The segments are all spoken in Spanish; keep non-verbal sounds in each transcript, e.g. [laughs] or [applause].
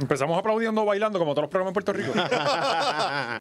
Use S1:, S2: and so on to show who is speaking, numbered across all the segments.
S1: Empezamos aplaudiendo, bailando, como todos los programas en Puerto
S2: [laughs]
S1: Rico.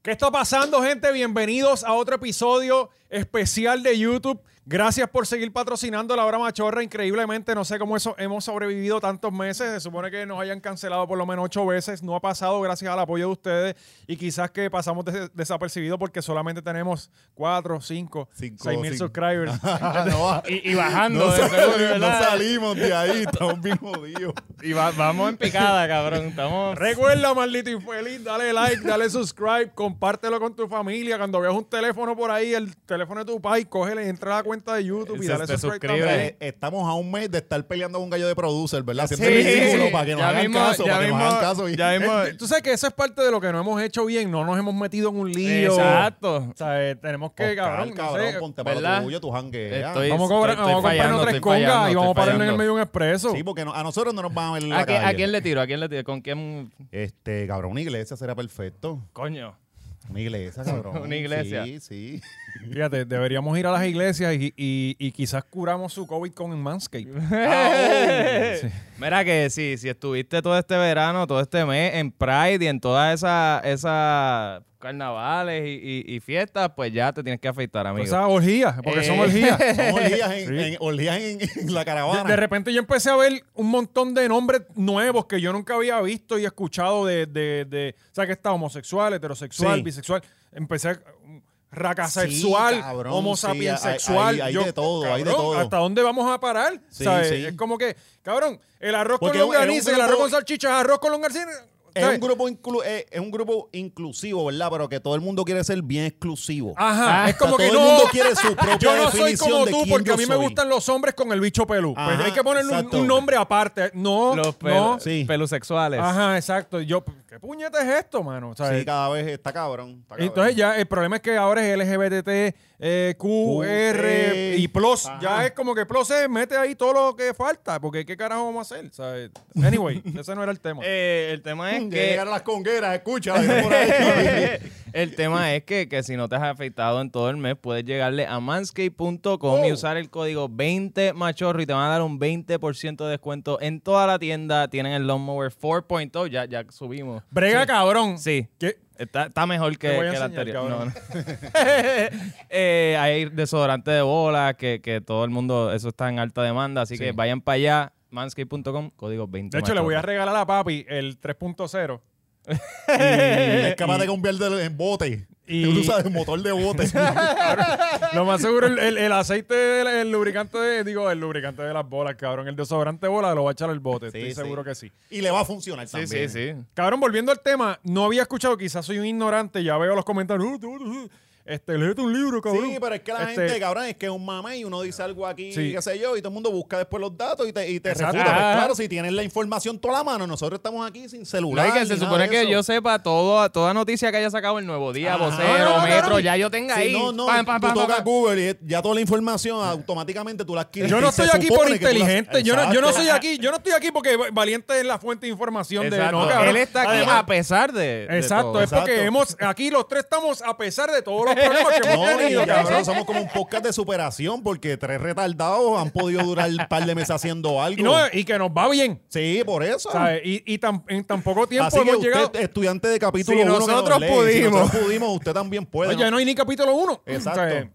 S3: ¿Qué está pasando, gente? Bienvenidos a otro episodio especial de YouTube. Gracias por seguir patrocinando la hora machorra. Increíblemente, no sé cómo eso hemos sobrevivido tantos meses. Se supone que nos hayan cancelado por lo menos ocho veces. No ha pasado gracias al apoyo de ustedes. Y quizás que pasamos des- desapercibidos porque solamente tenemos cuatro, cinco,
S2: Cinco,
S3: seis mil
S2: cinco.
S3: subscribers.
S2: [laughs] No,
S4: Y, y bajando,
S2: no
S4: de seguro,
S2: salimos, no
S4: ¿verdad?
S2: salimos de ahí, estamos bien
S4: [laughs]
S2: jodidos.
S4: Y va- vamos en picada, cabrón. Estamos.
S3: Recuerda, maldito infeliz, dale like, dale subscribe, compártelo con tu familia. Cuando veas un teléfono por ahí, el teléfono de tu país, cógele, entra a la cuenta de YouTube y
S4: Se-
S3: dale
S4: te
S3: subscribe
S4: suscribe.
S3: también.
S2: Eh, Estamos a un mes de estar peleando con un gallo de producer, ¿verdad? Siempre
S4: Sí,
S2: es ridículo
S4: sí.
S2: para que nos
S4: Ya
S2: hagan
S4: mismo-
S2: caso,
S4: ya
S2: para que nos
S4: mismo-
S2: hagan caso. [laughs]
S4: ya mismo-
S3: Eh, Tú sabes que eso es parte de lo que no hemos hecho bien, no nos hemos metido en un lío.
S4: Exacto.
S3: O sea, eh, tenemos que,
S2: Oscar,
S3: cabrón, no
S2: cabrón,
S3: sé,
S2: ponte para lo
S4: ¿verdad?
S2: tuyo, tu janguea.
S4: Estoy-
S3: vamos a cobrar, vamos
S4: estoy
S3: a comprarnos
S4: fallando,
S3: tres
S4: estoy fallando,
S3: congas y vamos a
S4: estoy
S3: pararnos en el
S4: fallando.
S3: medio de un expreso.
S2: Sí, porque no- a nosotros no nos van a ver la
S4: ¿A, quién- a
S2: calle.
S4: quién le tiro? ¿A quién le tiro? ¿Con quién?
S2: Este, cabrón, una iglesia será perfecto.
S4: [laughs] Coño.
S2: Una
S4: [laughs]
S2: iglesia, cabrón.
S4: Una iglesia.
S2: Sí, sí.
S3: Fíjate, deberíamos ir a las iglesias y, y- y quizás curamos su COVID con el Manscape.
S4: Ah, uh. Mira que si, si estuviste todo este verano, todo este mes en Pride y en todas esas esas carnavales y, y- y fiestas, pues ya te tienes que afeitar,
S2: Pues,
S4: amigo.
S3: Esas orgías, porque son
S4: Eh.
S3: orgías.
S4: [laughs]
S2: Son orgías en,
S3: Sí.
S2: en- orgías en- en la
S3: De,
S2: caravana.
S3: de repente yo empecé a ver un montón de nombres nuevos que yo nunca había visto y escuchado de, de, de- o sea, que está homosexual, heterosexual,
S2: Sí.
S3: bisexual. Empecé a, mm, raca
S2: Sí,
S3: sexual,
S2: cabrón,
S3: homo
S2: sí, hay-
S3: sapiens sexual.
S2: hay- hay
S3: Yo,
S2: de todo, hay de
S3: cabrón,
S2: todo.
S3: ¿Hasta dónde vamos a parar?
S2: Sí,
S3: ¿Sabes?
S2: sí.
S3: Es como que, cabrón, el arroz
S2: Porque es
S3: con
S2: un- es un
S3: longaniza, el
S2: grupo-
S3: arroz con salchichas, arroz con longaniza.
S2: Es
S3: ¿sabes?
S2: un, grupo inclu- eh, es un grupo inclusivo, ¿verdad? Pero que todo el mundo quiere ser bien exclusivo.
S3: Ajá,
S2: Ah,
S3: es como
S2: todo
S3: que
S2: el
S3: no.
S2: mundo quiere su propia
S3: [laughs] yo no soy
S2: definición
S3: como
S2: de
S3: tú
S2: quién
S3: porque
S2: yo
S3: a mí me
S2: soy.
S3: gustan los hombres con el bicho pelú. Pues
S2: Ajá,
S3: hay que ponerle un,
S2: exacto.
S3: un nombre aparte. No,
S4: Los pel-
S3: no.
S2: Sí.
S4: pelusexuales.
S3: Ajá, exacto. Y Yo, ¿qué puñeta es esto, mano? O sea, eh,
S2: Sí, cada vez está cabrón. está cabrón.
S3: entonces ya el problema es que ahora es LGBT, eh, Q, R y plus.
S2: E. Ajá.
S3: Ya es como que plus es, mete ahí todo lo que falta, porque ¿qué carajo vamos a hacer? ¿Sabes?
S2: [laughs]
S3: Anyway, ese no era el tema.
S4: Eh, el tema es
S2: Mm,
S4: que.
S2: llegaron las congueras, escucha. viene
S3: [laughs]
S2: por ahí.
S4: [laughs] el tema es que, que si no te has afeitado en todo el mes, puedes llegarle a manscape.com
S3: Oh.
S4: y usar el código 20machorro y te van a dar un 20% de descuento en toda la tienda. Tienen el Lawnmower 4.0, ya, ya subimos.
S3: Brega, cabrón.
S4: Sí.
S3: ¿Qué?
S4: Está, está mejor que,
S3: Te voy a
S4: que el
S3: enseñar,
S4: anterior.
S3: cabrón.
S4: No, no. [laughs] Eh, hay desodorante de bola, que, que todo el mundo, eso está en alta demanda, así que vayan para allá, manscape.com, código 20.
S3: De hecho, le voy a regalar a papi el
S2: [laughs]
S3: 3.0.
S2: Y es capaz de convertirlo en bote.
S3: Y-
S2: Tú sabes, un motor
S3: [laughs]
S2: de bote.
S3: Lo más seguro, el, el- el aceite, del- el, lubricante, de- digo, el lubricante de las bolas, cabrón. El desodorante de bola lo va a echar al bote,
S2: Sí,
S3: estoy
S2: sí.
S3: seguro que sí.
S2: y le va a funcionar
S4: Sí,
S2: también.
S4: sí, sí.
S3: Cabrón, volviendo al tema, no había escuchado, quizás soy un ignorante, ya veo los comentarios. "Uh, tú, tú, Este, léete un libro, cabrón.
S2: Sí, pero es que la
S3: Este,
S2: gente, cabrón, es que es un mame y uno dice algo aquí,
S3: Sí.
S2: qué sé yo, y todo el mundo busca después los datos y te, y te
S3: Exacto.
S2: refuta. Pues
S4: Ah.
S2: claro, si tienes la información toda la mano, nosotros estamos aquí sin celular.
S4: No, y que se
S2: ni nada
S4: supone
S2: de
S4: que
S2: eso.
S4: yo sepa todo, toda noticia que haya sacado el nuevo
S3: Ah,
S4: día,
S2: Ajá.
S4: vocero,
S2: No, no, no,
S4: metro,
S2: no.
S4: ya yo tenga
S2: Sí,
S4: ahí.
S2: no, no,
S4: Pam,
S2: tú
S4: pam, pam, pam,
S2: tocas
S4: pam.
S2: Gooble y ya toda la información automáticamente tú la adquieres.
S3: Yo no
S2: Y [laughs] se
S3: estoy aquí por
S2: supone que tú la-
S3: inteligente, yo no, yo no
S2: Exacto.
S3: soy aquí, yo no estoy aquí porque va- valiente es la fuente de información de
S4: Exacto.
S3: no, cabrón.
S4: Él está aquí
S3: Además-
S4: a pesar de. de
S3: Exacto,
S4: todo.
S3: es porque
S2: Exacto.
S3: hemos, aquí los tres estamos a pesar de todos los problemas
S2: [laughs]
S3: que hemos
S2: No,
S3: tenido,
S2: y,
S3: cabrón.
S2: cabrón, somos como un podcast de superación porque tres retardados han podido durar un par de meses haciendo algo.
S3: Y, no, y que nos va bien,
S2: sí, por eso.
S3: ¿sabes? Y, y tan- en tan poco tiempo
S2: Así que
S3: hemos
S2: usted,
S3: llegado.
S2: estudiante de capítulo
S4: Si
S2: 1
S4: nosotros
S2: si
S4: pudimos.
S2: nosotros pudimos, usted también puede.
S3: Oye, no hay ni capítulo uno.
S2: Exacto.
S3: O sea,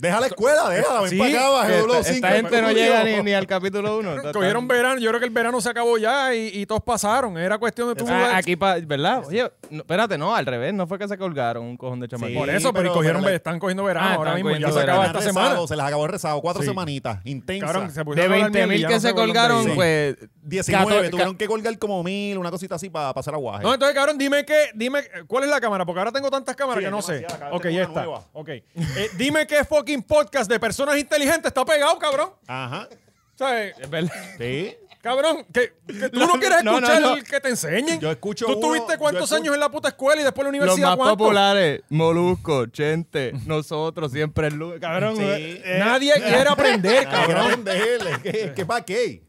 S2: Deja la escuela, déjala, ven
S3: Sí,
S2: para acá, baja
S4: Que
S2: el
S4: esta,
S2: blog
S4: esta
S2: cinco,
S4: gente no
S2: coño.
S4: llega ni, ni al capítulo 1.
S3: Cogieron verano, yo creo que el verano se acabó ya y, y todos pasaron. Era cuestión de tú.
S4: aquí, pa- ¿verdad? Oye, no, espérate, no, al revés, no fue que se colgaron un cojón de chamacos.
S2: Sí.
S3: Por eso, pero,
S2: pero-
S3: cogieron,
S2: pero-
S3: están cogiendo verano
S4: Ah,
S3: ahora
S4: están
S3: mismo. Ya
S4: cogiendo
S3: se
S4: verano.
S3: acaba
S2: Han
S3: esta
S2: rezado,
S3: semana.
S2: Se les acabó el rezado, cuatro semanitas, intensas.
S3: Cabrón, se
S4: De
S3: pusieron a hablar
S4: 20
S3: mierda y
S4: mil
S3: ya
S4: que
S3: no
S4: se
S3: acuerdan de
S4: colgaron,
S3: ello.
S4: pues.
S2: 19,
S4: 14
S2: tuvieron que colgar como mil, una cosita así para pasar aguaje.
S3: No, entonces, cabrón, dime que, dime cuál es la cámara, porque ahora tengo tantas cámaras
S2: Sí,
S3: que no
S2: es
S3: sé.
S2: demasiada, cada vez
S3: Ok,
S2: tengo
S3: ya
S2: una
S3: está.
S2: nueva.
S3: Ok. Eh, dime qué fucking podcast de personas inteligentes está pegado, cabrón.
S2: Ajá.
S3: O sea, eh,
S4: Es verdad.
S2: Sí.
S3: cabrón, que, que tú no, quieres
S4: no,
S3: escuchar
S4: no, no.
S3: el que te enseñen.
S2: Yo escucho
S3: ¿Tú
S2: uno,
S3: tuviste
S2: yo
S3: cuántos
S2: escucho-
S3: años en la puta escuela y después la
S4: Los
S3: universidad?
S4: más
S3: ¿Cuántos?
S4: populares, Molusco, Chente, nosotros, siempre el lunes. Cabrón,
S2: Sí. Ah.
S4: eh, eh,
S3: Nadie quiere aprender, cabrón.
S2: Cabrón, déjele. ¿Qué, qué pa' qué?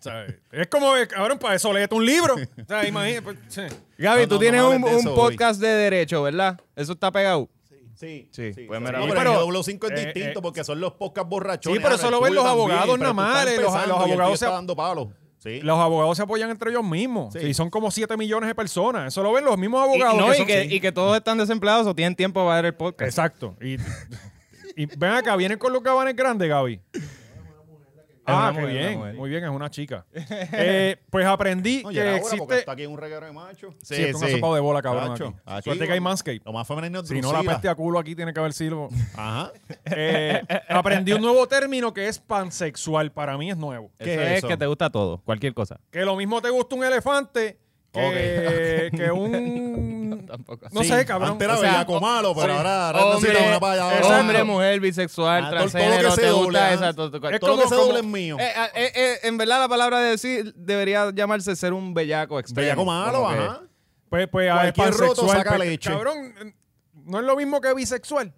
S3: ¿Sabes? Es como, eh, cabrón, para eso léete un libro. O sea, imagínate. pues, sí.
S4: Gaby,
S2: No,
S4: tú
S2: no,
S4: tienes
S2: no
S4: un,
S2: hables de
S4: un
S2: eso hoy.
S4: podcast de derecho, ¿verdad? Eso está pegado.
S2: Sí,
S4: Sí, pues mira,
S2: No, pero,
S4: mira.
S3: Pero-
S2: el doble 5 es
S3: eh,
S2: distinto
S3: eh,
S2: porque son los podcasts borrachones.
S3: sí, pero
S2: Ah,
S3: solo ven los
S2: tú también,
S3: abogados
S2: pero
S3: nada
S2: tú
S3: más,
S2: estás
S3: eh, los- los
S2: empezando y el
S3: abogados
S2: tío
S3: se-
S2: está dando palos. Sí.
S3: Los abogados se apoyan entre ellos mismos.
S2: Sí.
S3: Y son como 7 millones de personas. Eso lo ven los mismos
S4: Y,
S3: abogados.
S4: no,
S3: que
S4: y
S3: son-
S4: que,
S3: Sí.
S4: y que todos están desempleados o tienen tiempo para ver el podcast.
S3: Exacto. Y, [laughs] y ven acá, vienen con los gabanes grandes, Gaby.
S4: una
S3: Ah, qué
S4: mujer, una
S3: bien.
S4: mujer.
S3: Muy bien, es una chica. Eh, pues aprendí
S2: No, y
S3: que
S2: era ahora, porque
S3: existe.
S2: está aquí un reguero de macho.
S3: Sí, esto es un asopado de bola, cabrón.
S2: Macho,
S3: aquí.
S2: aquí,
S3: Suerte que hay Manscape.
S2: Lo más femenino es
S3: Si no, la
S2: Drusila.
S3: peste a culo aquí tiene que haber
S2: [laughs]
S3: sido.
S2: Ajá.
S3: Eh, aprendí un nuevo término que es pansexual. Para mí es nuevo.
S4: ¿Qué
S2: ¿Qué
S4: es,
S2: es eso?
S4: que te gusta todo, cualquier cosa.
S3: Que lo mismo te gusta un elefante que, [laughs] que un.
S4: Tampoco.
S3: No
S2: Sí,
S3: sé, cabrón.
S2: Antes era
S3: O sea,
S2: bellaco malo, pero ahora ahora necesita
S4: hombre,
S2: una paya-
S4: es
S2: ahora-
S4: hombre, mujer, bisexual,
S2: Ah, todo- todo lo que
S4: transgénero,
S2: se
S4: te
S2: doble,
S4: gusta
S2: ah.
S4: esa... to- to-
S2: Es
S4: todo
S2: todo lo que se
S4: como-
S2: doble es mío.
S4: Eh, ah, eh, eh, en verdad, la palabra de decir debería llamarse ser un bellaco extremo.
S2: Bellaco malo,
S4: Como que-
S2: ajá.
S3: Pues, pues ah, es
S2: Cualquier roto
S3: pansexual.
S2: saca
S3: Pues,
S2: leche.
S3: Cabrón, eh, no es lo mismo que bisexual.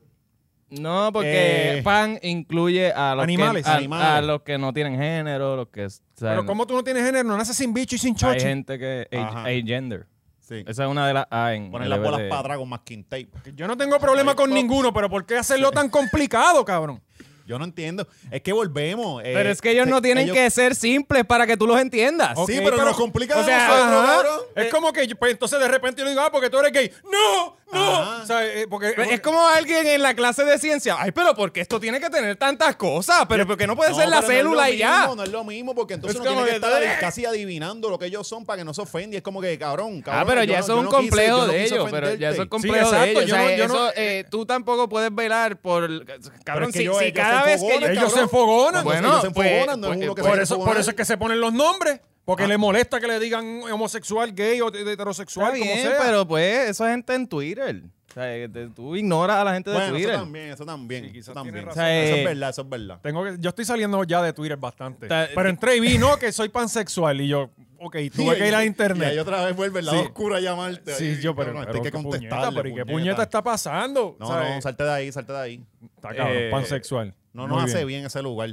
S4: No, porque
S2: Eh,
S4: pan incluye a los,
S3: Animales,
S4: que, a,
S2: animales.
S4: a los que no tienen género, los que... o sea,
S3: Pero como tú no tienes género, no naces sin bicho y sin
S4: Hay
S3: chocho.
S4: gente que...
S2: Ajá.
S4: Agender.
S2: Sí.
S4: Esa es una de las A en
S2: Poner las
S4: LGBT.
S2: bolas para atrás con masking tape.
S3: Yo no tengo problema con ninguno, pero ¿por qué hacerlo tan complicado, cabrón?
S2: Yo no entiendo. Es que volvemos. eh,
S4: Pero es que ellos no
S2: se-
S4: tienen
S2: ellos-
S4: que ser simples para que tú los entiendas.
S3: Ok,
S2: Sí, pero,
S3: pero-
S2: nos complican
S3: O sea,
S2: a nosotros,
S3: ajá.
S2: cabrón.
S3: es como que yo- pues, entonces de repente yo le digo, ah, porque tú eres gay. ¡No! ¡No!
S2: Ajá.
S3: O sea, eh, porque,
S4: Pero es como alguien en la clase de ciencia. Ay, pero ¿por qué esto tiene que tener tantas cosas? Pero porque no puede ser
S2: pero no
S4: la
S2: es lo
S4: célula y ya.
S2: mismo, No es lo mismo, porque entonces
S4: Es
S2: uno tiene
S4: como
S2: que
S4: que-
S2: estar ahí casi adivinando lo que ellos son para que no se ofenda. Y es como que, cabrón, cabrón.
S4: ah, pero
S2: yo
S4: ya
S2: no-
S4: eso
S2: yo
S4: es un
S2: no quise- yo
S4: complejo
S2: no
S4: de
S2: quise
S4: ellos, pero ya
S2: ofenderte.
S4: eso es complejo de
S3: exacto,
S4: ellos.
S3: yo
S4: O sea,
S3: no- yo
S4: eso,
S3: no-
S4: eh, tú tampoco puedes velar por... Cabrón,
S2: es que
S4: si,
S2: yo-
S4: si
S2: ellos
S4: cada
S2: se
S4: vez que...
S2: enfogonan,
S3: ellos se
S2: cabrón.
S3: enfogonan.
S2: Cuando
S4: Bueno,
S2: ellos se
S4: pues-
S2: enfogonan, no es
S4: pues-
S2: uno que
S4: pues
S3: Por
S2: se Ah.
S3: eso,
S2: enfogona.
S3: por eso es que se ponen los nombres. Porque le molesta que le digan homosexual, gay o de- de heterosexual,
S4: Está bien,
S3: como sea.
S4: pero pues eso es gente en Twitter. O sea, que te- tú ignoras a la gente de
S2: Bueno, eso
S4: Twitter.
S2: también, eso también.
S3: quizás
S2: eso
S3: tiene
S2: también.
S3: razón.
S4: O sea,
S2: Eso
S4: eh,
S2: es verdad, eso es verdad.
S3: Tengo que, yo estoy saliendo ya de Twitter bastante.
S4: Ta-
S3: pero entré y vi, no, que soy pansexual. Y yo, ok,
S2: [laughs] Sí,
S3: tuve que ir a
S2: y- Y
S3: internet.
S2: ahí otra vez vuelve el lado
S3: Sí.
S2: oscuro a llamarte.
S3: sí,
S2: Ay,
S3: yo, pero,
S2: cabrón,
S3: pero
S2: hay que
S3: qué puñeta,
S2: contestarle,
S3: pero ¿y qué puñeta está pasando?
S2: No,
S3: ¿Sabes?
S2: no, salte de ahí, salte de ahí.
S3: Está cabrón,
S4: Eh,
S3: pansexual.
S2: No
S3: Muy
S2: nos hace bien ese lugar.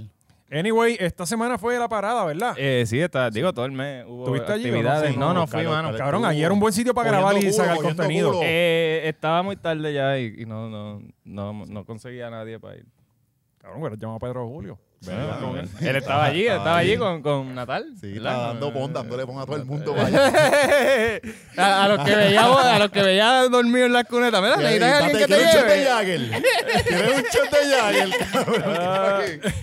S3: Anyway, esta semana fue la parada, ¿verdad?
S4: Eh, sí, está, digo, todo el mes hubo
S3: ¿Tuviste allí o no?
S4: actividades.
S3: Sí,
S4: no,
S2: no,
S4: no, fui,
S2: Carlos,
S4: mano.
S2: Carlos.
S3: cabrón,
S2: tú-
S3: ayer un buen sitio para grabar y
S2: cogiendo culo,
S3: sacar
S2: cogiendo
S3: contenido.
S2: culo.
S4: Eh, estaba muy tarde ya y, y no, no, no, no conseguía a nadie para ir.
S3: Cabrón, pero llama a Pedro Julio.
S2: ¿Verdad?
S3: con él.
S4: Ah, Él estaba allí,
S2: Estaba
S4: estaba allí
S2: allí.
S4: con, con Natal.
S2: Sí,
S4: ¿verdad?
S2: está dando
S4: No,
S2: bond,
S4: no, no.
S2: dándole bond a todo el mundo. vaya.
S4: [laughs] a, a los que veía, a los que veía dormido en las cunetas,
S3: Ah,
S4: mira,
S2: Quiere
S4: necesitas a alguien que te
S2: un shot de
S4: lleve.
S2: Jagger. Quiere un shot de Jagger,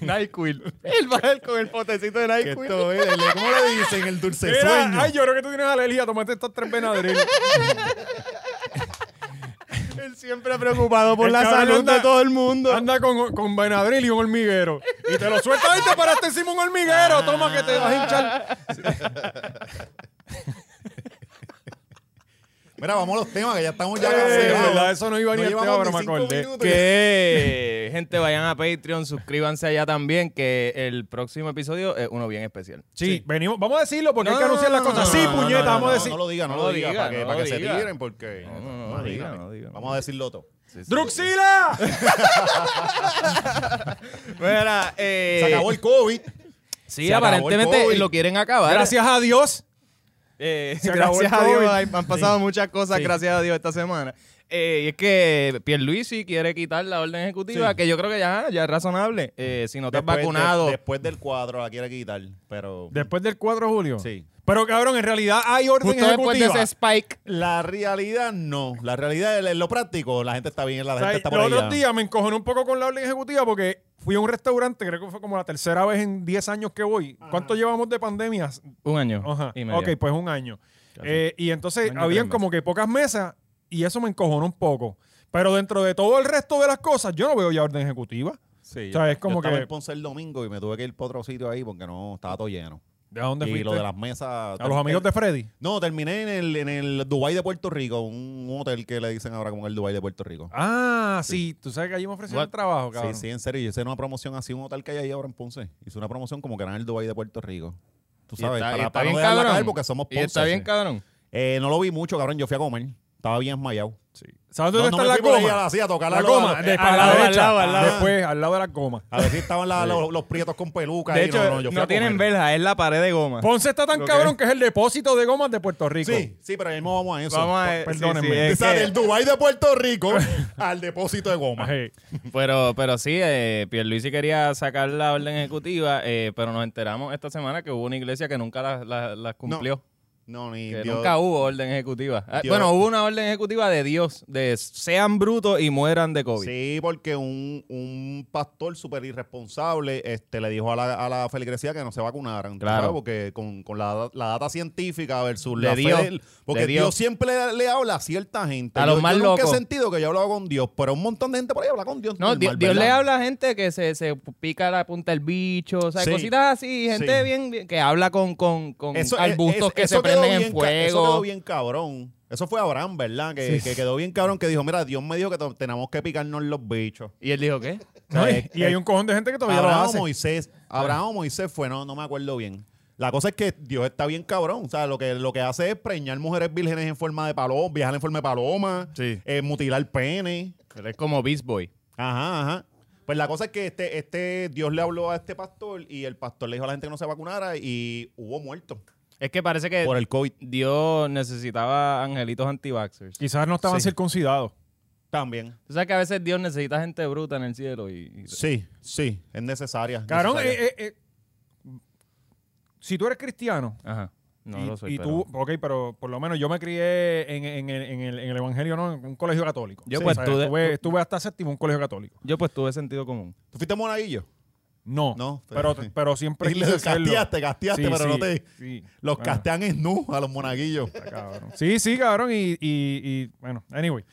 S3: [laughs]
S2: cabrón.
S4: [laughs] Nyquil. Él va a ir con el potecito de
S2: Que
S4: Nyquil.
S2: esto es, el- ¿cómo le dicen? El dulce sueño.
S3: Mira, ay, yo creo que tú tienes alergia, tomate estas tres Benadryl.
S4: Él siempre preocupado por
S3: El
S4: la
S3: cabrón
S4: salud de
S3: anda-
S4: todo el
S2: Ah,
S4: mundo.
S3: Anda con, con Benadryl y un hormiguero. Y te lo sueltas y te paraste este encima un hormiguero.
S4: Ah.
S3: Toma que te vas a hinchar.
S2: Mira, vamos a los temas, que ya estamos ya
S3: Eh,
S2: cancelados.
S3: verdad, eso no iba ni al
S2: llevamos
S3: tema, pero
S2: ni
S3: me
S2: cinco
S3: acordé.
S2: minutos.
S4: Que gente, vayan a Patreon, suscríbanse allá también, que el próximo episodio es uno bien especial.
S3: Sí, venimos. Vamos a decirlo porque hay que
S4: No,
S3: anunciar las
S4: no,
S3: cosas.
S4: no,
S3: sí,
S4: no, no,
S3: puñeta,
S4: no,
S3: vamos a
S4: no,
S3: decir.
S2: No lo diga, no, lo diga, para que,
S4: no
S2: para
S4: lo
S2: que se
S4: diga.
S2: tiren, porque... No,
S4: no, no diga, no diga.
S2: Vamos a decirlo todo.
S3: ¡Druxila!
S4: Mira, eh,
S2: Se acabó el [laughs] COVID.
S4: sí,
S2: se acabó el
S4: aparentemente
S2: COVID.
S4: lo quieren acabar.
S3: Gracias a Dios.
S4: [laughs] Eh,
S2: [laughs]
S3: Se acabó
S4: gracias
S3: el
S4: a Dios,
S3: COVID.
S4: hay- han pasado muchas cosas,
S2: Sí.
S4: gracias a Dios, esta semana. Eh, y es que Pierluisi quiere quitar la orden ejecutiva, que yo creo que ya, ya es razonable. Eh, si no te has
S2: Después de-
S4: vacunado,
S2: después del cuadro la quiere quitar, pero...
S3: Después del 4 de julio.
S2: Sí.
S3: Pero cabrón, en realidad hay orden
S4: justo después de
S3: ejecutiva.
S4: ese spike,
S2: La realidad no. La realidad en lo práctico, la gente está bien, la
S3: O sea,
S2: gente está por
S3: los
S2: allá.
S3: otros días me encojoné un poco con la orden ejecutiva porque fui a un restaurante, creo que fue como la tercera vez en 10 años que voy. ¿Cuánto llevamos de pandemias?
S4: un año
S3: Ajá.
S4: y medio.
S3: Ok, pues un año. Eh, y entonces
S4: Un año y tres
S3: habían
S4: meses.
S3: como que pocas mesas y eso me encojonó un poco. Pero dentro de todo el resto de las cosas, yo no veo ya orden ejecutiva.
S2: Sí,
S3: O sea, es como
S2: yo estaba
S3: que-
S2: en Ponce el domingo y me tuve que ir para otro sitio ahí porque no, estaba todo lleno.
S3: ¿De dónde
S2: Y
S3: fuiste?
S2: lo de las mesas...
S3: A los amigos de Freddy.
S2: No, terminé en el, en el Dubai de Puerto Rico, un hotel que le dicen ahora como el Dubai de Puerto Rico.
S3: Ah, sí. Tú sabes que allí me ofrecieron
S4: What?
S3: trabajo, cabrón.
S2: Sí, sí, en serio. Yo hice una promoción así, un hotel que hay ahí ahora en Ponce. Hice una promoción como que era en el Dubai de Puerto Rico. Tú
S4: Y
S2: sabes,
S4: está- y
S2: para,
S4: está
S2: para
S4: bien
S2: no dejarla
S4: cabrón.
S2: caer porque somos
S4: Y
S2: Ponce.
S4: está bien,
S2: sí.
S4: cabrón.
S2: Eh, no lo vi mucho, cabrón. Yo fui a comer. Estaba bien esmayado.
S3: ¿Sabes
S2: No,
S3: dónde
S2: no
S3: está
S2: me
S3: la
S2: fui por ahí a
S3: goma?
S2: la silla a tocar
S3: La
S2: la
S3: goma,
S2: la-
S3: de-
S2: eh,
S3: para
S4: al
S3: la
S4: lado,
S3: derecha.
S4: al lado, al lado.
S3: Después, al lado de la goma.
S2: A ver si estaban la- los, los prietos con peluca.
S4: De
S2: y
S4: hecho,
S2: no,
S4: no,
S2: no, yo fui a
S4: tienen
S2: comer.
S4: verja, es la pared de goma.
S3: Ponce está tan
S4: Lo que
S3: cabrón que es el depósito de gomas de Puerto Rico.
S2: Sí, sí, pero ahí mismo vamos a eso. Pues,
S4: Vamos a
S3: P-
S4: sí,
S3: perdónenme.
S4: sí, es
S2: O sea,
S4: que-
S2: del Dubái de Puerto Rico [laughs] al depósito de goma.
S3: Ajá.
S4: Pero, pero sí, eh, Pierluisi quería sacar la orden ejecutiva, eh, pero nos enteramos esta semana que hubo una iglesia que nunca la, la- la cumplió.
S2: No, ni
S4: que
S2: Dios.
S4: nunca hubo orden ejecutiva. Ah,
S2: Dios.
S4: Bueno, hubo una orden ejecutiva de Dios, de sean brutos y mueran de COVID.
S2: Sí, porque un, un pastor súper irresponsable este, le dijo a la, a la feligresía que no se vacunaran. ¿tú
S4: Claro.
S2: sabes? Porque con, con la, la data científica versus
S4: De
S2: la fe
S4: Dios,
S2: del- Porque
S4: de Dios.
S2: Dios. siempre le, le habla a cierta gente.
S4: A los
S2: Yo- yo
S4: más
S2: nunca
S4: locos.
S2: he sentido que yo he hablado con Dios, pero un montón de gente por ahí habla con Dios.
S4: No,
S2: normal,
S4: Di- Dios le
S2: ¿verdad?
S4: habla a gente que se, se pica la punta del bicho, o sea,
S2: Sí.
S4: cositas así, gente
S2: Sí.
S4: bien, bien- que habla con, con, con
S2: Eso-
S4: arbustos
S2: es-
S4: que
S2: eso quedó
S4: se prenden en
S2: bien ca- Eso
S4: fuego.
S2: quedó bien cabrón. Eso fue Abraham, ¿verdad? Que, que quedó bien cabrón, que dijo, mira, Dios me dijo que to- tenemos que picarnos los bichos.
S4: Y él dijo, ¿qué?
S3: No, y, y hay un cojón de gente que todavía
S2: Abraham
S3: lo
S2: o
S3: hace.
S2: Moisés. Abraham o Moisés fue, no, no me acuerdo bien. La cosa es que Dios está bien cabrón. O sea, lo que, lo que hace es preñar mujeres vírgenes en forma de paloma, viajar en forma de paloma,
S4: Sí.
S2: eh, mutilar pene.
S4: Él es como Beast Boy.
S2: Ajá, ajá. Pues la cosa es que este, este Dios le habló a este pastor y el pastor le dijo a la gente que no se vacunara y hubo muertos
S4: Es que parece
S3: Eh.
S4: que
S2: por el COVID.
S4: Dios necesitaba angelitos anti-vaxxers.
S3: Quizás no estaban
S2: Sí.
S3: circuncidados.
S2: También.
S4: Tú sabes que a veces Dios necesita gente bruta en el cielo y... y-
S2: Sí, sí, es necesaria. es
S3: Cabrón,
S2: necesaria.
S3: eh, eh, eh, si tú eres cristiano
S4: Ajá. No
S3: y,
S4: lo soy,
S3: y tú, ok, pero por lo menos yo me crié en, en- en- en el, en el Evangelio, ¿no? En un colegio católico.
S4: Yo, pues, tú de-
S3: estuve, estuve hasta séptimo en un colegio católico.
S4: Yo pues tuve sentido común.
S3: eh.
S2: ¿Tú fuiste monaguillo?
S3: No,
S2: No,
S3: pero,
S2: pero-
S3: pero siempre
S2: [laughs] Y le-
S3: quise serlo.
S2: casteaste, casteaste,
S3: Sí, sí,
S2: pero
S3: Ah.
S2: no te...
S3: sí.
S2: Los
S3: Bueno,
S2: castean en nu a
S3: [laughs]
S2: los monaguillos.
S3: cabrón. Sí, sí, cabrón. Y, y- y, bueno, anyway.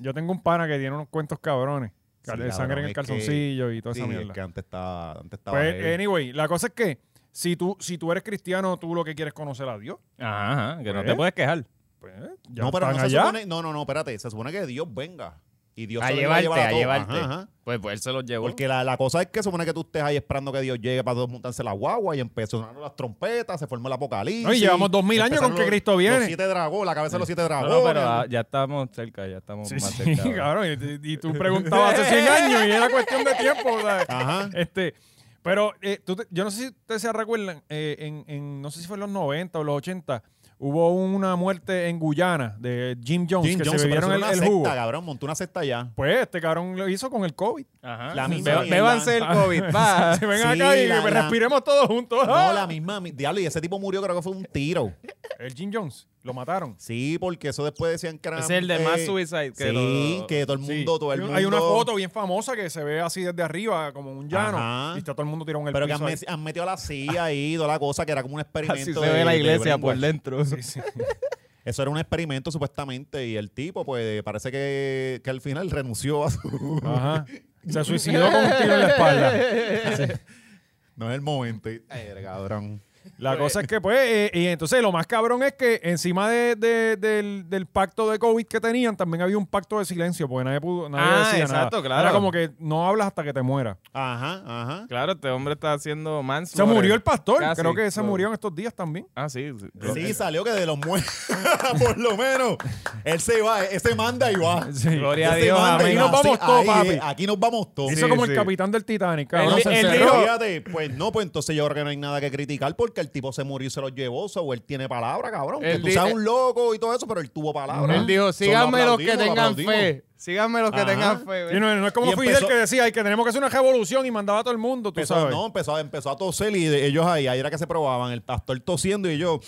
S3: Yo tengo un pana que tiene unos cuentos cabrones.
S2: Sí,
S3: Cal-
S2: cabrón,
S3: sangre en
S2: es
S3: el
S2: que-
S3: calzoncillo y toda
S2: Sí,
S3: esa
S2: es
S3: mierda.
S2: que antes estaba... Antes estaba
S3: Pues,
S2: heavy.
S3: anyway, la cosa es que si tú, si tú eres cristiano, tú lo que quieres es conocer a Dios.
S4: Ajá, ajá, que no
S3: Pues.
S4: te puedes quejar.
S3: Pues,
S2: ¿eh?
S3: ya
S2: no, pero no
S3: están
S2: se
S3: allá.
S2: supone... No, no, no, espérate. Se supone que Dios venga. Y Dios
S4: A
S2: se los
S4: llevarte,
S2: llevar
S4: a
S2: todos.
S4: llevarte.
S2: Ajá, ajá.
S4: Pues, pues él se los llevó.
S2: Porque la, la cosa es que se supone que tú estés ahí esperando que Dios llegue para todos montarse la guagua y empezaron las trompetas, se formó el apocalipsis.
S3: No, y llevamos 2000 años con
S2: empezaron
S3: que
S2: los-
S3: Cristo viene.
S2: Los siete dragones, la cabeza de los siete
S4: No,
S2: dragones.
S4: no, pero ah, ya estamos cerca, ya estamos
S3: Sí,
S4: más
S3: sí, [laughs]
S4: cerca. ahora.
S3: cabrón. Y,
S2: [laughs]
S3: y tú preguntabas hace 100 años y era cuestión de tiempo. ¿sabes?
S2: Ajá.
S3: Este, pero eh, tú te- yo no sé si ustedes se recuerdan, eh, en, en- no sé si fue en los 90 o los 80, hubo una muerte en Guyana de Jim Jones,
S2: Jim
S3: que
S2: Jones
S3: se
S2: se
S3: bebieron el,
S2: una
S3: el
S2: secta,
S3: jugo.
S2: cabrón. Montó una
S3: [laughs]
S2: secta allá.
S3: Pues este cabrón lo hizo con el COVID.
S4: Ajá.
S2: La misma
S4: Beba-
S2: mierda.
S4: bébanse el COVID, va.
S3: [laughs] Se ven
S2: Sí,
S3: acá y
S2: la- la-
S3: respiremos todos juntos.
S2: No, la misma... mi- Diablo, y ese tipo murió creo que fue un tiro.
S3: [laughs] El Jim Jones, lo mataron.
S2: Sí, porque eso después decían que era...
S4: Ese es el de Mass
S2: eh,
S4: Suicide, que
S2: sí,
S4: lo-
S2: que todo el mundo,
S3: Sí.
S2: todo el
S3: Hay
S2: mundo...
S3: una- Hay una foto bien famosa que se ve así desde arriba, como un llano.
S2: Ajá.
S3: Y está todo el mundo tirado en el
S2: Pero que han,
S3: piso ahí.
S2: met- han metido a la CIA ahí, toda la cosa, que era como un experimento.
S4: Así se
S2: de-
S4: ve la
S2: de
S4: iglesia pues, por
S2: brainwash.
S4: dentro.
S2: Eso era un experimento, supuestamente, y el tipo, pues, parece que, que al final renunció a su... [laughs]
S3: Ajá. Se suicidó con un tiro en la espalda.
S2: No es el momento. y- Ay, cabrón.
S3: La cosa es que, pues, eh, y entonces lo más cabrón es que encima de- de- del, del pacto de COVID que tenían, también había un pacto de silencio, porque nadie pudo, nadie
S4: Ah,
S3: decía nada.
S4: exacto, claro.
S3: Era como que no hablas hasta que te muera.
S2: Ajá, ajá.
S4: [laughs] Claro, este hombre está haciendo
S3: Se
S4: manslaughter.
S3: murió el pastor,
S4: Casi,
S3: creo que se
S4: claro.
S3: murió en estos días también.
S4: Ah, sí. sí.
S2: Sí, salió que de los muertos, [laughs] por lo menos, él se va, ese manda y va.
S4: Gloria a
S2: Ese
S4: Dios,
S2: manda y
S3: Aquí
S2: va.
S4: amén.
S3: nos vamos
S2: Sí,
S3: todos,
S2: ahí,
S3: papi.
S2: eh, Aquí nos vamos todos.
S3: Hizo
S4: Sí,
S3: como
S4: sí.
S3: el capitán del Titanic, cabrón.
S2: Cabrón, se
S4: Él- él
S2: encerró.
S4: dijo-
S2: Fíjate, pues no, pues entonces yo creo que no hay nada que criticar porque el tipo se murió y se lo llevó, o sea, o él tiene palabra, cabrón.
S4: Él
S2: que tú
S4: di-
S2: seas un loco y todo eso, pero él tuvo palabra.
S4: Él dijo,
S2: So, lo
S4: síganme los
S2: aplaudimos,
S4: que
S2: lo
S4: tengan
S2: aplaudimos".
S4: fe. Síganme los que
S2: Ajá.
S4: tengan fe.
S3: Y no, no es como
S2: Y
S3: Fidel
S2: empezó-
S3: que decía "Ay, que tenemos que hacer una revolución y mandaba a todo el mundo, tú
S2: Empezó,
S3: sabes.
S2: no, empezó, empezó a toser y de- ellos ahí, ahí era que se probaban, el pastor tosiendo y yo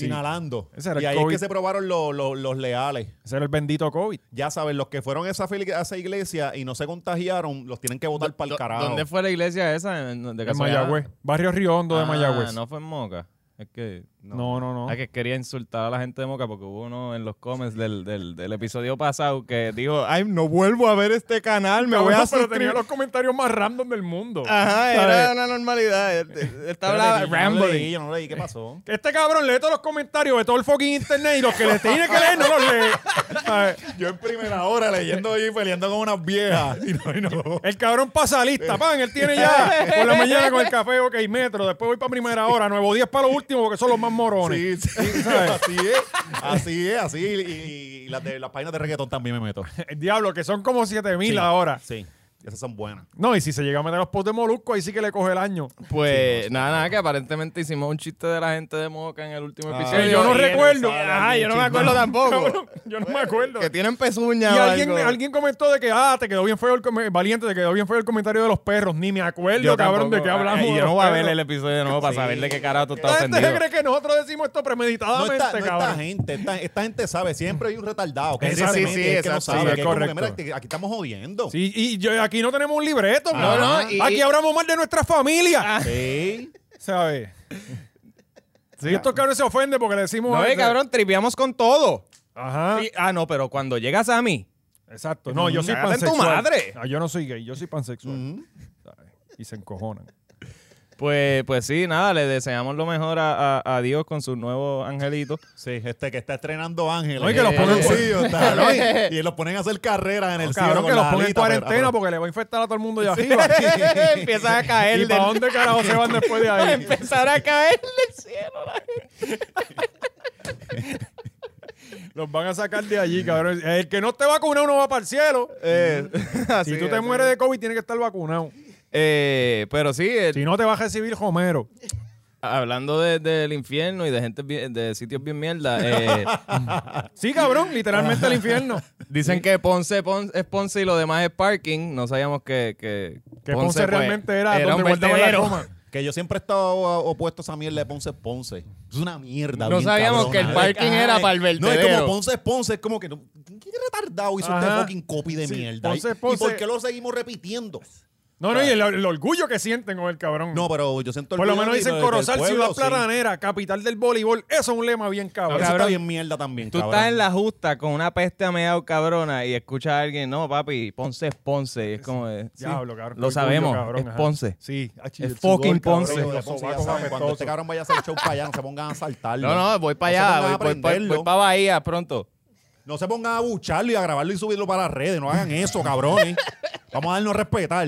S2: inhalando.
S3: Ese era
S2: y
S3: el
S2: ahí
S3: COVID.
S2: es que se probaron los- los- los leales.
S3: Ese era el bendito COVID.
S2: Ya saben, los que fueron a esa, fili- a esa iglesia y no se contagiaron, los tienen que votar para
S4: Do-
S2: el carajo.
S4: ¿Dónde fue la iglesia esa? ¿En- ¿De
S3: En
S4: casualidad?
S3: Mayagüez. Barrio Riondo de
S4: Ah,
S3: Mayagüez. No,
S4: No fue en Moca. Es que.
S3: no, no.
S4: Ah, que quería insultar a la gente de Moca porque hubo uno en los comments del, del, del episodio pasado que dijo, ay, no vuelvo a ver este canal, me [laughs] voy a
S3: Cabrón, pero tenía
S4: suscribir.
S3: los comentarios más random del mundo.
S4: Ajá,
S3: ¿Sabes?
S4: era una normalidad. Él- [laughs] él- él
S2: Yo no
S4: Estaba
S2: leí, Yo no leí,
S4: rambling.
S2: yo no leí,
S3: [laughs]
S2: ¿qué pasó?
S3: Que Este cabrón lee todos los comentarios de todo el fucking internet y los que le tiene que leer no los lee. ¿Sabes?
S2: Yo en primera hora leyendo y peleando con unas viejas. [laughs] Y no, y no.
S3: El cabrón pasa lista, [laughs] pan. Él tiene ya por la mañana con el café, ok, metro. Después voy para primera hora, nuevo días para lo último porque son los más más morones.
S2: Sí, sí, [laughs] así es, así es, así. Y, y- y las, de, las páginas de reggaetón también
S3: [laughs]
S2: me meto.
S3: El diablo, que son como 7000
S2: Sí.
S3: ahora.
S2: Sí, esas son buenas.
S3: No, y si se llega a meter los posts de Molusco, ahí sí que le coge el año.
S4: Pues nada, nada, que aparentemente hicimos un chiste de la gente de Moca en el último
S2: Ah.
S4: episodio.
S3: Que yo no
S4: Y-
S3: recuerdo.
S4: Ajá, yo no me acuerdo [laughs]
S3: Oh,
S4: tampoco.
S3: Yo no me acuerdo.
S4: Que
S3: Y
S4: tienen pezuña. o
S3: alguien,
S4: algo.
S3: alguien comentó de que, ah, te quedó bien feo el com- valiente, te quedó bien feo el comentario de los perros. Ni me acuerdo,
S4: Yo
S3: cabrón,
S4: tampoco.
S3: de qué hablamos.
S4: Ay,
S3: de
S4: yo no
S3: los
S4: voy a
S3: perros.
S4: ver el episodio de nuevo para saber de qué carajo tú
S3: La
S4: estás
S3: gente se
S4: ofendido.
S3: cree que nosotros decimos esto
S2: No
S3: premeditadamente,
S2: está, no está
S3: Ah, cabrón.
S2: gente, esta, esta gente sabe, siempre hay un retardado. Que
S4: Sí,
S2: se
S4: sí,
S2: mete,
S4: sí,
S2: es que no
S4: exacto,
S2: sabe.
S3: sí,
S2: que
S3: es
S2: es como que,
S3: correcto.
S2: mira, te- aquí estamos jodiendo.
S3: Sí, y yo, aquí no tenemos un libreto.
S4: No,
S3: cabrón.
S4: no, y- Ah.
S3: aquí
S4: y-
S3: hablamos más de nuestra familia. [laughs]
S2: Sí.
S3: ¿Sabes? Y estos cabrones se ofenden porque le decimos...
S4: No,
S3: a
S4: eh,
S3: este-
S4: cabrón, tripeamos con todo.
S3: Ajá.
S4: Sí, ah, no, pero cuando llegas a mí,
S3: Exacto. No, yo soy
S4: Cágate en tu
S3: pansexual.
S4: madre.
S3: Ah, yo no soy gay, yo soy pansexual. ¿Sabes? Y se encojonan.
S4: pues, pues sí, nada, le deseamos lo mejor a, a- a Dios con sus nuevos angelitos.
S2: Sí, este que está estrenando Ángel.
S3: No, y que los ponen-
S2: y, los ponen a hacer carreras en el cielo.
S3: Cabrón,
S2: con
S3: que los
S2: las
S3: ponen en
S2: alitas, pero-
S3: cuarentena porque le va a infectar a todo el mundo de [laughs] arriba.
S4: Empiezan a caer
S3: ¿Y
S4: del-
S3: para dónde carajo se van después de ahí?
S4: [laughs] Empezar a caer [laughs] del cielo la
S3: [laughs]
S4: gente.
S3: Los van a sacar de allí, cabrón. El que no esté vacunado no va para el cielo.
S4: Eh, [laughs] Así,
S3: si tú te
S4: así.
S3: mueres de COVID, tienes que estar vacunado.
S4: Eh, pero sí, el-
S3: Si no, te va a recibir Homero.
S4: hablando de- del infierno y de gente bien- de sitios bien
S3: [laughs]
S4: mierda, eh,
S3: Sí, cabrón, literalmente el infierno.
S4: dicen que Ponce, Ponce es Ponce y lo demás es parking. No sabíamos que, que,
S3: Que Ponce,
S4: pues,
S3: realmente era,
S4: un
S3: donde guardaban la
S4: vertedero.
S3: goma.
S2: Que yo siempre he estado opuesto a esa mierda de Ponce es Ponce. Es una mierda.
S4: No
S2: bien
S4: sabíamos que el
S2: cabrona.
S4: parking era para el
S2: No, es
S4: vertedero.
S2: como Ponce es Ponce. Es como que. no- ¿Qué retardado hizo
S3: Ajá.
S2: este fucking copy de
S3: Sí,
S2: mierda?
S3: Ponce es
S2: ¿Y-
S3: Ponce.
S2: ¿Y por qué lo seguimos repitiendo?
S3: No, no, y el, el orgullo que sienten con el cabrón.
S2: No, pero yo siento
S3: Por lo
S2: orgullo
S3: menos
S2: de-
S3: dicen
S2: del
S3: Corozal,
S2: pueblo,
S3: ciudad
S2: sí.
S3: planera, capital del voleibol. Eso es un lema bien cabrón.
S2: Eso está
S4: Cabrón.
S2: bien mierda también.
S4: Tú
S2: cabrón.
S4: estás en la justa con una peste a meado cabrona y escuchas a alguien, no, papi, Ponce es Ponce. Y es como de, sí,
S3: Diablo, cabrón.
S4: Lo
S3: Orgullo,
S4: sabemos,
S3: cabrón,
S4: es
S3: ajá.
S4: Ponce.
S3: Sí, achi,
S4: Es
S3: el sudor,
S4: fucking
S3: cabrón,
S4: Ponce.
S2: Pero de
S3: los
S2: Ponce, ya
S3: sobacos
S2: saben, cuando este
S3: apestosos.
S2: cabrón vaya a hacer show para allá, no se pongan a saltarlo.
S4: No, no, voy para allá, voy, voy, voy- voy para Bahía pronto.
S2: No se pongan a bucharlo y a grabarlo y subirlo para las redes. No hagan eso, [laughs] cabrones. Vamos a darnos a respetar.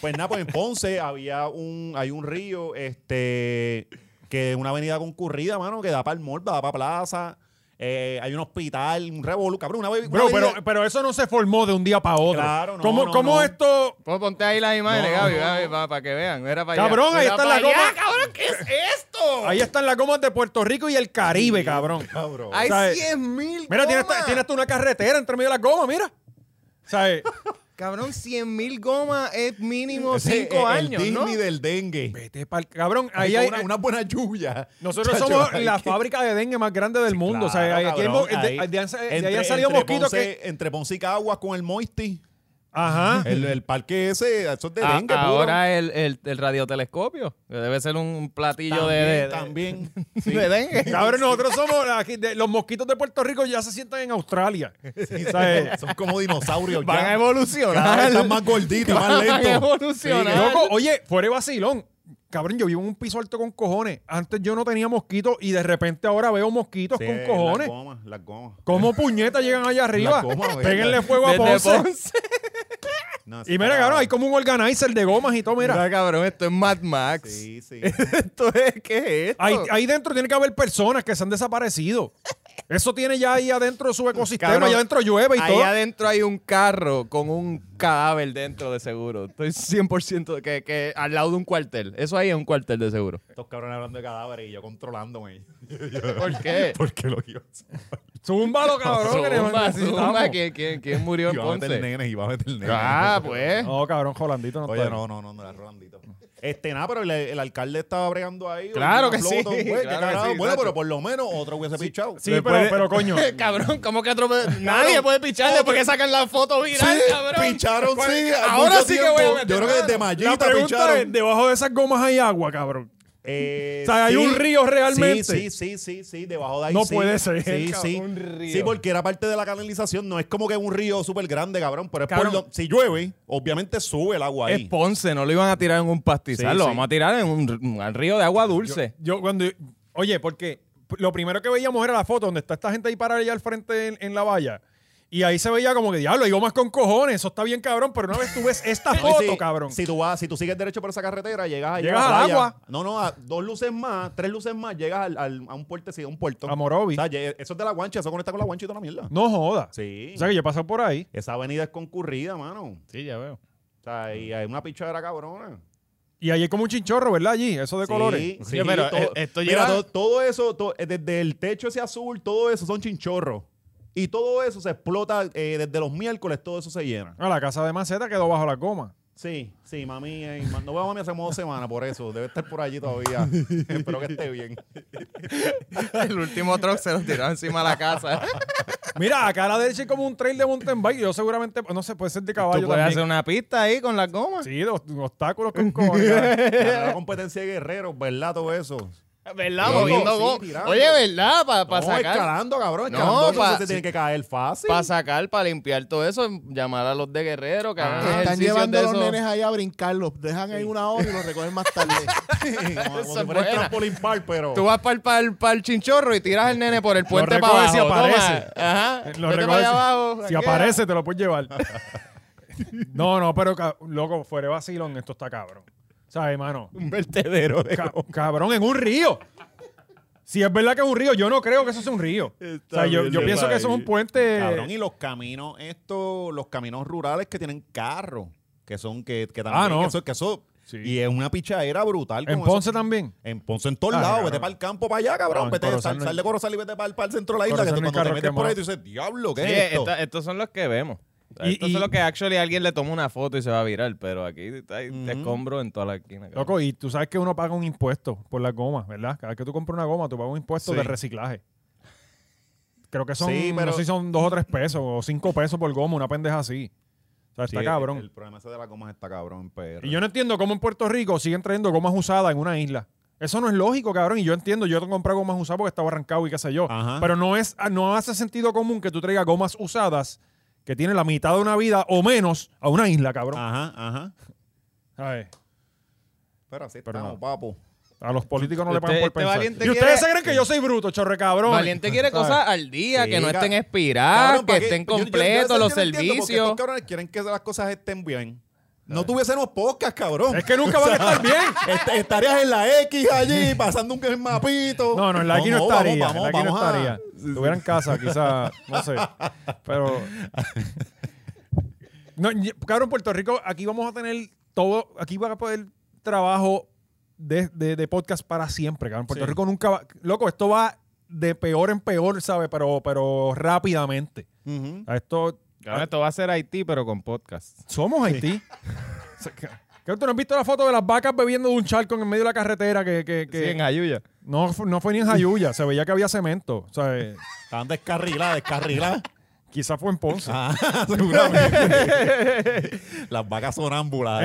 S2: Pues nada, pues en Ponce había un, hay un río, este, que es una avenida concurrida, mano, que da para el morba, da para plaza. Eh, hay un hospital, un revolu, cabrón, una, be- una
S3: Bro,
S2: avenida-
S3: pero, pero eso no se formó de un día para otro.
S2: Claro, no,
S3: ¿Cómo,
S2: no,
S3: cómo
S2: no.
S3: esto...?
S4: Puedo Pues ponte ahí las imágenes,
S2: No,
S4: Gaby,
S2: no,
S4: Gaby,
S2: no.
S4: para, que vean. Era para
S3: Cabrón, ahí están las gomas.
S4: cabrón, ¿qué es esto?
S3: Ahí están las gomas de Puerto Rico y el Caribe, cabrón.
S2: Cabrón.
S4: Hay
S3: ¿sabes?
S4: 100 mil
S3: Mira, tiene
S4: gomas.
S3: hasta, tiene hasta una carretera entre medio de las gomas, mira. eh,
S2: [laughs]
S3: ¿Sabes?
S4: Cabrón, 100 mil gomas es mínimo
S2: Ese es
S4: 5
S2: el
S4: años, ¿no?
S2: Disney del dengue.
S3: Vete pa'l- Cabrón, ahí hay...
S2: Ahí
S3: eh,
S2: una, una buena lluvia.
S3: Nosotros
S2: Chacho,
S3: somos
S2: hay
S3: la
S2: que-
S3: fábrica de dengue más grande del mundo. o sea,
S2: Claro,
S3: hay- aquí hay
S2: cabrón,
S3: mo- de,
S2: ahí.
S3: de- de- de- de- ahí
S2: Entre-
S3: han salido
S2: entre
S3: mosquitos que... Ah.
S2: Ponce- Entre Ponce y Caguas con el Moisty.
S3: Ajá.
S2: El, el parque ese, eso es de
S4: A-
S2: dengue, puro.
S4: Ah, ahora el, el, el radiotelescopio, que debe ser un platillo
S2: también,
S4: de, de-
S2: también.
S4: [laughs] de- de dengue.
S2: [laughs]
S3: Cabrón, nosotros somos aquí de- los mosquitos de Puerto Rico ya se sientan en Australia.
S2: Sí,
S3: ¿Sabes?
S2: son, son como dinosaurios.
S4: [laughs] Van
S2: ya.
S4: a
S2: Cada vez
S4: evolucionar.
S2: están más gorditos y más
S4: [laughs] Van a
S2: lentos.
S4: evolucionar.
S3: Loco, oye, fuera de vacilón. Cabrón, yo vivo en un piso alto con cojones. Antes yo no tenía mosquitos y de repente ahora veo mosquitos
S2: Sí,
S3: con cojones.
S2: Las gomas, las gomas.
S3: ¿Cómo puñetas llegan allá arriba?
S2: La goma, ¿verdad?
S3: Péguenle fuego a
S4: Desde
S3: Ponce.
S4: Ponce.
S2: No, sí,
S3: Y mira,
S2: está
S3: cabrón, hay como un organizer de gomas y todo, mira.
S4: Mira, cabrón, esto es Mad Max.
S3: [laughs]
S2: Sí, sí.
S4: [laughs] esto es, ¿qué es esto?
S3: Ahí, ahí dentro tiene que haber personas que se han desaparecido. Eso tiene ya ahí adentro su ecosistema,
S4: Cabrón,
S3: allá adentro llueve y
S4: Ahí
S3: todo.
S4: adentro hay un carro con un cadáver dentro de seguro. Estoy 100% de que, que al lado de un cuartel. Eso ahí es un cuartel de seguro.
S2: Estos cabrones hablando de cadáveres y yo controlándome. [laughs]
S4: ¿Por qué?
S2: Porque lo quiero.
S3: Zúmbalo, cabrón, que
S4: Zumba,
S3: necesitamos.
S4: zumba. ¿Quién, quién, quién murió
S2: Y
S4: en
S2: va a meter
S4: Ponce?
S2: nenes y va a meter nenes.
S4: Ah, pues.
S3: No, cabrón, Jolandito no
S2: Oye,
S3: está.
S2: no, no, no, no era Rolandito. Este, nada, pero el, el alcalde estaba bregando ahí.
S4: Claro
S2: una
S4: que
S2: flota,
S4: sí,
S2: un juez, qué
S4: claro que
S2: carajo.
S4: sí,
S2: bueno,
S4: exacto.
S2: pero por lo menos otro hubiese pichado.
S3: Sí,
S4: Le
S3: pero,
S4: puede-
S3: pero
S2: [laughs]
S3: coño.
S4: Cabrón, ¿cómo que atropelló? Nadie puede picharle porque sacan la foto viral, cabrón.
S2: picharon, sí. al
S4: Ahora
S2: mucho
S4: sí que voy a
S2: tiempo.
S4: meter
S2: Yo creo que
S4: mano.
S2: desde
S3: La
S2: Mallita
S3: pregunta
S2: picharon.
S3: es, debajo de esas gomas hay agua, cabrón.
S2: Eh,
S3: O sea, hay un río realmente.
S2: Sí, sí, sí, sí, sí, debajo de ahí.
S3: No
S2: sí.
S3: puede ser,
S2: Sí,
S3: cabrón,
S2: sí.
S3: un río.
S2: Sí, porque era parte de la canalización. No es como que un río súper grande, cabrón. Pero es
S3: Cabrón.
S2: por lo- si llueve, obviamente sube el agua
S4: Es
S2: ahí.
S4: Ponce, no lo iban a tirar en un pastizal,
S2: Sí,
S4: lo
S2: sí.
S4: vamos a tirar en un, un- al río de agua dulce.
S3: Yo cuando... Oye, porque lo primero que veíamos era la foto donde está esta gente ahí parada allá al frente en, en la valla. Y ahí se veía como que, diablo, digo más con cojones, eso está bien cabrón, pero una vez tú ves esta
S2: Oye,
S3: foto,
S2: [laughs] sí,
S3: cabrón.
S2: Si tú, vas, si tú sigues derecho por esa carretera, llegas allá
S3: Llegas
S2: a la
S3: al
S2: playa.
S3: agua.
S2: No, no, a dos luces más, tres luces más, llegas al, al- a un puertecito, a un puerto.
S3: A Morovi.
S2: O sea, lle- eso es de la guancha, eso conecta con la guancha y toda la mierda.
S3: No joda.
S2: Sí.
S3: O sea que yo he pasado por ahí.
S2: Esa avenida es concurrida, mano.
S4: Sí, ya veo.
S2: O sea,
S3: Mm.
S2: y hay una pichadera cabrona.
S3: Y ahí hay como un chinchorro, ¿verdad? Allí, eso de
S2: Sí,
S3: colores. eh,
S2: sí,
S4: Sí, pero
S2: todo-
S4: e- esto
S2: mira,
S4: lleva-
S2: todo, todo eso, to- eh, desde el techo ese azul, todo eso son chinchorros. Y todo eso se explota eh, desde los miércoles, todo eso se llena.
S3: A la casa de Maceta quedó bajo la coma.
S2: Sí, sí, mami. eh, ma- no veo a mami hace como dos semanas por eso. Debe estar por allí todavía. Espero que esté bien.
S4: [laughs] El último truck se lo tiró encima de la [laughs] casa.
S3: Mira, acá a la derecha hay como un trail de mountain bike. Yo seguramente, no sé, puede ser de
S4: Tú
S3: caballo
S4: puedes
S3: también.
S4: hacer una pista ahí con las gomas.
S3: Sí, de ost- obstáculos con
S2: [laughs]
S3: cojones.
S2: La competencia de guerreros, ¿verdad? Todo eso.
S4: ¿Verdad?
S2: Loco,
S4: Moviendo
S2: sí,
S4: go-
S2: tirando.
S4: Oye, ¿verdad? Para
S2: no,
S4: sacar.
S2: escalando, cabrón.
S4: No,
S2: Escalando, eso
S4: pa-
S2: se te tiene que caer fácil.
S4: Para sacar, para limpiar todo eso, llamar a los de Guerrero, que hagan
S5: Están
S4: ejercicios
S5: llevando
S4: de
S5: a los
S4: esos.
S5: nenes allá a brincarlos. Dejan ahí una hora y los recogen más
S2: [laughs]
S5: tarde.
S2: como, como
S4: Eso
S2: si
S4: es
S2: fuera el
S4: buena.
S2: trampolín park, pero...
S4: Tú vas para el, chinchorro y tiras al nene por el puente para
S3: recoges
S4: abajo.
S3: si aparece.
S4: Toma. Ajá.
S3: Lo
S4: Vete
S3: recoges
S4: para allá
S3: si-
S4: abajo.
S3: Si
S4: aquí.
S3: aparece, te lo puedes llevar. No, no, pero ca- loco, fuera de vacilón, esto está cabrón. O sea, hermano,
S2: Un vertedero. de- [laughs]
S4: [laughs]
S3: ca- cabrón, en un río. Si es verdad que es un río, yo no creo que eso sea un río. O sea, yo, yo
S2: bien,
S3: pienso que eso es un puente.
S2: Cabrón, y los caminos estos, los caminos rurales que tienen carro, que son, que, que también,
S3: Ah, no.
S2: que eso, que eso-
S3: Sí.
S2: y es una pichadera brutal.
S3: en
S2: con
S3: Ponce
S2: eso.
S3: también.
S2: En Ponce, en todos
S3: Ah,
S2: lados,
S3: cabrón.
S2: vete para el campo para allá, cabrón.
S3: No, en
S2: vete,
S3: Corozal
S2: sal,
S3: no hay-
S2: sal de Corozal y vete para, el centro de la isla. Que
S3: Corozal
S2: tú-
S3: no hay
S2: cuando te
S3: carro
S2: metes por
S3: quemado.
S2: ahí, tú dices, diablo, ¿qué
S4: Sí,
S2: es esto?
S4: esta- estos son los que vemos.
S3: Y-
S4: estos
S3: y-
S4: son los que actually alguien le toma una foto y se va a viral, pero aquí está hay escombro en toda la esquina. cabrón.
S3: Loco, y tú sabes que uno paga un impuesto por las gomas, ¿verdad? Cada vez que tú compras una goma, tú pagas un impuesto
S2: Sí.
S3: de reciclaje. Creo que son,
S2: Sí, pero-
S3: no sé si son dos o tres pesos o cinco pesos por goma, una pendeja así. O sea,
S2: Sí,
S3: está
S2: el-
S3: cabrón.
S2: El, problema ese de la goma está cabrón, PR.
S3: Y yo no entiendo cómo en Puerto Rico siguen trayendo gomas usadas en una isla. Eso no es lógico, cabrón. Y yo entiendo, yo he comprado gomas usadas porque estaba arrancado y qué sé yo.
S2: Ajá.
S3: Pero no es, ah, no hace sentido común que tú traigas gomas usadas que tienen la mitad de una vida o menos a una isla, cabrón.
S2: Ajá, ajá.
S3: Ay,
S2: Pero así
S3: Pero
S2: estamos,
S3: no.
S2: papo.
S3: a los políticos no le pagan
S4: Usted-
S3: por
S4: este
S3: pensar. Y
S4: valiente
S3: ustedes
S4: quiere-
S3: se creen que yo soy bruto, chorre cabrón.
S4: Valiente quiere cosas al día,
S2: Sí,
S4: que no estén
S2: ca-
S4: expiradas,
S2: Cabrón, ¿para
S4: Ah, que
S2: qué? Yo-
S4: estén
S2: yo- yo
S4: completos
S2: eso
S4: los
S2: yo no entiendo, porque
S4: servicios.
S2: Estos cabrones quieren que las cosas estén bien. No tuviésemos pocas, cabrón.
S3: Es que nunca van a estar
S4: [laughs]
S3: bien.
S2: Est- estarías en la X
S3: [laughs]
S2: allí, pasando un mapito.
S3: No, no, en la X no,
S2: vamos,
S3: estaría.
S2: vamos,
S3: en la X no
S2: vamos a-
S3: estaría. Estuviera en casa, quizá, no sé.
S2: [laughs]
S3: Pero. No, y- cabrón, Puerto Rico, aquí vamos a tener todo. Aquí va a poder trabajo de, de- de podcast para siempre, cabrón. Puerto
S2: Sí.
S3: Rico nunca va. Loco, esto va de peor en peor, ¿sabes? Pero, pero rápidamente.
S2: Ujú.
S3: A esto.
S4: Cabrón, esto va a ser Haití, pero con podcast.
S3: Somos [laughs] Haití. O sea, que- que ¿Tú no has visto la foto de las vacas bebiendo de un charco en el medio de la carretera? Que, que, que-
S4: Sí, en Ayuya.
S3: no, fu- no fue ni en Jayuya, se veía que había cemento. O sea, eh,
S2: Estaban descarriladas, descarriladas.
S3: quizá fue en Ponce.
S2: Ah, [laughs] seguramente. las vacas sonámbulas.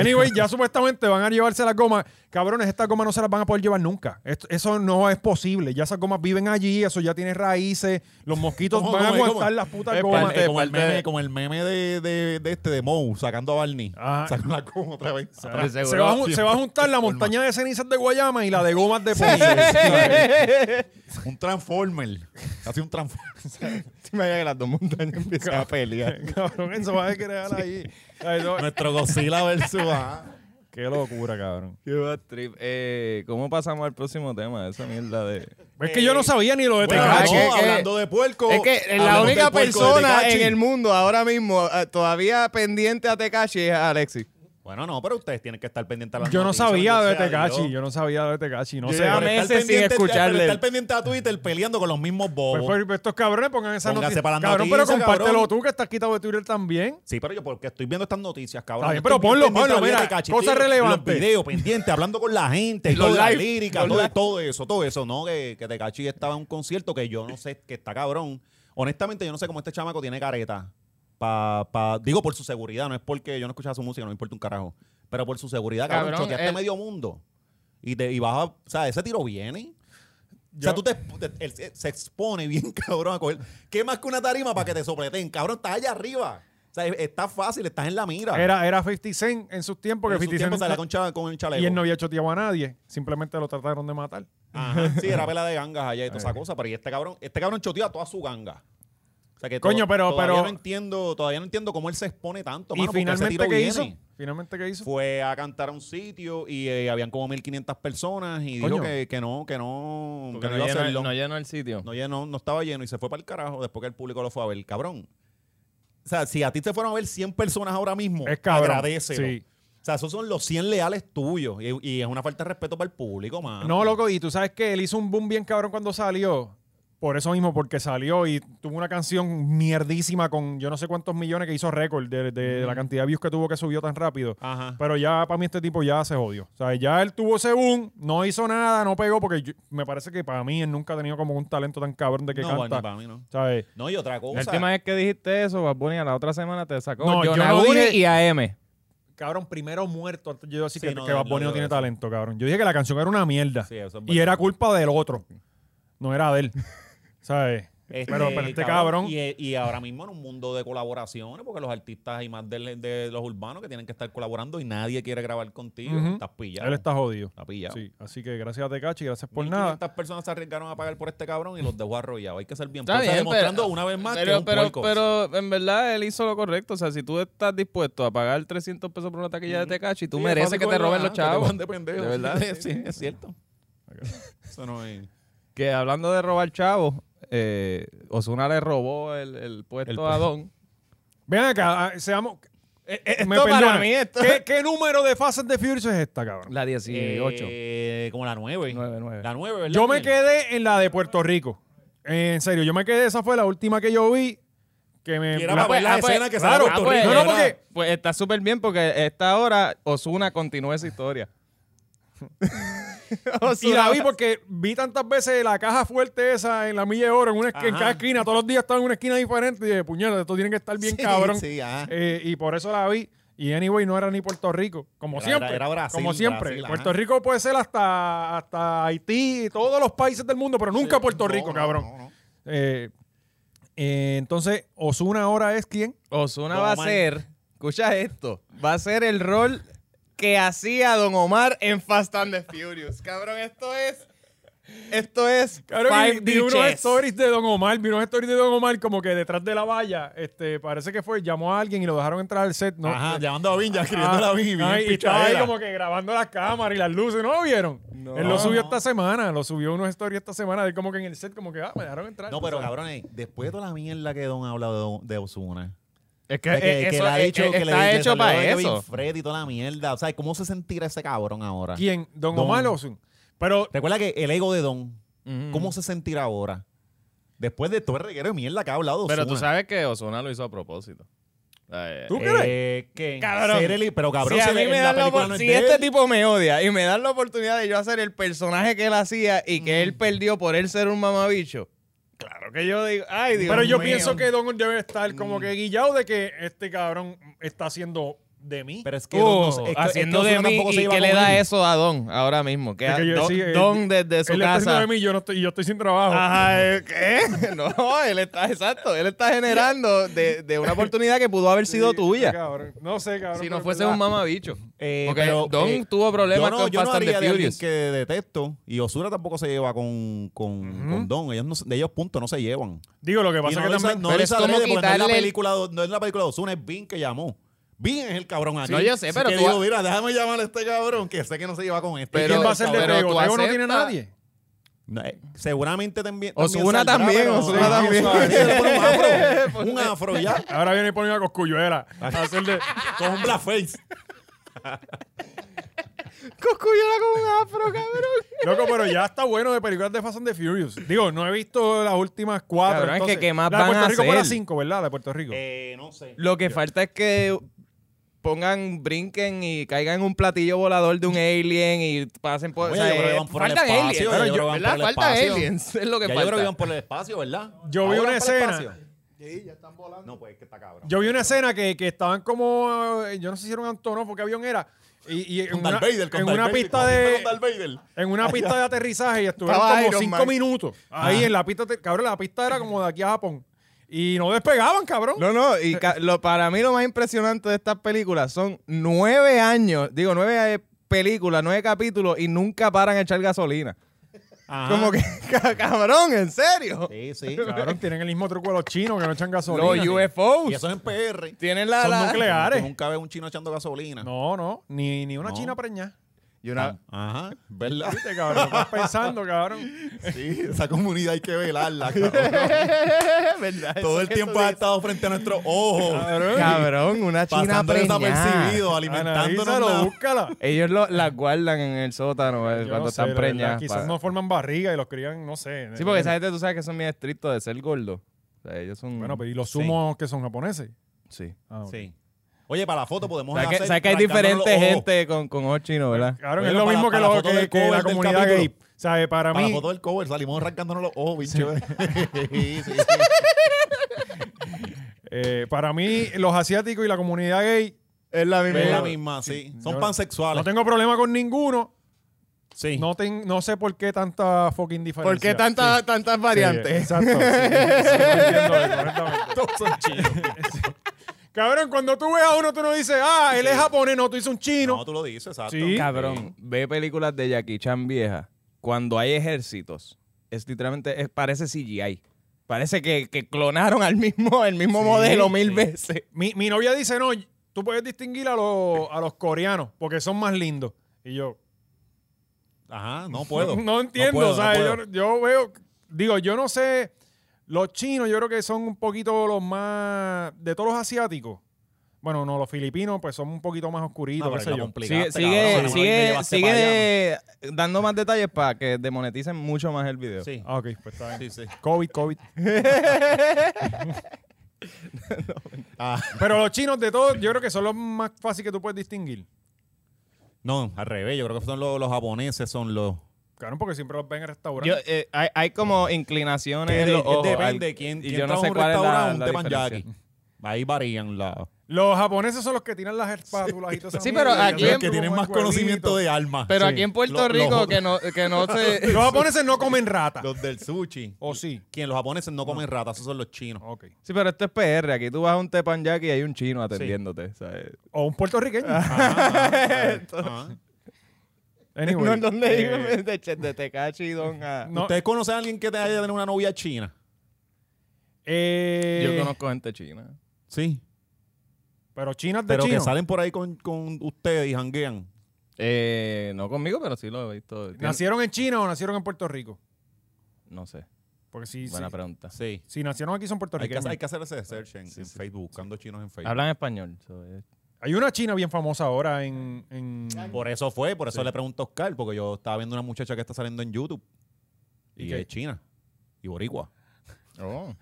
S3: [laughs] Anyway, ya supuestamente van a llevarse las gomas. Cabrones, estas gomas no se las van a poder llevar nunca. Esto- eso no es posible. Ya esas gomas viven allí, eso ya tiene raíces. Los mosquitos
S2: ¿Cómo,
S3: van a
S2: cómo es?
S3: aguantar
S2: ¿Cómo?
S3: las putas
S4: Es
S3: gomas. [laughs]
S4: parte-
S2: Eh, como, el
S4: parte-
S2: meme, como el meme de, de, de este de Moe sacando a Barney.
S3: Ajá.
S2: Sacó la goma otra vez.
S4: Pero seguro-
S3: Se va, a, ju- se va a juntar la montaña de cenizas de Guayama y la de gomas de Ponce.
S2: Un Transformer. Así un Transformer. [laughs]
S4: Se me que las dos montañas empiezan a pelear.
S3: [laughs] Cabrón, eso va a crear ahí. Ay, no.
S2: Nuestro Godzilla versus. ah. ajá.
S3: Qué locura, cabrón.
S4: [laughs] Qué bad trip. Eh, ¿Cómo pasamos al próximo tema? Esa mierda de...
S3: Es que yo no sabía ni lo de
S2: Bueno,
S3: Tecachi.
S4: Este es que-
S2: no, hablando de puerco.
S4: Es que la
S2: hablemos del
S4: única
S2: puerco de
S4: persona
S2: Tecachi.
S4: en el mundo ahora mismo eh, todavía pendiente a Tekashi es Alexis.
S2: Bueno, no, pero ustedes tienen que estar pendientes a las
S3: Yo no
S2: noticias,
S3: sabía de
S2: sea Dios.
S3: Tecachi. Yo no sabía de Tecachi. No
S4: Yo
S3: sé.
S4: ya
S3: a mí-
S2: Pero
S4: me-
S2: estar
S4: meses sin
S2: pendiente-
S4: escucharle.
S2: pero Estar pendiente a Twitter peleando con los mismos
S3: Pues,
S2: bobos.
S3: pues, pues, estos cabrones pongan esa
S2: Póngase
S3: noticia.
S2: para las
S3: Cabrón, pero
S2: noticias,
S3: compártelo
S2: cabrón.
S3: tú que estás quitado de Twitter también.
S2: Sí, pero yo porque estoy viendo estas noticias, cabrón.
S3: Está bien,
S2: Yo
S3: pero
S2: estoy
S3: ponlo,
S2: pendiente
S3: ponlo,
S2: a la vida
S3: mira,
S2: de Cachi,
S3: cosas
S2: tío,
S3: relevantes.
S2: Los videos pendientes, hablando con la
S3: [laughs]
S2: gente,
S4: Los
S2: los la
S4: live,
S2: lírica,
S4: los
S2: todo,
S4: live.
S2: todo eso, todo eso, ¿no? Que, que Tecachi estaba en un concierto que yo no sé, que está cabrón. Honestamente, yo no sé cómo este chamaco tiene careta. Pa, pa- digo, por su seguridad, no es porque yo no escuchaba su música, no me importa un carajo. Pero por su seguridad, cabrón,
S4: Cabrón,
S2: choteaste
S4: él-
S2: medio mundo. Y, te, y vas a, o sea, ese tiro viene. O sea,
S3: Yo-
S2: tú te, exp- te- él se- se expone bien, [laughs] cabrón, a coger. ¿Qué más que una tarima para que te sopleten? Cabrón, estás allá arriba. O sea, e- está fácil, estás en la mira.
S3: Era, era 50 Cent en sus tiempos, que
S2: En su
S3: 50
S2: tiempo
S3: Cent
S2: salía con, cha- con el chaleco.
S3: y él no había choteado a nadie, simplemente lo trataron de matar. [laughs]
S2: Ajá, sí, era pela de gangas allá y toda esa cosa. Pero y este cabrón, este cabrón choteó a toda su ganga. sea que
S3: Coño,
S2: to-
S3: pero-
S2: todavía
S3: pero-
S2: no entiendo, todavía no entiendo cómo él se expone tanto.
S3: ¿Y
S2: mano, porque ese
S3: finalmente
S2: tiro
S3: qué
S2: viene.
S3: hizo? ¿Finalmente qué hizo?
S2: Fue a cantar a un sitio y eh, habían como 1500 personas y
S3: Coño.
S2: dijo que, que no, que no,
S4: Porque
S2: que no
S4: no,
S2: iba a
S4: llenó,
S2: hacerlo.
S4: no llenó el sitio.
S2: No, ya no, no estaba lleno y se fue para el carajo después que el público lo fue a ver. Cabrón. O sea, si a ti te fueron a ver 100 personas ahora mismo,
S3: Es cabrón,
S2: agradecelo.
S3: sí.
S2: O sea, esos son los 100 leales tuyos. Y, y es una falta de respeto para el público, mano.
S3: No, loco, y tú sabes que él hizo un boom bien cabrón cuando salió. Por eso mismo, porque salió y tuvo una canción mierdísima con yo no sé cuántos millones que hizo récord de, de la cantidad de views que tuvo que subió tan rápido.
S2: Ajá.
S3: Pero ya para mí este tipo ya se jodió. O sea, ya él tuvo ese boom, no hizo nada, no pegó, porque yo- me parece que para mí él nunca ha tenido como un talento tan cabrón de que
S2: no,
S3: canta. eh,
S2: Barney, para mí no.
S3: ¿Sabes?
S2: No, y otra
S4: La
S2: cosa.
S4: última vez que dijiste eso, Bad Bunny, a la otra semana te sacó
S3: No, yo
S4: John
S3: no
S4: Aguri
S3: dije-
S4: y AM.
S3: Cabrón, primero muerto. Antes yo decía
S2: Sí,
S3: que,
S2: no,
S3: que Bad
S2: no
S3: Bunny no
S2: digo
S3: tiene
S2: eso.
S3: talento, cabrón. Yo dije que la canción era una mierda.
S2: Sí, eso es
S3: y era
S2: verdad.
S3: culpa del otro. No era [laughs] de él. ¿Sabes?
S2: Este,
S3: pero, pero este cabrón.
S2: Y, eh, y ahora mismo en un mundo de colaboraciones, porque los artistas y más de, de los urbanos que tienen que estar colaborando y nadie quiere grabar contigo.
S3: Ujú.
S2: Estás pillado.
S3: Él está jodido.
S2: Está pillado.
S3: Sí, así que gracias a Tecachi, gracias por
S2: Por
S3: nada.
S2: personas se arriesgaron a pagar por este cabrón y los dejó arrollados. Hay que ser bien.
S4: Está
S2: pero está
S4: bien,
S2: demostrando
S4: pero-
S2: una vez más que es
S4: Pero,
S2: un
S4: pero,
S2: puerco.
S4: pero en verdad él hizo lo correcto. O sea, si tú estás dispuesto a pagar 300 pesos por una taquilla de Tecachi, tú
S2: Sí, es
S4: mereces
S2: fácil
S4: que te
S2: cogerlo,
S4: roben
S2: ajá,
S4: los
S2: que te
S4: chavos.
S2: cojan de pendejo.
S4: De verdad.
S2: [laughs] sí, es cierto. Eso no es.
S4: Que hablando de robar chavos, eh, Osuna le robó el, el puesto
S2: El-
S4: a Don.
S3: Ven acá, ah, seamos. eh, me
S4: esto para
S3: perdona.
S4: mí, esto-
S3: ¿Qué, qué número de Fast and the Furious es esta, cabrón?
S4: La 18.
S2: Eh, como la 9.
S4: Nueve, nueve.
S2: La 9, ¿verdad?
S3: Yo me
S2: Daniel? [laughs]
S3: quedé en la de Puerto Rico. En serio, yo me quedé. Esa fue la última que yo vi. Que me.
S2: Quiera
S3: la-
S2: pa' ver Ah, pues, la escena que sale a Puerto Rico,
S4: No, no,
S3: ¿verdad?
S4: porque pues está súper bien porque esta hora Osuna continúa esa historia.
S3: y la vi
S4: por
S3: porque vi tantas veces la caja fuerte esa en la milla de oro, en, una esqu- en
S2: Ajá.
S3: cada esquina. Todos los días estaba en una esquina diferente. Y dije, puñeta, esto tienen que estar bien
S6: Sí,
S3: cabrón.
S6: sí, ajá.
S3: Eh, y por eso la vi. Y anyway, no era ni Puerto Rico, como
S2: Era-
S3: siempre.
S2: era- era Brasil,
S3: como siempre.
S2: Brasil, ajá.
S3: Puerto Rico puede ser hasta, hasta Haití y todos los países del mundo, pero nunca Puerto
S6: No,
S3: Rico,
S6: no,
S3: cabrón.
S6: no, no.
S3: Eh, eh, entonces, Osuna ahora es quién?
S4: Osuna
S2: Don
S4: va a
S2: Omar.
S4: ser, escucha esto, va a ser el rol que hacía Don Omar en Fast and the Furious. Cabrón, esto es, esto es
S3: Claro, vi,
S4: 5D
S3: vi unos
S4: chess.
S3: stories de Don Omar, vi unos stories de Don Omar como que detrás de la valla, este, parece que fue, llamó a alguien y lo dejaron entrar al set, ¿no?
S2: Ajá,
S3: Eh,
S2: [laughs] llamando a Vin, ya escribiendo
S3: ah,
S2: a la Vin y bien
S3: ay, y estaba ahí
S2: pichadera.
S3: como que grabando las cámaras y las luces, ¿no lo vieron? Él lo subió esta semana, lo subió unos stories esta semana, de él como que en el set, como que, ah, me dejaron entrar.
S2: No, pero
S3: O sea,
S2: cabrones, después de toda la mierda que Don ha hablado de, de Osuna.
S4: Es que,
S2: Que,
S4: eh,
S2: que
S4: eso
S2: le ha
S4: es-
S2: dicho
S4: es-
S2: que le-
S4: está
S2: le
S4: hecho
S2: salió
S4: para
S2: de Kevin
S4: eso.
S2: Fred y toda la mierda. O sea, ¿cómo se sentirá ese cabrón ahora?
S3: ¿Quién? ¿Don,
S2: Don.
S3: Omar o Ozuna? Pero
S2: Recuerda que el ego de Don,
S4: Mm.
S2: ¿cómo se sentirá ahora? Después de todo el reguero de mierda que ha hablado
S4: Pero tú
S2: Ozuna.
S4: sabes que Osuna lo hizo a propósito. Eh,
S3: ¿Tú
S2: Eh, ¿qué?
S4: Cabrón.
S2: Ser el- pero cabrón,
S4: si a
S2: ser
S4: mí
S2: el-
S4: me
S2: la
S4: dan la
S2: película
S4: opor-
S2: no es
S4: si
S2: de
S4: este
S2: él.
S4: tipo me odia y me dan la oportunidad de yo hacer el personaje que él hacía y que él perdió por él ser un mamabicho, claro que yo digo, ay Dios
S3: Pero yo
S4: mío.
S3: pienso que Don debe estar como
S2: Mm.
S3: que guillado de que este cabrón está haciendo de mí.
S2: Pero es que Don
S4: Oh,
S2: no se- es que-
S4: haciendo
S2: es que
S4: de
S2: Ozuna
S4: mí
S2: tampoco se
S4: y
S2: lleva
S4: que le
S2: con
S4: da
S2: él.
S4: eso a Don ahora mismo. Que
S3: Es que yo
S4: Don,
S3: decía, él-
S4: Don desde su
S3: él está haciendo
S4: casa.
S3: de mí, yo, no estoy, yo estoy sin trabajo.
S4: Ajá, ¿eh? ¿qué? [laughs] No, él está, exacto, él está generando de, de una oportunidad que pudo haber sido
S3: Sí, este
S4: tuya.
S3: cabrón. No sé, cabrón.
S4: Si no
S3: pero
S4: fuese
S3: verdad.
S4: un mamabicho.
S2: Eh,
S4: Porque
S2: pero,
S4: Don
S2: eh,
S4: tuvo problemas
S2: yo no,
S4: con
S2: yo no
S4: Fast and the
S2: haría de alguien
S4: Furious. [laughs]
S2: que detesto. Y Osura tampoco se lleva con, con, con Don. Ellos, no, se- de ellos punto no se llevan.
S3: Digo, lo que
S2: Y
S3: pasa
S2: no
S3: es que
S2: lo hizo-
S3: también.
S2: no
S4: pero
S2: lo
S4: es
S2: hizo
S4: como
S2: adrede, porque no es la
S4: quitarle el-
S2: película de- no es la película de Osuna, es Vin que llamó. Vin es el cabrón aquí.
S4: No, yo sé,
S2: Así
S4: pero
S2: que
S4: tú
S2: digo,
S4: ha-
S2: mira, déjame llamar a este cabrón que sé que no se lleva con este.
S3: ¿Y
S4: pero-
S3: ¿Quién va a ser de
S4: pero
S3: Tego?
S4: tú
S3: Tego no tiene
S4: aceptas-
S3: nadie.
S2: No, eh, seguramente también. saldrá,
S4: Ozuna también,
S2: pero-
S4: Ozuna
S2: Sí,
S4: también.
S2: Ozuna, sí, le
S3: [laughs]
S2: pone un afro. un afro ya.
S3: Ahora viene y pone una
S2: [laughs]
S3: cosculluela. a hacer de-
S2: Con un blackface.
S4: Coscuyola con un afro, cabrón.
S3: Loco, pero ya está bueno de películas de Fast and the Furious. Digo, no he visto las últimas cuatro.
S4: Cabrón, es que
S3: entonces-
S4: ¿qué más
S3: la de
S4: van a
S3: Puerto Rico fue la
S4: hacer?
S3: cinco, ¿verdad? La de Puerto Rico.
S2: [laughs] Eh, no sé.
S4: Lo que falta es que pongan, brinquen y caigan en un platillo volador de un alien y pasen por... eh,
S2: Oye, yo creo que van por el
S4: faltan
S2: espacio,
S4: aliens.
S2: yo
S4: Claro,
S2: creo que
S4: yo-
S2: van
S4: ¿verdad?
S2: por el
S4: Faltan
S2: espacio.
S4: aliens. Es lo que
S2: Ya yo
S4: falta.
S2: creo que iban por el espacio, ¿verdad?
S3: Yo vi
S2: Ahora
S3: una
S2: van por el
S3: escena.
S2: espacio.
S6: Sí, ya están volando.
S2: No, pues que está cabrón.
S3: Yo vi una escena que, que estaban como. eh, Yo no sé si era un Antonov, qué avión era. Y, y en
S2: Con
S3: una,
S2: Darth Vader, con
S3: en
S2: Darth
S3: una
S2: Vader,
S3: pista
S2: con-
S3: de.
S2: con Darth Vader.
S3: En una pista de aterrizaje y estuvieron
S4: Estaba
S3: como
S4: Iron
S3: cinco
S4: Man.
S3: minutos. Ahí en la pista, te- cabrón, la pista era como de aquí a Japón. Y no despegaban, cabrón.
S4: No, no, y ca- lo, para mí lo más impresionante de estas películas son nueve años, digo, nueve eh, películas, nueve capítulos y nunca paran a echar gasolina.
S7: Ajá.
S4: Como que, [laughs] ca- cabrón, en serio.
S2: Ah. Sí, [laughs] sí.
S3: Cabrón, tienen el mismo truco de los chinos que no echan gasolina.
S4: Los UFOs
S2: Y eso es en PR.
S4: tienen la.
S3: son
S4: la-
S3: nucleares.
S2: Tú Nunca ves un chino echando gasolina.
S3: No, no, ni, ni una
S2: No.
S3: china preñada.
S4: Y una-
S2: Ajá, ¿verdad?
S3: Viste, cabrón, estás pensando, cabrón.
S2: Sí, esa comunidad hay
S3: [laughs]
S2: que velarla, cabrón.
S4: ¿Verdad?
S2: Todo el tiempo ha estado frente a nuestros ojos.
S4: Cabrón, una china
S2: Pasando
S4: preñada.
S2: desapercibido, alimentándonos.
S3: Analízalo,
S2: nada.
S4: [laughs]
S3: búscala.
S4: Ellos lo- las guardan en el sótano eh,
S3: Yo
S4: cuando
S3: no sé,
S4: están
S3: la verdad,
S4: preñadas.
S3: Quizás
S4: para-
S3: no forman barriga y los crían, no sé.
S4: Sí, porque esa gente tú sabes que son bien estrictos de ser gordos. O sea, ellos son.
S3: Bueno, pues, pero ¿y los zumos que son japoneses?
S4: Sí.
S3: Ah, ok.
S2: Sí. Oye, para la foto podemos
S4: ¿Sabes que,
S2: hacer
S4: sabes que hay
S2: arrancándonos
S4: diferente
S2: los ojos.
S4: gente con, con ojos chinos, ¿verdad?
S3: Claro,
S2: Oye,
S3: es lo
S2: para-
S3: mismo que,
S2: para la
S3: lo,
S2: foto del
S3: que, que
S2: cover
S3: la
S2: del
S3: comunidad
S2: capítulo.
S3: gay. ¿Sabes? Para,
S2: Para
S3: mí,
S2: la foto del cover salimos arrancándonos los
S3: [laughs]
S2: ojos, bicho. Sí, sí.
S3: eh, para mí, los asiáticos y la comunidad gay,
S4: Es la
S2: Es la misma, sí. Son
S3: Yo-
S2: pansexuales.
S3: no tengo problema con ninguno.
S7: Sí.
S3: No, ten- no sé por qué tanta fucking diferencia.
S4: ¿Por qué tantas, tantas
S3: [laughs]
S4: variantes?
S3: Exacto. sí, sí, no entiendo eso, honestamente. [laughs] Sí. Cabrón, cuando tú ves a uno, tú no dices, ah, él es japonés, no, tú dices un chino.
S2: No, tú lo dices, exacto.
S3: Sí.
S4: Cabrón, ve películas de Jackie Chan vieja. Cuando hay ejércitos, es literalmente, es- parece CGI. Parece que, que clonaron al mismo, el mismo modelo mil veces.
S3: mi, mi novia dice, no, tú puedes distinguir a, los- a los coreanos porque son más lindos. Y yo,
S2: Ajá, no puedo.
S3: no entiendo,
S2: puedo,
S3: o sea,
S2: no puedo.
S3: yo, yo veo, digo, yo no sé, los chinos yo creo que son un poquito los más, de todos los asiáticos. Bueno, no, los filipinos pues son un poquito más oscuritos,
S2: No,
S3: qué
S2: Ah, pero
S3: sé
S2: lo
S3: yo.
S2: complicaste,
S4: Sigue, sigue,
S2: cabrón, me
S4: sigue,
S2: llevaste para allá.
S4: sigue dando más detalles para que demoneticen mucho más el video.
S2: Sí.
S3: Ah, ok, pues está bien.
S2: Sí, sí.
S3: COVID, COVID.
S2: Ah,
S3: Pero los chinos de todos, yo creo que son los más fáciles que tú puedes distinguir.
S2: no, al revés. Yo creo que son los, los japoneses, son los...
S3: Claro, porque siempre los ven en
S4: Yo,
S3: restaurantes.
S4: eh, hay, hay como inclinaciones
S2: Que
S4: en
S2: de-
S4: los ojos.
S2: depende
S4: al-
S2: quién,
S4: y
S2: quién
S4: yo no
S2: trabaja
S4: sé
S2: en un
S4: cuál es la,
S2: restaurante,
S4: la
S2: un teppanyaki.
S4: diferencia.
S2: Ahí varían la...
S3: Los japoneses son los que tiran las espátulas y todas esas
S4: Sí, pero
S3: mierdas.
S4: aquí
S2: Los
S4: en-
S2: que tienen
S3: como
S2: más
S3: el cuervito.
S2: conocimiento de alma.
S4: Pero
S2: Sí.
S4: aquí en Puerto
S2: Lo- los
S4: Rico
S2: otros-
S4: que no, que
S2: [laughs]
S4: no se...
S3: Los japoneses no comen rata.
S2: Los del sushi.
S3: ¿O sí?
S2: Quien los japoneses no comen ratas, esos son los chinos.
S3: [laughs] Ok.
S4: Sí, pero esto es PR. Aquí tú vas a un teppanyaki y hay un chino atendiéndote. eh.
S2: [laughs]
S4: ¿sabes?
S3: O un puertorriqueño.
S2: Ajá.
S3: [laughs] Anyway,
S4: no, ¿dónde
S3: eh,
S4: digo? De, Che- de Tecachi y Don a-
S3: no,
S2: ¿Ustedes conocen a alguien que te haya tenido una novia china?
S3: eh,
S4: Yo conozco gente china.
S2: Sí.
S3: Pero China es de
S2: Pero
S3: chino.
S2: que salen por ahí con, con ustedes y janguean.
S4: Eh, no conmigo, pero sí lo he visto. Tien-
S3: ¿Nacieron en China o nacieron en Puerto Rico?
S4: No sé.
S3: Porque si, si,
S4: Buena pregunta.
S2: Sí.
S3: si nacieron aquí son
S2: Hay que,
S3: puertorriqueños. Hay,
S2: hay que hacer ese search en, en Facebook, buscando chinos en Facebook.
S4: Hablan español. so, eh.
S3: una China bien famosa ahora en... en-
S2: Por eso fue, por eso le pregunto a Oscar, porque yo estaba viendo una muchacha que está saliendo en YouTube.
S3: ¿Y
S2: Y,
S3: qué?
S2: es china. Y boricua.
S4: [laughs]
S2: [laughs]
S4: Oh.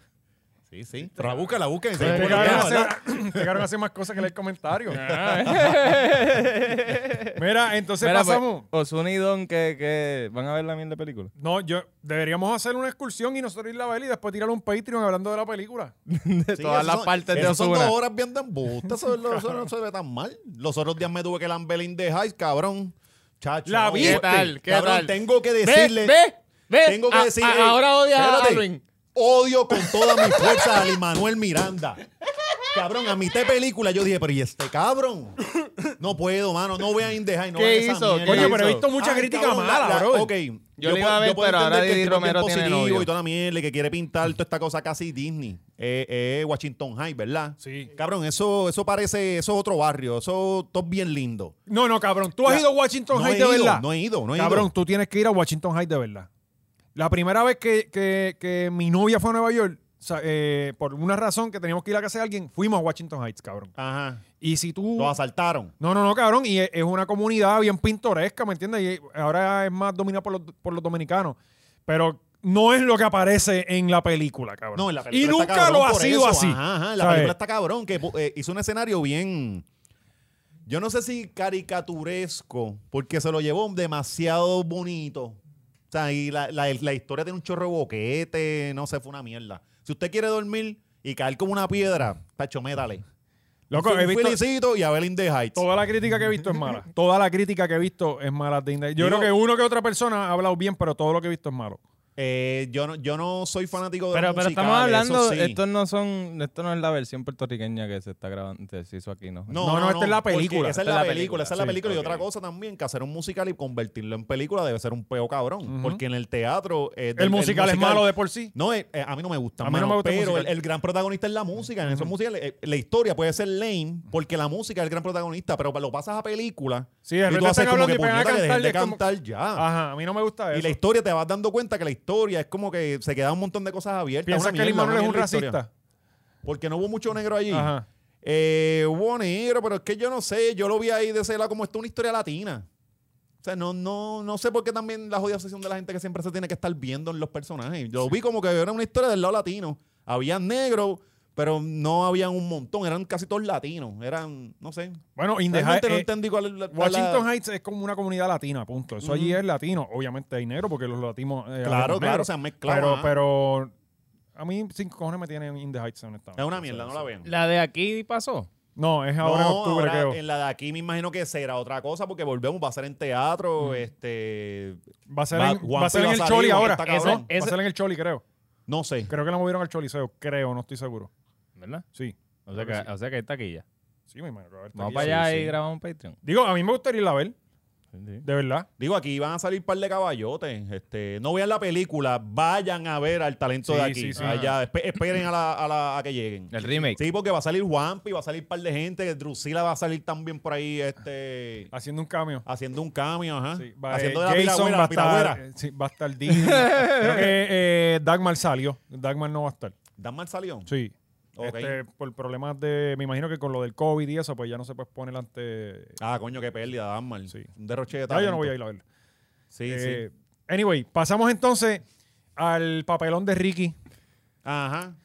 S2: Sí, sí. Pero la busca, la busca.
S3: Llegaron a hacer- [clears throat] llegaron a hacer más cosas que leer comentarios. Mira, entonces
S4: Mira, pues,
S3: pasamos...
S4: Ozuna y Don, que, que van a ver la mierda película.
S3: No, yo deberíamos hacer una excursión y nosotros ir a ver y después tirar un Patreon hablando de la película.
S4: De [laughs] todas las partes de
S2: Son dos
S4: Ozuna.
S2: horas viendo embuste. Eso, es lo- eso no se ve tan mal. Los otros días me tuve que lamber in the Heights, cabrón. Chacho.
S3: La
S2: no,
S3: viste.
S2: ¿qué tal? ¿Qué cabrón,
S4: tal?
S2: tengo que decirle...
S4: ve.
S2: Tengo que
S4: A-
S2: decir.
S4: a-
S2: ey,
S4: ahora odias a
S2: espérate.
S4: Alvin.
S2: Odio con todas mis fuerzas a Ali Manuel Miranda. Cabrón, a mitad de película yo dije, pero ¿y este cabrón? No puedo, mano. No voy a Indeja y no
S4: ¿Qué
S2: voy a esa
S4: hizo?
S2: mierda.
S4: ¿Qué
S3: Coño, pero he
S4: hizo?
S3: visto mucha
S2: Ay,
S3: crítica
S2: cabrón, la-
S3: mala,
S2: la-
S3: bro.
S2: ok. Yo,
S4: la
S2: pu-
S4: iba a ver,
S2: puedo
S4: pero ahora
S2: entender que
S4: Didi
S2: el tipo es bien
S4: Romero tiene
S2: positivo
S4: novio.
S2: Y toda la mierda, y que quiere pintar toda esta cosa casi Disney. Eh, eh, Washington High, ¿verdad?
S3: Sí.
S2: Cabrón, eso, eso parece, eso es otro barrio. Eso todo bien lindo.
S3: No, no, cabrón. Tú has
S2: La-
S3: ido a Washington
S2: no
S3: Heights
S2: he
S3: de
S2: ido,
S3: verdad.
S2: no he ido, no he
S3: cabrón,
S2: ido.
S3: tú tienes que ir a Washington Heights de verdad. La primera vez que, que- que mi novia fue a Nueva York, sa- eh, por una razón que teníamos que ir a casa de alguien, fuimos a Washington Heights, cabrón.
S2: Ajá.
S3: Y si tú.
S2: Los asaltaron.
S3: No, no, no, cabrón. Y es, es una comunidad bien pintoresca, ¿me entiendes? Y ahora es más dominada por los, por los dominicanos. Pero no es lo que aparece en la película, cabrón.
S2: No, en la película
S3: y
S2: está
S3: nunca
S2: cabrón
S3: lo ha
S2: por
S3: sido
S2: eso.
S3: así.
S2: Ajá, ajá, La
S3: ¿sabes?
S2: película está cabrón, que eh, hizo un escenario bien. Yo no sé si caricaturesco, porque se lo llevó demasiado bonito. O sea, y la, la- la historia tiene un chorro de boquete, no sé, fue una mierda. Si usted quiere dormir y caer como una piedra, tacho, métale.
S3: Loco, he
S2: Un
S3: visto
S2: Felicito y a Belín de Heights.
S3: toda la crítica que he visto es
S2: [laughs]
S3: mala. Toda la crítica que he visto es mala. de India. Yo
S2: Digo-
S3: creo que uno que otra persona ha hablado bien, pero todo lo que he visto es malo.
S2: Eh, yo, no, yo no soy fanático de
S4: Pero,
S2: los
S4: pero estamos
S2: musicales,
S4: hablando,
S2: eso sí.
S4: estos no son, esto no es la versión puertorriqueña que se está grabando, que se hizo aquí, ¿no?
S3: No, no, esta es la
S2: porque
S3: película,
S2: Esa es
S4: esta
S2: la película, esa es la
S3: sí,
S2: película. Y
S3: ok.
S2: otra cosa también, que hacer un musical y convertirlo en película debe ser un peo cabrón. Porque en el teatro. eh, del-
S3: El musical es malo de por sí.
S2: No, eh, eh, a mí no me gusta.
S3: A mí no
S2: mano,
S3: me gusta el
S2: Pero el,
S3: musical.
S2: el gran protagonista es la música. En esos musicales, eh, la historia puede ser lame porque la música es el gran protagonista, pero lo pasas a película.
S3: Sí, de
S2: y tú
S3: repente
S2: haces
S3: están
S2: como
S3: hablando
S2: que
S3: y pegan a
S2: puñeta, que dejen de
S3: cantar, y es como-
S2: cantar ya.
S3: Ajá, a mí no me gusta
S2: Y
S3: eso.
S2: la historia te vas dando cuenta que la historia es como que se queda un montón de cosas abiertas.
S3: ¿Piensas
S2: Una
S3: que el
S2: mierda,
S3: Manuel
S2: una
S3: es un
S2: mierda de historia.
S3: racista?
S2: Porque no hubo mucho negro allí.
S3: Ajá.
S2: Eh, hubo negro, pero es que yo no sé. Yo lo vi ahí de ese lado como esto una historia latina. O sea, no, no, no sé por qué también la jodida obsesión de la gente que siempre se tiene que estar viendo en los personajes. Yo vi como que era una historia del lado latino. Había negros, pero no habían un montón. Eran casi todos latinos. Eran, no sé.
S3: Bueno, in the
S2: Realmente
S3: High-
S2: no
S3: eh,
S2: entendí cuál es la- cuál es la-
S3: Washington Heights es como una comunidad latina, punto. Eso allí es latino. Obviamente hay negro porque los latinos. eh,
S2: Claro,
S3: hablamos
S2: claro,
S3: negro.
S2: se han mezclado.
S3: Pero,
S2: ajá.
S3: pero. A mí, cinco cojones me tienen In the Heights, honestamente.
S2: es una mierda, no la vean.
S4: La de aquí pasó.
S3: No, es ahora en
S2: No,
S3: octubre,
S2: ahora
S3: creo.
S2: en la de aquí me imagino que será otra cosa porque volvemos, va a ser en
S3: Mm.
S2: teatro, este...
S3: Va a ser
S2: Va-
S3: en,
S2: One
S3: va a ser
S2: Piece
S3: en
S2: va
S3: el
S2: a
S3: Choli
S2: salir, porque
S3: ahora.
S2: está
S3: Eso-
S2: cabrón.
S3: va a ser en el Choli, creo.
S2: No sé.
S3: Creo que la movieron al Choliseo, creo, no estoy seguro.
S4: ¿Verdad?
S3: Sí.
S4: O sea, que, o sea que hay taquilla.
S3: Sí, me imagino. que va a haber
S4: Vamos
S3: taquilla.
S4: para allá
S3: Sí,
S4: y
S3: sí.
S4: grabamos un Patreon.
S3: Digo, a mí me gustaría irla a ver, de verdad.
S2: Digo, aquí van a salir un par de caballotes. Este, no vean la película, vayan a ver al talento
S3: Sí,
S2: de aquí.
S3: sí, Ah. sí.
S2: Allá, espe- esperen a, la, a, la- a que lleguen.
S4: El remake.
S2: Sí, porque va a salir Wampi, va a salir un par de gente, Drusila va a salir también por ahí este,
S3: Haciendo un cameo.
S2: haciendo un cambio, ajá.
S3: Sí, va,
S2: Ah, haciendo
S3: eh,
S2: de la
S3: Jason
S2: piragüera,
S3: va a
S2: la
S3: estar,
S2: piragüera.
S3: eh, sí, va a estar Dean.
S2: [laughs]
S3: Creo que eh, Dagmar salió. Dagmar no va a estar.
S2: Dan mal salió.
S3: eh, Sí.
S2: Ok.
S3: Este, por problemas de, me imagino que con lo del COVID y eso, pues ya no se puede poner ante...
S2: Ah, coño, qué pérdida, Dan mal.
S3: Sí.
S2: Un derroche de
S3: Ya
S2: talento.
S3: yo no voy a ir a verla.
S2: Sí, sí.
S3: Eh, Anyway, pasamos entonces al papelón de Ricky.
S2: Ajá.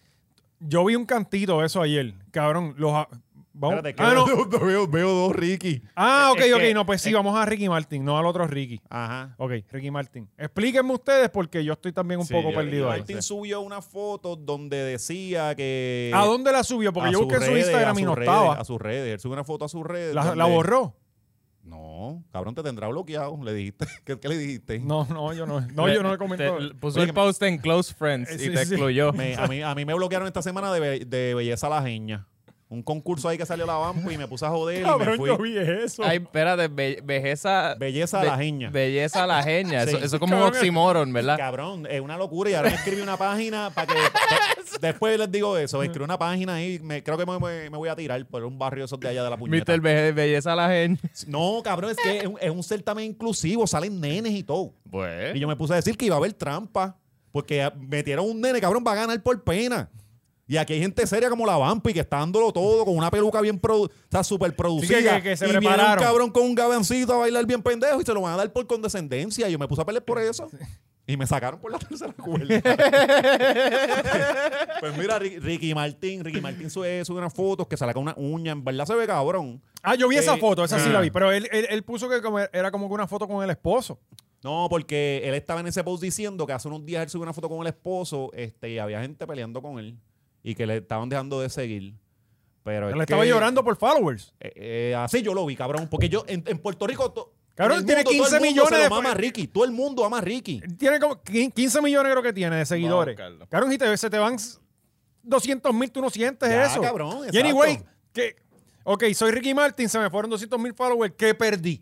S3: Yo vi un cantito de eso ayer. Cabrón, los... a- Vamos.
S2: Espérate, que
S3: ah, no.
S2: veo, [laughs] veo- veo dos Ricky.
S3: Ah, ok,
S4: Es que-
S3: ok. No, pues sí, vamos a Ricky Martin, no al otro Ricky.
S2: Ajá.
S3: Ok, Ricky Martin. Explíquenme ustedes porque yo estoy también un
S2: Sí,
S3: poco
S2: yo-
S3: perdido ahí.
S2: Martín subió una foto donde decía que...
S3: ¿A dónde la subió? Porque
S2: a
S3: yo
S2: sus
S3: busqué en su
S2: redes,
S3: Instagram
S2: a
S3: y no
S2: sus redes,
S3: estaba.
S2: A sus redes. Él subió una foto a sus redes.
S3: La,
S2: donde-
S3: la borró?
S2: No, cabrón, te tendrá bloqueado. Le dijiste. [laughs] ¿Qué, qué le dijiste?
S3: No, no, yo no. No, yo no le comento.
S4: Te- puso
S2: Oye,
S4: el
S2: que me-
S4: post en Close Friends
S3: Eh,
S4: y
S3: sí,
S4: te
S3: sí, sí.
S4: excluyó.
S2: Me- a, mí, a mí me bloquearon esta semana de, be- de Belleza Lajeña. Un concurso ahí que salió la Bampo y me puse a joder y me
S3: Cabrón,
S2: fui.
S3: yo vi eso.
S4: Ay, espérate, be- belleza...
S2: Belleza
S4: be-
S2: lajeña.
S4: Belleza lajeña. Eso,
S2: Sí.
S4: eso es como un oxímoron, ¿verdad?
S2: Cabrón, es una locura. Y ahora me escribí una página para que.
S3: [laughs]
S2: pa- después les digo eso. Me escribí una página ahí. Me, creo que me, me- me voy a tirar por un barrio esos de allá de la puñeta.
S4: Mister Be- Belleza lajeña.
S2: No, cabrón, es que es un, es un certamen inclusivo. Salen nenes y todo.
S4: Pues...
S2: Y yo me puse a decir que iba a haber trampa. Porque metieron un nene, cabrón, va a ganar por pena. Y aquí hay gente seria como la Vampi que está dándolo todo con una peluca bien produ está super producida.
S3: Sí, que- que- que se
S2: y viene un
S3: prepararon.
S2: cabrón con un gabancito a bailar bien pendejo y se lo van a dar por condescendencia. Y yo me puse a pelear por eso. Y me sacaron por la [laughs] tercera
S3: [laughs]
S2: cuerda. pues mira, Ri- Ricky Martín, Ricky Martín sube, sube unas fotos que sale con una uña. En verdad se ve cabrón.
S3: Ah, yo vi esa
S2: eh,
S3: foto, esa sí la
S2: ah.
S3: vi. Pero él, él, él puso que como era como que una foto con el esposo.
S2: No, porque él estaba en ese post diciendo que hace unos días él subió una foto con el esposo este, y había gente peleando con él y que le estaban dejando de seguir. Pero Pues es
S3: Él estaba
S2: que-
S3: llorando por followers.
S2: Eh, eh, así yo lo vi, cabrón. Porque yo en, en Puerto Rico. to-
S3: Cabrón,
S2: en el
S3: tiene
S2: mundo, todo el
S3: 15
S2: mundo
S3: millones
S2: Se
S3: de-
S2: lo mama a Ricky. Todo el mundo ama a Ricky.
S3: Tiene como 15 millones creo que tiene de seguidores.
S4: Vamos a buscarlo.
S3: Cabrón, y te, se te van 200 mil, tú no sientes
S2: Ya,
S3: eso.
S2: cabrón,
S3: Y anyway,
S2: exacto.
S3: que, ok, soy Ricky Martin, se me fueron 200 mil followers, ¿qué perdí?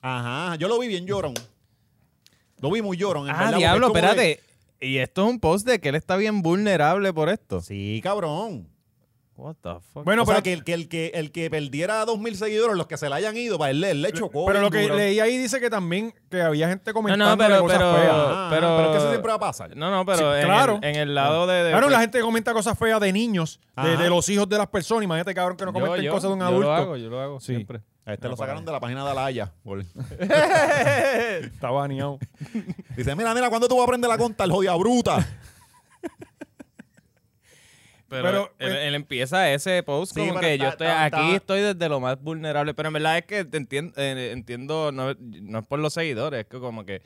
S2: Ajá, yo lo vi bien llorón. Lo vi muy llorón. En
S4: Ah,
S2: verdad, porque
S4: diablo,
S2: es como que-
S4: espérate. Y esto es un post de que él está bien vulnerable por esto.
S2: Sí, cabrón.
S4: What the fuck?
S3: Bueno,
S2: o
S3: pero
S2: sea, que, el- que el, que el que perdiera dos mil seguidores, los que se le hayan ido, para él, él le chocó.
S3: Pero
S2: bien
S3: lo que
S2: duro.
S3: leí ahí dice que también que había gente
S4: no,
S3: comentando
S4: no, pero,
S3: cosas feas.
S4: pero,
S2: Ajá,
S4: pero,
S2: pero es que eso siempre va a pasar.
S4: No, no, pero
S3: Sí,
S4: en,
S3: claro.
S4: el, en el lado de, pues, de-
S3: Claro, la gente comenta cosas feas de niños, de,
S2: Ajá.
S3: de los hijos de las personas. Imagínate, cabrón, que no
S4: Yo-
S3: comenten
S4: yo-
S3: cosas de un
S4: Yo
S3: adulto.
S4: lo hago, yo lo hago
S3: Sí.
S4: siempre.
S2: A este lo sacaron de la página de Alaya. por-
S3: Está baneado.
S2: Dice, mira, mira, ¿cuándo tú vas a aprender la conta, el jodida bruta?
S4: Pero,
S3: Pero,
S4: él,
S3: eh,
S4: él empieza ese post
S2: Sí, pero
S4: como que
S2: está-
S4: yo estoy
S2: está-
S4: aquí
S2: está-
S4: estoy desde lo más vulnerable. Pero en verdad es que te entien- eh, entiendo, no, no es por los seguidores, es que como que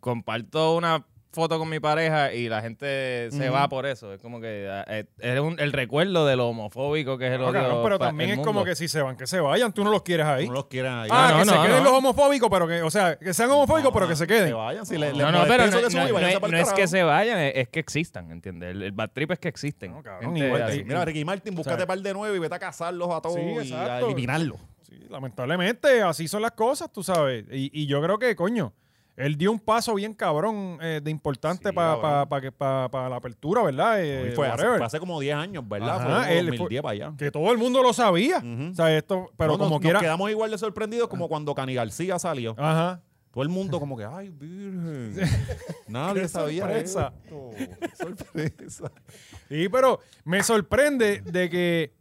S4: comparto una foto con mi pareja y la gente se va por eso. Es como que ah, eh, es un- el recuerdo de [laughs] lo homofóbico que es el
S3: No,
S4: odio.
S3: cabrón, pero
S4: pa-
S3: también
S4: el
S3: es como
S4: mundo.
S3: que si se van, que se vayan, tú no los quieres ahí.
S2: No los quieran ahí.
S3: Ah,
S4: No,
S3: que
S4: no,
S3: se
S4: no,
S3: queden
S4: no. Ah,
S3: los homofóbicos, pero que, o sea, que sean homofóbicos, Ah, pero que se
S2: Que
S3: queden.
S2: vayan, si le,
S4: No, no, pero no, no- no es, no es que se vayan, es, es que existan, ¿entiendes? El, el bad trip es que existen.
S3: No, cabrón,
S4: Gente
S3: igual que-
S4: así.
S2: Mira, Ricky Martin, búscate
S3: ¿Sabes?
S2: par de nueve y vete a casarlos a todos
S3: Sí,
S2: y a
S3: exacto.
S2: eliminarlos.
S3: Sí, lamentablemente, así son las cosas, tú sabes. Y, y yo creo que, coño, él dio un paso bien cabrón eh, de importante
S2: Sí,
S3: para
S2: cabrón.
S3: la apertura, ¿verdad? Eh,
S2: Y fue, hace,
S3: whatever.
S2: fue hace como 10 años, ¿verdad?
S3: Ajá,
S2: fue como
S3: él fue-
S2: 2010 para allá.
S3: Que todo el mundo lo sabía. O sea, esto, pero
S2: No, nos-
S3: como
S2: nos
S3: quiera. Ah.
S2: quedamos igual de sorprendidos como cuando Cani García salió.
S3: Ajá.
S2: Todo el mundo como que, ay, virgen. [laughs] Nadie sabía
S3: sorpresa.
S2: esto. Sorpresa.
S3: Sí, pero me sorprende de que,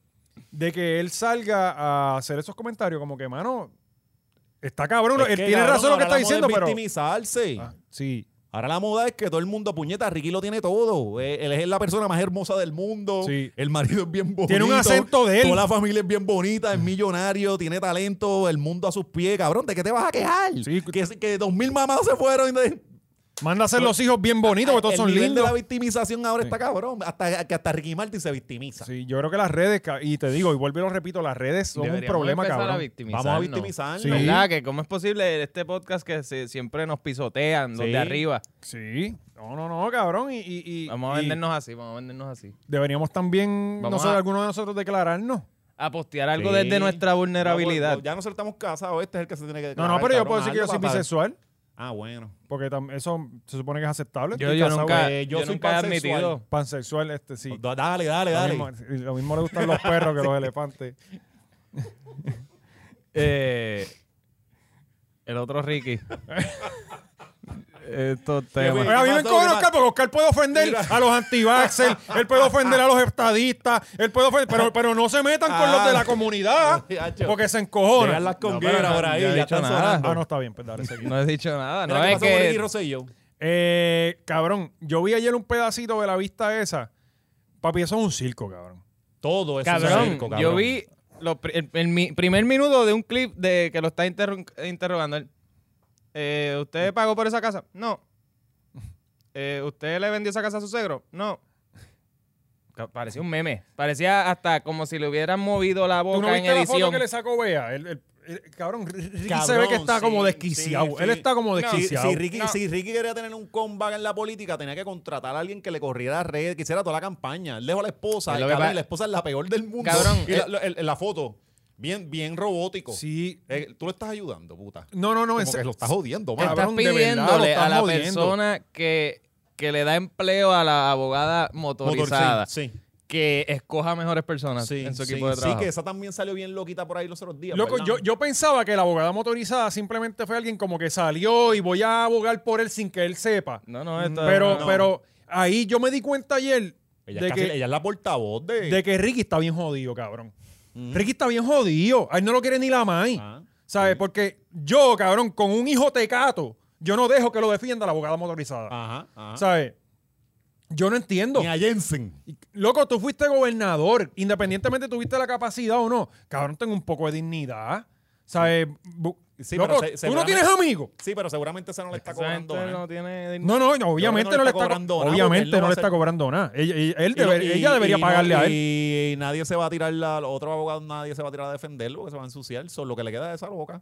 S3: de que él salga a hacer esos comentarios, como que, mano, está cabrón.
S2: Es
S3: él
S2: que,
S3: tiene
S2: cabrón,
S3: razón lo que está
S2: ahora la moda es
S3: diciendo, pero.
S2: victimizarse.
S3: Ah, sí,
S2: Ahora la moda es que todo el mundo puñeta, Ricky lo tiene todo. Eh, Él es la persona más hermosa del mundo.
S3: Sí.
S2: El marido es bien bonito.
S3: Tiene un acento de él. Mm.
S2: Toda la familia es bien bonita, es millonario, tiene talento, el mundo a sus pies, cabrón. ¿De qué te vas a quejar?
S3: Sí.
S2: Que, que dos mil mamás se fueron. De,
S3: manda a hacer los hijos bien bonitos, porque todos
S2: Pues,
S3: son
S2: el nivel de
S3: lindos.
S2: la victimización ahora está cabrón. Hasta, que hasta Ricky Martin se victimiza.
S3: Sí, yo creo que las redes, ca- y te digo, y vuelvo y lo repito, las redes son un
S4: Deberíamos
S3: problema,
S4: empezar
S3: cabrón.
S4: A victimizarnos.
S2: Vamos a victimizarnos.
S3: Sí.
S4: ¿Verdad? Que cómo es posible este podcast que se- siempre nos pisotean los
S2: Sí.
S4: de arriba.
S3: Sí, no, no, no, cabrón. Y, y- y-
S4: Vamos a
S3: y
S4: vendernos así, vamos a vendernos así.
S3: Deberíamos también,
S4: Vamos
S3: nosotros,
S4: a-
S3: algunos de nosotros, declararnos.
S4: A postear algo
S2: Sí.
S4: desde nuestra vulnerabilidad.
S2: No, ya nosotros estamos casados, este es el que se tiene que
S3: No,
S2: declarar,
S3: no, pero yo
S2: cabrón,
S3: puedo decir que yo
S2: hazlo
S3: soy
S2: para-
S3: bisexual,
S2: Ah, bueno.
S3: porque tam- eso se supone que es aceptable.
S4: yo
S3: Estoy
S4: yo
S3: casado,
S4: nunca,
S2: eh, yo
S4: yo
S2: soy
S4: nunca he
S2: pansexual.
S4: admitido.
S3: Pansexual, este sí.
S2: Da- Dale, dale,
S3: Lo
S2: dale.
S3: mismo, y lo mismo le gustan los perros que los elefantes.
S4: Eh, el
S2: [laughs]
S4: otro Ricky. Estos
S2: Yo
S4: temas.
S2: voy-
S3: Oye, a mí me
S2: pasó?
S3: encojono
S2: ¿Qué
S3: Oscar porque Oscar puede ofender a los
S2: [laughs]
S3: antivaxxers, él puede ofender a los estadistas, él puede ofender, pero, pero no se metan con los de la comunidad
S2: [laughs] Hacho.
S3: porque se
S2: Llegan
S3: encojonan.
S2: Ah. las
S4: No,
S2: congueras
S4: pero no,
S2: por ahí,
S4: yo no he
S2: ya
S4: dicho
S2: están
S4: nada.
S2: sonando.
S3: Ah, no, está bien, pues dale, seguimos.
S4: No he dicho nada. No
S2: Mira, ¿qué
S4: es
S2: pasó con Ricky
S4: que.
S2: Rosselló?
S3: Eh, cabrón, yo vi ayer un pedacito de la vista esa. Papi, eso es un circo, cabrón.
S2: Todo eso es
S4: Cabrón,
S2: circo,
S4: yo
S2: cabrón.
S4: vi lo pri- el, el mi- primer minuto de un clip de que lo está interro- interrogando. él. Eh, ¿Usted pagó por esa casa? No. Eh, ¿Usted le vendió esa casa a su suegro? No. Ca- Parecía un meme. Parecía hasta como si le hubieran movido la
S3: ¿Tú
S4: boca
S3: no
S4: en
S3: viste la
S4: edición.
S3: foto que le sacó Bea? El, el- el- cabrón, Ricky se
S2: Cabrón,
S3: ve que está
S2: sí,
S3: como desquiciado.
S2: sí, sí.
S3: Él está como
S2: No, si,
S3: desquiciado.
S2: si Ricky,
S4: No.
S2: si Ricky quería tener un comeback en la política, tenía que contratar a alguien que le corriera las redes, que hiciera toda la campaña. Él dejó a la esposa,
S4: Es
S2: y
S4: lo que
S2: cabrón,
S4: pa-
S2: la esposa es la peor del mundo.
S4: Cabrón,
S2: Y la,
S4: eh,
S2: lo- el- la foto, bien, bien robótico.
S3: Sí.
S2: Eh, tú lo estás ayudando, puta.
S3: No, no, no.
S2: Como
S3: en se-
S2: que lo estás jodiendo,
S3: Cabrón,
S2: mano.
S4: Estás
S3: de verdad, lo
S4: pidiéndole
S3: estás
S4: a la
S3: jodiendo.
S4: persona que, que le da empleo a la abogada motorizada
S2: Sí,
S4: que escoja mejores personas
S2: sí,
S4: en su
S2: sí,
S4: equipo de
S2: sí,
S4: trabajo.
S2: que esa también salió bien loquita por ahí los otros días.
S3: Loco,
S2: ¿verdad?
S3: yo, yo pensaba que la abogada motorizada simplemente fue alguien como que salió y voy a abogar por él sin que él sepa.
S4: No, no, esto es
S3: Mm. pero,
S4: una-
S3: pero ahí yo me di cuenta ayer
S2: Ella,
S3: de
S2: es casi-
S3: que,
S2: ella es la portavoz de...
S3: de que Ricky está bien jodido, cabrón.
S4: Mm.
S3: Ricky está bien jodido. A él no lo quiere ni la maíz.
S2: Ah.
S3: ¿Sabes? Porque yo, cabrón, con un hijo tecato, yo no dejo que lo defienda la abogada motorizada.
S4: Ah,
S2: Ajá, ajá.
S3: ¿Sabes? Yo no entiendo.
S2: Ni a Jensen.
S3: Loco, tú fuiste gobernador, independientemente tuviste la capacidad o no. Cabrón, tengo un poco de dignidad. ¿Sabes? Bu-
S2: Sí,
S3: Loco,
S2: pero se-
S3: tú no
S2: seguramente-
S3: tienes amigos.
S2: Sí, pero seguramente esa no le está
S4: Esa gente
S2: cobrando. nada.
S3: ¿eh?
S4: no tiene
S3: No, no, no, obviamente no, le está, co-
S2: cobrando nada,
S3: Obviamente
S2: porque él
S3: no,
S2: no va
S3: le
S2: a
S3: está
S2: hacer-
S3: cobrando nada. Ella, ella- él
S2: Y lo-
S3: debe-
S2: y-
S3: ella debería
S2: y no-
S3: pagarle a él.
S2: Y, nadie se va a tirar la- los otros abogados, nadie se va a tirar a defenderlo, porque se va a ensuciar. Solo lo que le queda de esa boca.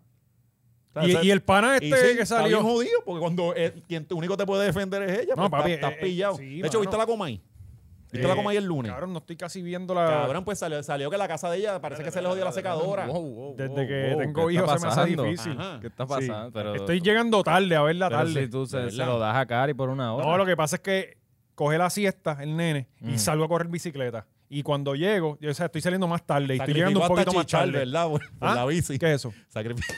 S2: O sea,
S3: Y,
S2: ese-
S3: y el pana
S2: y
S3: este
S2: sí,
S3: que
S2: está bien
S3: salió.
S2: jodido, porque cuando el- quien te- único te puede defender es ella,
S3: No,
S2: no,
S3: papi,
S2: estás
S3: eh, eh,
S2: pillado.
S3: sí,
S2: de
S3: mano.
S2: hecho, ¿viste la coma ahí? ¿Viste la
S3: Eh,
S2: coma ahí el lunes? Cabrón,
S3: Cabrón, no estoy casi viendo la.
S2: pues salió, salió que la casa de ella parece que se le jodió la secadora.
S3: Desde que tengo hijos se me hace difícil.
S2: Ajá.
S4: ¿Qué está
S3: Sí.
S4: pasando? Pero,
S3: Estoy llegando tarde a verla
S4: pero
S3: tarde.
S4: si tú se,
S2: de
S4: se
S2: verdad.
S4: lo das a Cari por una hora.
S3: No, lo que pasa es que coge la siesta el nene
S2: Mm.
S3: y salgo a correr bicicleta. Y cuando llego, yo, o sea, estoy saliendo más tarde y estoy llegando un
S2: Sacrificó hasta
S3: poquito más
S2: chichar,
S3: tarde.
S2: ¿verdad? Por, por
S3: ¿Ah?
S2: la bici.
S3: ¿Qué es eso?
S2: Sacrificó.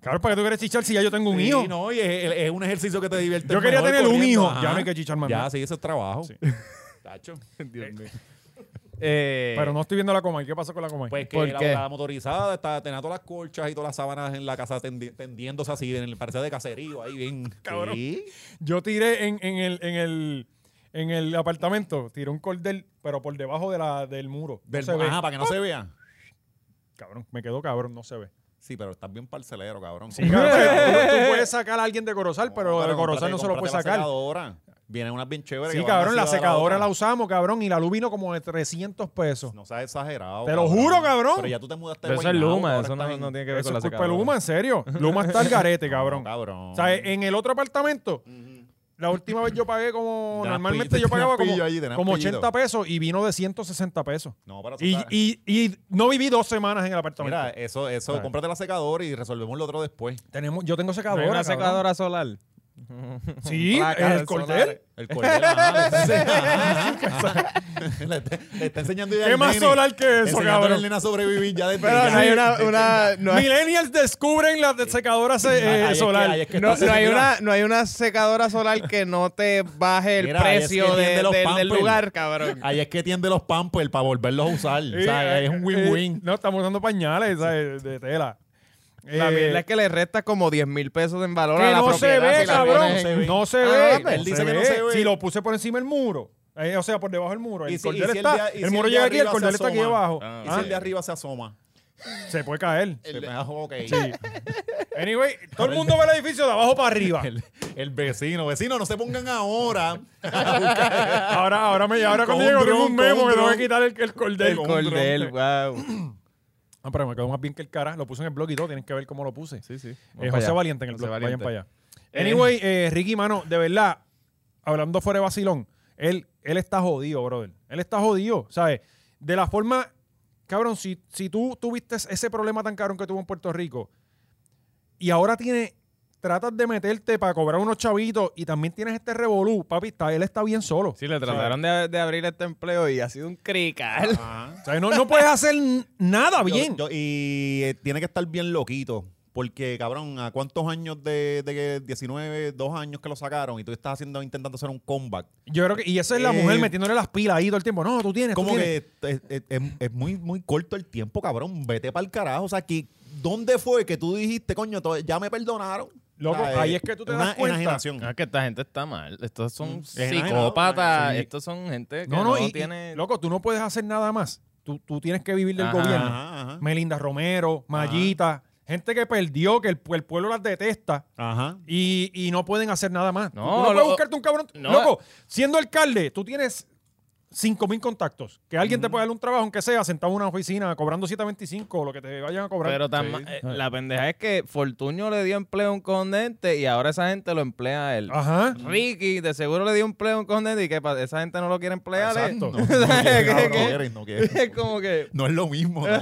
S3: Cabrón, ¿para qué tú quieres chichar si ya yo tengo un hijo?
S2: Sí, no, y es, es un ejercicio que te divierte.
S3: Yo quería
S2: mejor
S3: tener un
S2: corriendo,
S3: hijo.
S2: ajá.
S3: Ya no hay que chichar más nada.
S2: Ya, sí, eso es trabajo. [laughs] Tacho.
S4: Eh,
S3: Pero no estoy viendo la coma. ¿Y qué pasó con la coma?
S2: Pues que
S4: ¿Por
S2: la,
S4: qué?
S2: la motorizada está, tenía todas las colchas y todas las sábanas en la casa tendi- tendiéndose así, en el parecer de caserío, ahí bien.
S3: Cabrón.
S2: Sí.
S3: yo tiré en, en el, en el, en el apartamento, tiré un cordel, pero por debajo de la, del muro. No
S2: Del-
S3: se ve. Ah.
S2: ajá, para que no se vea. [laughs]
S3: Cabrón, me quedó cabrón, no se ve.
S2: Sí, pero estás bien parcelero, cabrón.
S3: Sí, cabrón, pero tú, tú puedes sacar a alguien de Corozal, pero de Corozal
S2: cómprate-
S3: no se lo puedes
S2: cómprate la
S3: sacar.
S2: secadora. Vienen unas bien chéveres.
S3: Sí,
S2: que van
S3: cabrón, la
S2: así a
S3: secadora
S2: otra.
S3: la usamos, cabrón, y la luz vino como de 300 pesos.
S2: No seas exagerado.
S3: Te lo juro, cabrón.
S2: Pero ya tú te mudaste de
S4: Pero eso es
S2: Guaynabo,
S4: Luma,
S2: ahora
S4: eso no,
S2: estás en-
S4: no tiene que ver
S3: Eso
S4: con la
S3: es culpa de
S4: secadora.
S3: Luma, en serio. Luma está al garete, cabrón.
S2: No, cabrón.
S3: O sea, eh, en el otro apartamento, la última vez yo pagué como.
S2: Tenías
S3: normalmente
S2: pillo,
S3: yo pagaba
S2: tenías
S3: como,
S2: pillo allí, tenías
S3: como
S2: pillo.
S3: 80 pesos y vino de 160 pesos.
S2: No, para
S3: Y, y- y no viví dos semanas en el apartamento.
S2: Mira, eh, eso, eso,
S3: Está bien.
S2: cómprate la secadora y resolvemos lo otro después.
S3: Tenemos, yo tengo
S4: No
S3: secadora.
S4: hay una
S3: cabrón.
S4: secadora solar. [laughs]
S3: Sí,
S4: Placa
S3: el
S4: de
S3: cordel.
S4: solares.
S3: [laughs]
S2: El cordel, ajá, le está enseñando- ajá, ajá. [laughs] le, está, le está enseñando ya
S3: ¿Qué
S2: al
S3: más
S2: nene.
S3: solar que eso,
S2: Enseñándole
S3: cabrón?
S2: al nene a sobrevivir ya desde
S3: Pero
S2: ya.
S3: no hay
S2: Desde-
S4: una, no
S3: Millennials descubren la de- secadora se- eh,
S2: Ahí es que-
S3: solar.
S2: ahí es que
S4: No,
S2: está
S4: no hay
S2: sensible.
S4: una, no hay una secadora solar que no te baje el
S2: Mira, ahí es que
S4: precio de-
S2: tiende los
S4: del- del
S2: Pampers.
S4: lugar, cabrón.
S2: Ahí es que tiende los pampers para volverlos a usar. o sea,
S3: Eh,
S2: es un
S3: eh,
S2: win-win.
S3: no, estamos usando pañales ¿sabes? de tela.
S4: [laughs] La
S3: Eh,
S4: mierda es que le resta como 10 mil pesos en valor a
S3: que
S4: la
S3: no se
S4: propiedad.
S3: ve,
S4: si la
S3: cabrón.
S4: vienes en-
S3: No se
S4: Ah,
S3: ve.
S4: no,
S2: él dice que no se ve.
S3: Si lo puse por encima del muro. eh, o sea, por debajo del muro. El
S2: Y si- y
S3: cordel
S2: si el
S3: está.
S2: de- y
S3: el
S2: si el
S3: muro
S2: de
S3: llega aquí, el
S2: arriba
S3: cordel
S2: se
S3: está aquí
S2: asoma.
S3: debajo.
S4: Ah.
S2: Y
S3: Ah,
S2: si el de arriba se asoma.
S3: Se puede caer.
S2: Se me- ok.
S3: Anyway, todo el mundo ve el edificio de abajo para
S2: [laughs]
S3: arriba.
S2: El, el vecino, vecino, no se pongan ahora.
S3: Ahora, ahora me ahora cuando
S2: Con
S3: llego tengo
S2: dron,
S3: un memo
S2: con
S3: que tengo que
S2: dron.
S3: quitar el, el cordel.
S4: El cordel, wow.
S3: Ah, pero me quedó más bien que el cara. Lo puse en el blog y todo. Tienen que ver cómo lo puse.
S4: Sí, sí.
S3: Eh, José Valiente en el
S4: José
S3: blog.
S4: Valiente.
S3: Vayan para allá. Anyway, eh, Ricky, mano, de verdad, hablando fuera de vacilón, él, él está jodido, brother. Él está jodido, ¿sabes? De la forma, cabrón, si, si tú tuviste ese problema tan cabrón que tuvo en Puerto Rico y ahora tiene, tratas de meterte para cobrar unos chavitos y también tienes este revolú, papi, está, él está bien solo.
S4: Sí, le trataron de, de abrir este empleo y ha sido un crical.
S3: O sea, no, no puedes hacer n- nada
S2: Yo-
S3: Ah, bien.
S2: yo- y eh, tiene que estar bien loquito. Porque, cabrón, ¿a cuántos años de, de que 19, dos años que lo sacaron y tú estás haciendo intentando hacer un comeback?
S3: Yo creo que, y esa es la mujer
S2: Eh,
S3: metiéndole las pilas ahí todo el tiempo. No, tú tienes. tú
S2: Como
S3: tienes.
S2: que es, es- es- es muy, muy corto el tiempo, cabrón. Vete para el carajo. O sea, que, ¿dónde fue que tú dijiste, coño, to- ya me perdonaron?
S3: Loco,
S2: O sea, eh,
S3: ahí es que tú te
S2: una
S3: das cuenta. Ah,
S2: enajenación.
S4: No, es Ah, que esta gente está mal. Estos son
S2: enajenado,
S4: psicópatas.
S2: sí.
S4: Estos son gente que
S3: No,
S4: no,
S3: no, y, y,
S4: tiene...
S3: loco, tú no puedes hacer nada más. Tú, tú tienes que vivir del
S4: Ajá,
S3: gobierno. [laughs]
S2: Ajá, ajá.
S3: Melinda Romero, Mayita, gente que perdió, que el, el pueblo las detesta
S2: Ajá.
S3: y, y no pueden hacer nada más.
S4: No,
S3: Tú- tú no puedes
S4: lo-
S3: buscarte un cabrón.
S4: no.
S3: Loco, siendo alcalde, tú tienes 5.000 contactos. Que alguien te puede dar un trabajo, aunque sea sentado en una oficina cobrando 725 o lo que te vayan a cobrar.
S4: Pero tan ma- eh, la pendeja es que Fortuño le dio empleo a un condente y ahora esa gente lo emplea a él.
S3: Ajá.
S4: Ricky, de seguro le dio empleo a un condente y que pa- esa gente no lo quiere emplear. ¿eh? [laughs]
S2: Exacto. No,
S4: O
S2: no
S4: sea,
S2: quiere,
S4: que-
S2: cabrón,
S4: que-
S2: no quiere, no quiere.
S4: es como que...
S2: No es lo mismo. ¿no?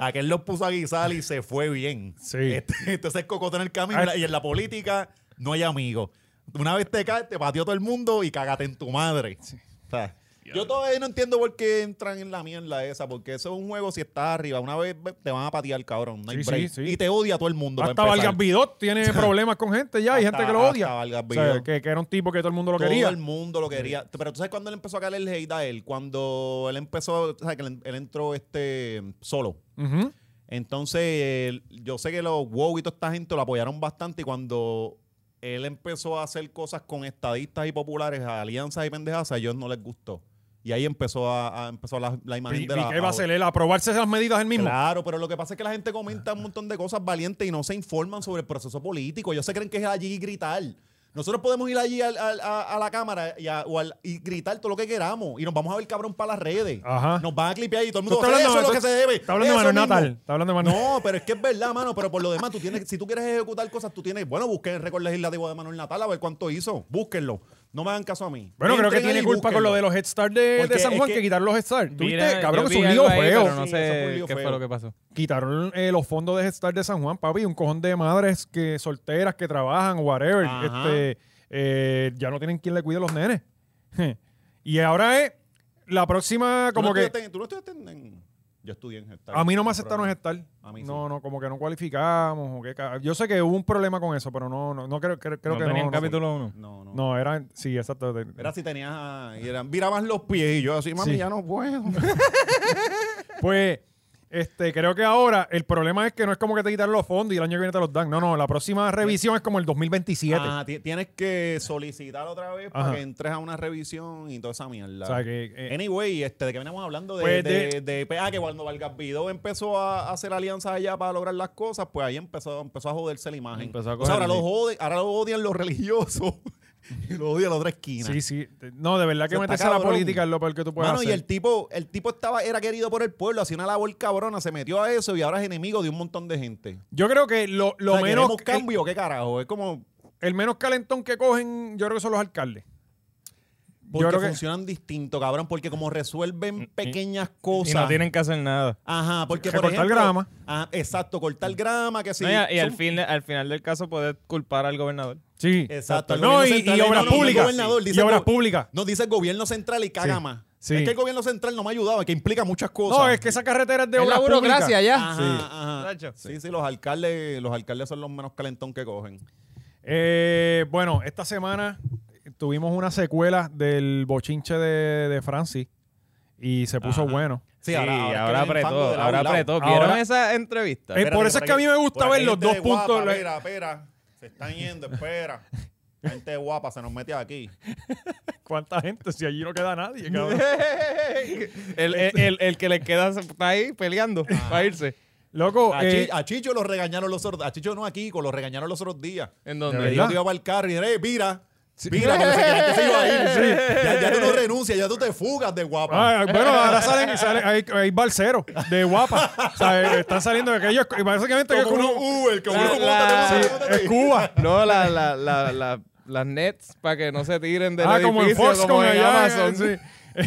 S2: Aquel los puso a guisar y se fue bien.
S3: Sí.
S2: Este, [laughs] entonces cocotó en el camino
S3: Ah.
S2: y en la política no hay amigos. Una vez te caes, te pateó todo el mundo y cagate en tu madre. O sea, yo todavía no entiendo por qué entran en la mierda esa, porque eso es un juego si estás arriba. Una vez ve, te van a patear, cabrón. No hay
S3: Sí, sí,
S2: break.
S3: sí.
S2: Y te odia todo el mundo. para
S3: Hasta
S2: empezar.
S3: Vargas Vidot
S4: [laughs]
S3: tiene problemas con gente ya. Hay
S2: Hasta-
S3: gente que lo odia.
S2: hasta Vargas
S3: O sea,
S2: Vidot.
S3: que, que era un tipo que todo el mundo lo
S2: Todo
S3: quería.
S2: el mundo lo quería. Pero tú sabes cuando él empezó a caer el hate a él, cuando él empezó, o sea, que él, él entró este solo.
S3: Ujú.
S2: Entonces, eh, yo sé que los wow y toda esta gente lo apoyaron bastante y cuando él empezó a hacer cosas con estadistas y populares, alianzas y pendejadas, a ellos no les gustó. Y ahí empezó a, a- empezó la, la imagen
S3: Y,
S2: de la...
S3: y que va a hacer él? ¿Aprobarse esas medidas él mismo?
S2: Claro, pero lo que pasa es que la gente comenta un montón de cosas valientes y no se informan sobre el proceso político. Ellos se creen que es allí y gritar. Nosotros podemos ir allí al- al- a, a la cámara y, a- o al- y gritar todo lo que queramos y nos vamos a ver cabrón para las redes.
S3: Ajá.
S2: Nos van a clipear y todo el
S3: Tú
S2: mundo
S3: estás
S2: "Eso es
S3: hablando-
S2: lo que se debe.
S3: Está hablando de
S2: eso
S3: Manuel
S2: mismo".
S3: Natal. Está hablando de Manuel
S2: No, pero es que es verdad, mano. Pero por lo demás, tú tienes, si tú quieres ejecutar cosas, tú tienes. Bueno, busquen el récord legislativo de Manuel Natal a ver cuánto hizo. Búsquenlo. No me hagan caso a mí.
S3: Bueno, creo que
S2: Entren
S3: tiene
S2: ahí y
S3: culpa con lo
S2: búsquenlo.
S3: de los Head Start de, de
S2: Porque
S3: San
S2: es
S3: Juan, que
S2: que-
S3: quitaron los Head Start. ¿Tuviste?
S4: Mira,
S3: Cabrón,
S4: yo
S3: que es
S4: vi
S3: un
S4: algo
S3: lío
S4: ahí,
S3: feo.
S4: pero no
S2: Sí, eso fue un
S4: sé
S2: lío
S4: qué fue
S2: feo.
S4: lo que pasó.
S3: Quitaron eh, los fondos de Head Start de San Juan, papi. Un cojón de madres que solteras que trabajan, whatever.
S2: Ajá.
S3: Este, eh, ya no tienen quien le cuide a los nenes. [laughs] y ahora es la próxima,
S2: ¿Tú no
S3: como que.
S2: estudiaste en- ¿Tú no estudiaste en.? en- Yo estudié en gestar.
S3: A mí no me aceptaron gestar.
S2: A mí sí.
S3: No, no, como que no cualificamos. O qué ca- Yo sé que hubo un problema con eso, pero no, no, no creo, creo, creo
S4: No
S3: que no.
S4: tenían
S3: no,
S4: capítulo 1.
S2: No, no.
S3: No, era. Sí, exacto. de-
S2: Era si tenías. ah,
S3: [laughs]
S2: a- Y eran, mirabas los pies y yo así, mami,
S3: Sí.
S2: ya no puedo.
S3: Pues, Este, creo que ahora el problema es que no es como que te quitan los fondos y el año que viene te los dan. No, no, la próxima revisión es como el 2027.
S2: Ah, ti- tienes que solicitar otra vez
S3: Ajá.
S2: para que entres a una revisión y toda esa mierda.
S3: O sea que, eh,
S2: anyway, este, ¿de qué venimos hablando? De,
S3: Pues de-
S2: de, de- pues, ah, que cuando Vargas Vidó empezó a hacer alianzas allá para lograr las cosas, pues ahí empezó, empezó a joderse la imagen.
S4: Empezó a
S2: O sea, ahora, lo
S4: coger-
S2: joden, ahora lo odian los religiosos [laughs] y lo odian la otra esquina.
S3: sí, sí. No, de verdad que
S2: Eso está
S3: meterse a la
S2: cabrón.
S3: política es lo peor que tú puedes
S2: Mano, y
S3: hacer.
S2: el tipo, el tipo estaba, era querido por el pueblo, hacía una labor cabrona, se metió a eso y ahora es enemigo de un montón de gente.
S3: Yo creo que lo, lo
S2: O sea,
S3: menos.
S2: ¿queremos cambio, qué carajo, es como
S3: El menos calentón que cogen, yo creo que son los alcaldes.
S2: porque
S3: creo que- Mm,
S2: funcionan distinto, cabrón, porque como resuelven pequeñas cosas.
S4: Y no tienen que hacer nada.
S2: Ajá, porque
S3: Que
S2: por
S3: cortar
S2: ejemplo-
S3: grama. Mm.
S2: Ah, exacto, cortar grama, que sí.
S4: No, y a- y al,
S2: son-
S4: fin, al final del caso puedes culpar al gobernador.
S3: Sí.
S2: Exacto, el
S3: No,
S2: gobierno
S3: y, y
S2: central-
S3: obras
S2: no, no, no, el
S3: públicas.
S2: gobernador,
S3: Y
S2: dice
S3: obras
S2: go-
S3: públicas.
S2: Nos dice el gobierno central y caga más.
S3: sí.
S2: Es que el gobierno central no me ha ayudado, es que implica muchas cosas.
S3: No, es que esa carretera es de
S8: Es
S3: obras
S8: la burocracia
S3: públicas.
S8: ya.
S2: Ajá, ajá.
S4: Tacho.
S2: Sí, sí, los alcaldes, los alcaldes son los menos calentón que cogen.
S3: Eh, bueno, esta semana tuvimos una secuela del bochinche de, de Francis y se puso bueno.
S2: Sí,
S4: Sí,
S2: ahora,
S4: ahora
S2: es que el fango
S4: apretó,
S2: de lado
S4: ahora
S2: a lado.
S4: apretó. ¿Vieron
S3: Ahora-
S4: esa entrevista?
S3: Eh, por eso es que a mí me gusta ver los dos puntos.
S2: Espera, espera, Se están yendo, espera. Gente guapa se nos mete aquí.
S3: ¿Cuánta gente? Si allí no queda nadie, cabrón.
S4: [laughs] el, el- el- el que le queda se- está ahí peleando para irse.
S3: [laughs] Loco,
S2: A,
S3: eh,
S2: Chi- a Chicho los regañaron los otros A Chicho no aquí, lo regañaron los otros días.
S4: En
S3: ¿De
S4: donde
S3: verdad?
S2: Yo te iba para el carro y dije, mira, mira, porque se creían que se iba
S3: [laughs]
S2: a ir. Ya, ya tú no renuncias, ya tú te fugas de guapa.
S3: ah, bueno, ahora salen, salen hay, hay balseros de guapa. O sea, eh, están saliendo de aquellos. y Básicamente que es
S2: Como
S3: como-
S2: un Uber, como
S4: La-
S2: un-
S4: la-
S2: como un-
S3: Sí, es Cuba.
S4: No, la, la, la, la- las nets para que no se tiren del
S3: Ah,
S4: edificio.
S3: como en Foxconn
S4: como en
S3: allá,
S4: Amazon.
S3: eh,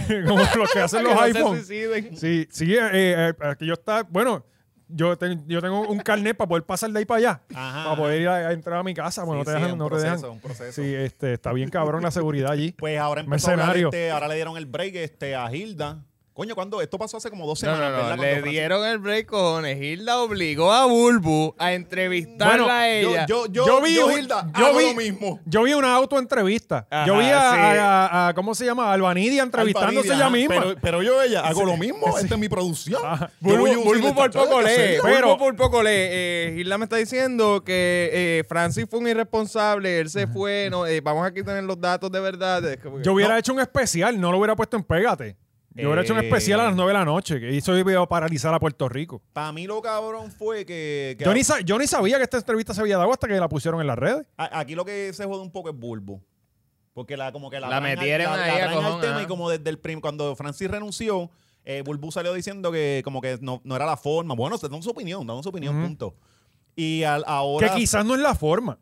S3: sí. [laughs] como los [laughs] que hacen los
S4: Que no se
S3: iPhones.
S4: suiciden.
S3: Sí, sí, eh, eh, aquí yo está, bueno, yo, ten- yo tengo un carnet para poder pasar de ahí para allá,
S2: Ajá.
S3: para poder ir a, a entrar a mi casa, bueno,
S2: Sí,
S3: no te
S2: sí,
S3: dejan,
S2: un
S3: no te
S2: proceso,
S3: dejan.
S2: un proceso.
S3: Sí, este, está bien cabrón la seguridad
S2: [laughs]
S3: allí.
S2: Pues ahora empezó a hablar,
S3: Mercenario.
S2: este, ahora le dieron el break este, a Hilda. Coño, ¿cuándo? Esto pasó hace como dos
S4: No, [laughs]
S2: semanas.
S4: no, no.
S2: ¿verdad?
S4: Le
S2: Cuando Francisco-
S4: dieron el break, cojones. Hilda obligó a Bulbu a entrevistarla
S3: Bueno,
S4: a
S2: Yo,
S4: ella.
S2: yo, yo,
S3: Yo vi-
S2: yo, Hilda,
S3: yo
S2: hago
S3: vi-
S2: lo mismo.
S3: Yo vi una autoentrevista. Yo
S4: Ajá,
S3: vi a,
S4: sí.
S3: a- a- a- ¿cómo se llama? A Albanidia entrevistándose
S2: Albanidia,
S3: ella
S2: ajá.
S3: misma.
S2: Pero, pero yo ella hago lo mismo. Esta es mi producción. Yo voy a
S4: Bulbu,
S2: un
S4: Bulbu
S2: cine
S4: por
S2: esta
S4: poco
S2: chorra,
S4: lee.
S2: ¿sí?
S3: Pero-
S4: Bulbu por poco lee. Eh, Gilda me está diciendo que eh, Francis fue un irresponsable. Él se fue. No, eh, vamos aquí a tener los datos de verdad. Es como que-
S3: Yo hubiera hecho un especial, no lo hubiera puesto en Pégate. Yo hubiera hecho un
S2: Eh.
S3: especial a las 9 de la noche, que hizo iba a paralizar a Puerto Rico.
S2: Para mí lo cabrón fue que... que
S3: Yo ni, sa- yo ni sabía que esta entrevista se había dado hasta que la pusieron en las redes.
S2: a- aquí lo que se jode un poco es Bulbo. Porque la, como que la,
S4: La
S2: traen al-
S4: metieron
S2: la- la
S4: ahí a
S2: traen al
S4: cojón,
S2: tema
S4: ajá.
S2: y como desde el prim, cuando Francis renunció, eh, Bulbu salió diciendo que como que no, no era la forma. Bueno, se dan su opinión, dan su opinión, punto. Y al, ahora...
S3: Que quizás no es la forma.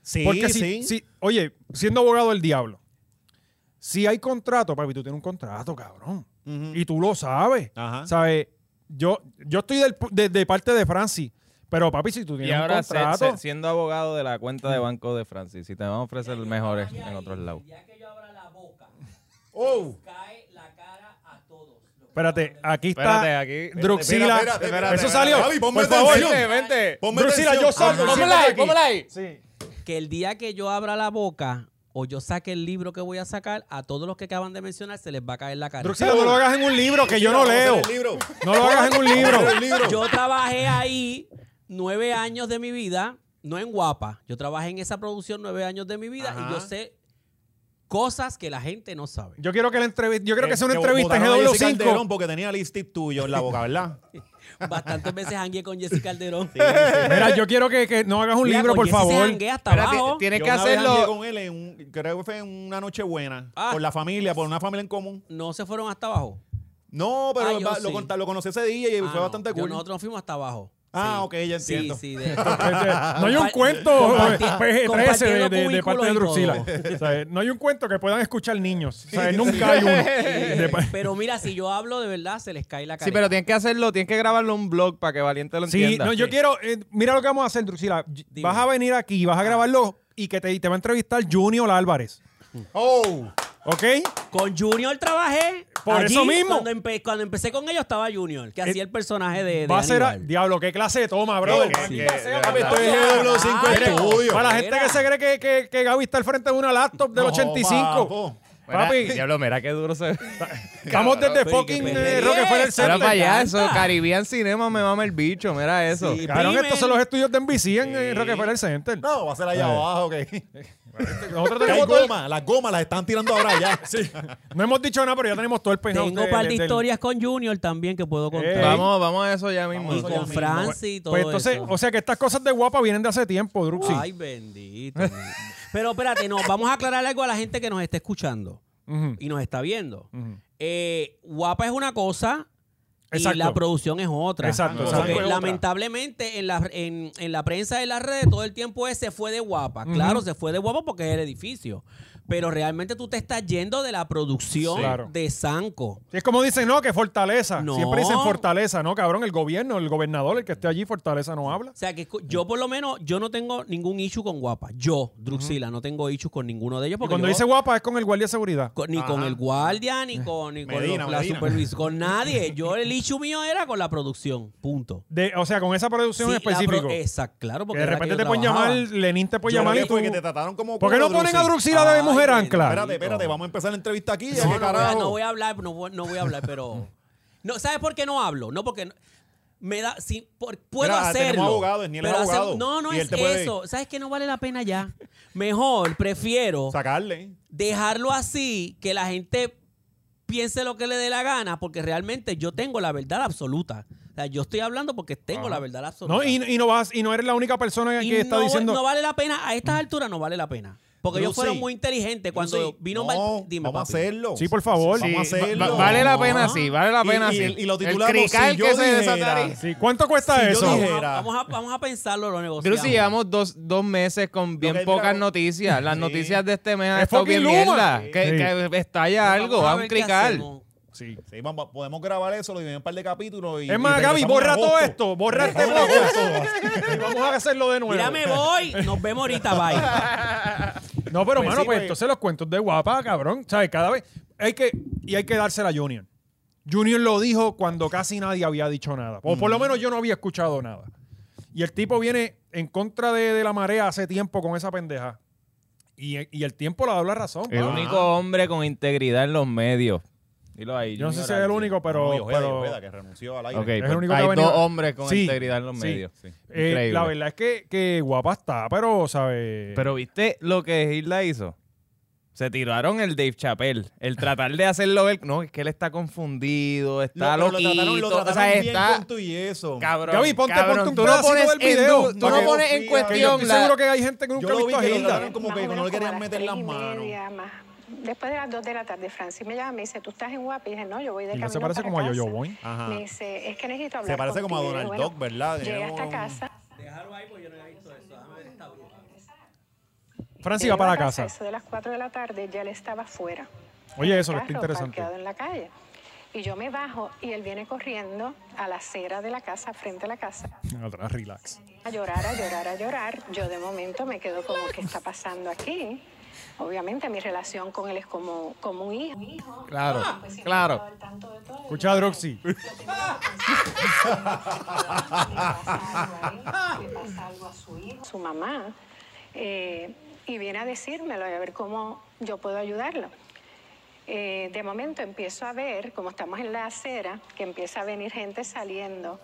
S2: Sí,
S3: Porque si,
S2: sí.
S3: si- oye, siendo abogado del diablo, si hay contrato, papi, tú tienes un contrato, cabrón.
S2: Ujú.
S3: Y tú lo sabes.
S2: Ajá.
S3: ¿Sabes? Yo, yo estoy del pu- de, de parte de Francis, pero papi, si tú
S4: Y
S3: tienes un
S4: ahora, se-
S3: contrato.
S4: se- siendo abogado de la cuenta de banco de Francis, si te van a ofrecer mejores en otros lados.
S9: Ya que yo abra la boca,
S2: Oh.
S9: cae la cara a todos.
S3: Espérate, aquí
S4: Espérate,
S3: está
S4: aquí.
S3: Druxila.
S2: Espérate, espérate,
S3: Eso
S2: espérate.
S3: salió.
S2: Javi, ponme
S3: Por favor.
S2: atención.
S4: Vente, vente.
S2: Ponme
S3: Druxila, yo
S2: atención.
S3: salgo.
S8: Pónmela ahí,
S3: siéntate aquí.
S8: pónmela ahí.
S3: Sí.
S9: Que el día que yo abra la boca o yo saque el libro que voy a sacar, a todos los que acaban de mencionar se les va a caer la cara.
S3: Druxila, no lo hagas en un libro que yo no leo.
S2: El libro.
S3: No lo hagas en un
S2: [laughs]
S3: libro.
S2: El libro.
S9: Yo trabajé ahí nueve años de mi vida, no en Guapa. Yo trabajé en esa producción nueve años de mi vida
S2: Ajá.
S9: y yo sé cosas que la gente no sabe.
S3: Yo quiero que la entrevista, yo quiero que sea una
S2: Eh,
S3: entrevista en E
S2: votaron a Jessica Calderón
S3: GW5.
S2: Porque tenía el lipstick tuyo en la boca, ¿verdad?
S9: Bastantes veces hangué con Jessica Calderón. [laughs]
S3: Mira, yo quiero que, que no hagas un
S9: Mira,
S3: libro,
S9: con
S3: por
S9: Jessy se
S3: favor.
S9: janguea hasta
S4: Espérate,
S9: abajo.
S4: tienes
S2: Yo
S4: que
S2: una vez andé
S4: hacerlo.
S2: con él en un- creo que fue en una noche buena.
S9: Ah.
S2: Con la familia, por una familia en común.
S9: No se fueron hasta abajo.
S2: No, pero
S9: Ah, yo
S2: va- lo,
S9: sí.
S2: cont- lo conocí ese día y
S9: Ah,
S2: fue
S9: no,
S2: bastante
S9: yo-
S2: cool.
S9: Nosotros fuimos hasta abajo.
S2: Ah,
S9: Sí.
S2: ok, ya
S9: Sí,
S2: entiendo.
S9: sí,
S3: [laughs]
S9: de- [laughs]
S3: No hay un
S9: Compa-
S3: cuento
S9: comparti-
S3: eh, PG-13 de, de- de
S9: compartiendo
S3: parte de
S9: cubículos y
S3: Druxila. O sea, no hay un cuento que puedan escuchar niños. O sea, nunca hay
S9: [laughs]
S3: uno. De pa-
S9: eh, Pero mira, si yo hablo de verdad, se les cae la cara.
S4: Sí, pero tienes que hacerlo, tienes que grabarlo en un blog para que Valiente lo
S3: Sí,
S4: entienda.
S3: no, yo quiero. eh, mira lo que vamos a hacer, Druxila. Y-
S9: Dime. Ah.
S3: Vas a venir aquí, vas a grabarlo y que te, te va a entrevistar Junior Álvarez.
S2: Oh,
S3: ¿Ok?
S9: Con Junior trabajé.
S3: Por
S9: Allí,
S3: eso mismo. Eh,
S9: Cuando, empe- cuando empecé con ellos estaba Junior, que hacía el personaje de. de
S3: Va a ser. a-
S9: Aníbal.
S3: Diablo, qué clase de toma, bro.
S2: que-
S3: Sí.
S2: que-
S3: Clase de
S2: de
S3: toma.
S2: verdad. Esto es GW5
S9: Claro.
S2: estudio.
S3: Para la
S9: Mira.
S3: gente que se cree que, que, que Gaby está al frente de una laptop del
S2: No,
S3: 85.
S2: Oh, papo.
S3: Papi.
S4: Diablo, mira qué duro se ve.
S3: Estamos desde
S9: sí,
S3: fucking
S9: que
S3: eh,
S9: me-
S3: Rockefeller
S4: Ahora para
S3: Center.
S4: allá, eso. Caribbean Cinema me mama el bicho. Mira eso.
S9: Sí,
S3: Cabrón,
S9: Primer.
S3: estos son los estudios de NBC en eh, Rockefeller Center.
S2: No, va a ser allá abajo, que.
S3: Nosotros
S2: que hay
S3: tenemos todo el-
S2: goma, las gomas las están tirando ahora ya. [laughs]
S3: no hemos dicho nada, pero ya tenemos todo el penthouse.
S9: Tengo
S3: de-
S9: un par de
S3: eh, del-
S9: historias con Junior también que puedo contar.
S3: Eh,
S4: Vamos, vamos a eso ya mismo.
S9: y
S2: eso ya
S9: con
S2: mismo.
S9: Francis y todo
S3: Pues entonces,
S9: eso.
S3: o sea que estas cosas de guapa vienen de hace tiempo, Druxy.
S9: Ay, bendito. Pero espérate, no, vamos a aclarar algo a la gente que nos está escuchando
S3: Ujú.
S9: y nos está viendo.
S3: Ujú.
S9: Eh, guapa es una cosa
S3: Exacto.
S9: y la producción es otra.
S3: Exacto,
S9: Porque
S3: exacto.
S9: lamentablemente en la, en, en la prensa de las redes todo el tiempo es se fue de guapa. Claro, se fue de guapa porque es el edificio. Pero realmente tú te estás yendo de la producción
S3: Sí. Claro.
S9: de Sanco.
S3: Sí, Es como dicen, no, que fortaleza.
S9: No.
S3: Siempre dicen fortaleza, ¿no, cabrón? El gobierno, el gobernador, el que esté allí, fortaleza no habla.
S9: O sea, que escu- yo por lo menos, yo no tengo ningún issue con guapa. Yo, Druxila, no tengo issue con ninguno de ellos.
S3: Y
S9: Porque
S3: cuando
S9: yo-
S3: dice Eh, guapa es con el guardia de seguridad.
S9: con- ni con el guardia, ni con, ni con
S2: Medina,
S9: los- la
S2: Medina.
S9: supervis- con nadie. Yo el issue mío era con la producción, punto.
S3: De- o sea, con esa producción en específico.
S9: Exacto, claro,
S3: Que
S9: porque
S3: de
S9: era la
S3: repente
S9: yo
S3: te pueden
S9: trabajaba.
S3: llamar, Lenín te puede
S2: Yo
S3: llamar
S2: creo
S3: y
S2: que
S3: tú...
S2: fue que te trataron como.
S3: ¿Por qué no
S2: culo,
S3: ponen a
S2: Drusi.
S3: Druxila de
S9: Ay,
S3: mujer
S9: bendito.
S3: ancla?
S2: Espérate, espérate, vamos a empezar la entrevista aquí. ya, ¿qué
S9: No, no voy a-
S2: carajo?
S9: no voy a hablar, no voy, no voy a hablar, pero. [laughs] No, ¿Sabes por qué no hablo? No, porque no- me da. si- por- puedo
S2: Mira, tenemos
S9: hacerlo.
S2: abogado, Daniel es
S9: pero hace-
S2: abogado,
S9: no, no
S2: y él
S9: es
S2: te puede-
S9: eso. ¿Sabes qué? No vale la pena ya. Mejor, prefiero
S2: Sacarle.
S9: dejarlo así, que la gente piense lo que le dé la gana, porque realmente yo tengo la verdad absoluta. O sea, yo estoy hablando porque tengo la verdad absoluta.
S3: No, y, y no vas, y no eres la única persona que
S9: Y
S3: está
S9: no,
S3: diciendo.
S9: no vale la pena, a estas alturas no vale la pena. Porque ellos
S2: Lucy,
S9: fueron muy inteligentes cuando
S2: Drusi,
S9: vino
S2: no,
S9: Mar- Dime,
S2: Vamos
S9: papi.
S2: a hacerlo.
S3: Sí, por favor.
S2: Vamos a
S3: Sí,
S2: hacerlo.
S4: Va- vale la pena,
S9: Ajá.
S4: sí, vale la
S2: Y-
S4: pena,
S2: y-
S4: sí.
S2: y lo
S4: El
S2: titulamos,
S4: crical
S2: si yo
S4: que se
S2: dijera.
S4: desatare-
S3: Sí, ¿Cuánto cuesta
S2: Si yo
S3: eso?
S2: dije-
S9: Vamos a-
S2: Era.
S9: Vamos a, vamos a pensarlo, lo negociamos.
S4: Drusi, llevamos dos, dos meses con bien
S2: que-
S4: pocas
S2: mira,
S4: noticias. Las
S2: sí.
S4: noticias de este mes han
S3: Es
S4: estado
S3: fucking
S4: bien
S3: Luma.
S4: mierda.
S3: Sí.
S4: Que, que estalla
S9: Vamos
S4: algo,
S9: a
S4: a
S9: ver
S4: un
S9: qué
S4: crical.
S9: hacemos.
S3: Sí.
S2: Sí, vamos, podemos grabar eso, lo dividimos en un par de capítulos. Y,
S3: Es más, Gaby, borra todo esto. Borra este blog. Y [laughs] vamos a hacerlo de nuevo.
S9: Mira, me voy. Nos vemos ahorita, [laughs] bye.
S3: No, pero,
S2: Pues
S3: mano, pues
S2: sí, pues.
S3: entonces los cuentos de guapa, cabrón. ¿Sabes? Cada vez. Hay que, y hay que dársela a Junior. Junior lo dijo cuando casi nadie había dicho nada. O por lo
S2: Mm.
S3: menos yo no había escuchado nada. Y el tipo viene en contra de, de la marea hace tiempo con esa pendeja. Y, y el tiempo le da la razón.
S4: El
S3: pa.
S4: único
S2: Ah.
S4: hombre con integridad en los medios. Dilo ahí.
S3: Yo no sé
S4: Junior
S3: si es el
S4: Aldi.
S3: único, pero.
S2: Pero,
S3: pero-
S2: que renunció al aire.
S4: Ok,
S3: el
S4: pues
S3: único que ha
S4: hay
S3: venido-
S4: dos hombres con
S3: Sí,
S4: integridad en los
S3: sí.
S4: medios.
S3: Eh,
S4: Increíble.
S3: la verdad es que, que guapa está, pero, ¿sabes?
S4: Pero viste lo que Isla hizo. Se tiraron el Dave Chappelle. El tratar de hacerlo ver. No, es que él está confundido, está
S2: Lo- pero
S4: loquito.
S2: Lo trataron, lo
S4: o
S2: trataron
S4: sea,
S2: bien
S4: está.
S2: con tu y eso.
S4: Cabrón.
S3: Gaby, ponte-
S4: cabrón.
S3: ponte un
S4: tú no
S3: pedacito
S4: pones
S3: del
S4: en
S3: video,
S4: du-
S3: pa'
S4: Tú no
S2: que
S4: pones
S2: tú
S4: en
S3: Que yo
S2: veas.
S4: cuestión.
S3: estoy
S4: la-
S3: seguro que hay gente que
S2: Yo
S3: nunca ha visto
S2: lo vi
S3: a
S2: que lo
S3: Hilda.
S2: trataron como
S8: Más
S2: que
S8: o
S2: no
S8: menos
S2: le querían
S8: como a las
S2: meter las
S8: tres y
S2: manos.
S8: media, más- Después de las 2 de la tarde, Francis me llama y me dice, ¿tú estás en guapa? Y dije, no, yo voy de
S3: Hilda
S8: camino
S3: se parece
S8: para
S3: como a
S8: casa".
S3: Yo-Yo Boy.
S2: Ajá.
S8: Me dice, es que necesito hablar
S2: Se parece como a
S8: contigo".
S2: Donald
S8: Y bueno,
S2: Duck, ¿verdad?
S8: Llegué
S2: Tiene
S8: hasta
S2: un-
S8: casa.
S9: Déjalo ahí porque yo no he visto eso. Déjame ver esta boca.
S3: Francis
S8: Llego
S3: va
S8: a
S3: para
S4: [laughs]
S3: casa.
S8: Eso de las 4 de la tarde, ya él estaba fuera.
S3: Oye,
S8: en el
S3: eso que está
S8: carro,
S3: interesante.
S8: parqueado en la calle. Y yo me bajo y él viene corriendo a la acera de la casa, frente a la casa.
S3: Atrás, relax.
S8: a llorar, a llorar, a llorar. Yo de momento me quedo como, ¿qué está pasando aquí? Obviamente mi relación con él es como, como un hijo.
S4: Claro,
S8: Ah, pues, siempre
S4: claro.
S8: he estado al tanto de todo.
S3: Escucha a Droxy.
S8: su mamá eh, y viene a decírmelo y a ver cómo yo puedo ayudarlo. Eh, de momento empiezo a ver, como estamos en la acera, que empieza a venir gente saliendo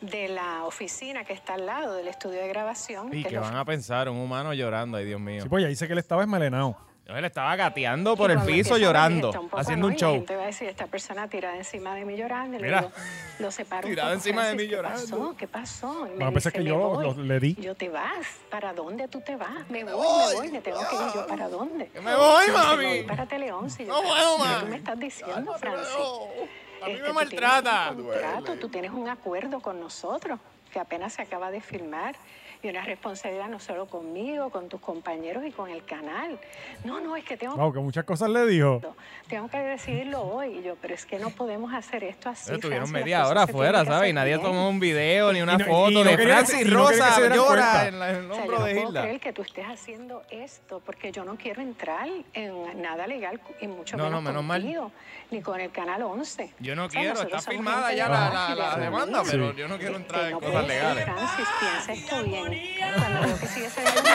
S8: de la oficina que está al lado del estudio de grabación.
S4: Y
S8: que
S4: que
S8: es la
S4: van a pensar, un humano llorando, ay Dios mío.
S3: Sí, pues ya dice que él estaba esmelenado.
S4: Él estaba gateando
S8: Y
S4: por el
S8: cuando
S4: piso
S8: empiezo a ver,
S4: llorando,
S8: está poco
S4: haciendo un
S8: annoyed, La
S4: show.
S8: gente va a decir, esta persona tirada encima de mí llorando. Y le
S4: Mira,
S8: digo, lo separo. un
S4: tirada
S8: poco,
S4: encima de
S8: Francis,
S4: mí llorando.
S8: ¿Qué pasó? ¿Qué pasó? Y me
S3: Bueno, pues es que
S8: "Me
S3: yo
S8: voy".
S3: lo- le di.
S8: Y Yo, ¿te vas? ¿Para dónde tú te vas? Me voy, me voy, me tengo que ir yo. ¿Para dónde?
S4: me voy,
S8: Y me dice,
S4: mami.
S8: "Me voy para Tele 11". Y yo,
S4: No
S8: "¿Pero
S4: puedo,
S8: ¿Qué tú
S4: mami.
S8: me estás diciendo, Francis?
S4: A mí me
S8: tú tienes un
S4: maltrata.
S8: contrato, Tú tienes un acuerdo con nosotros que apenas se acaba de firmar y una responsabilidad no solo conmigo, con tus compañeros y con el canal. No, no, es que tengo
S3: Wow, que muchas cosas le dijo.
S8: tengo que decidirlo hoy. Y yo, pero es que no podemos hacer esto así.
S4: Pero Estuvieron
S8: Francis, las
S4: media
S8: cosas
S4: hora
S8: pues, se tienen
S4: afuera,
S8: que
S4: ¿sabes? Y
S8: hacer
S4: nadie
S8: bien.
S4: tomó un video ni una
S3: Y no- y
S4: foto
S3: no
S4: de
S3: quería que- y
S4: Francis
S3: no quería que
S4: Rosa
S3: se dieran cuenta.
S4: llora en, la- en el
S8: O sea,
S4: hombro
S8: yo no
S4: de
S8: puedo
S4: Hilda.
S8: creer que tú estés haciendo esto, porque yo no quiero entrar en nada legal y mucho
S4: No,
S8: menos,
S4: no, menos mal.
S8: contigo, ni con el canal 11.
S4: Yo no
S8: O sea,
S4: quiero,
S8: nosotros
S4: está
S8: somos
S4: firmada
S8: gente
S4: ya
S8: de
S4: la-
S8: paz y
S4: la-
S8: de
S4: la demanda,
S8: armonía.
S4: pero yo no quiero entrar en
S8: no
S4: cosas
S10: las legales.
S8: Francis, piensa esto bien. Cuando veo que sigue saliendo de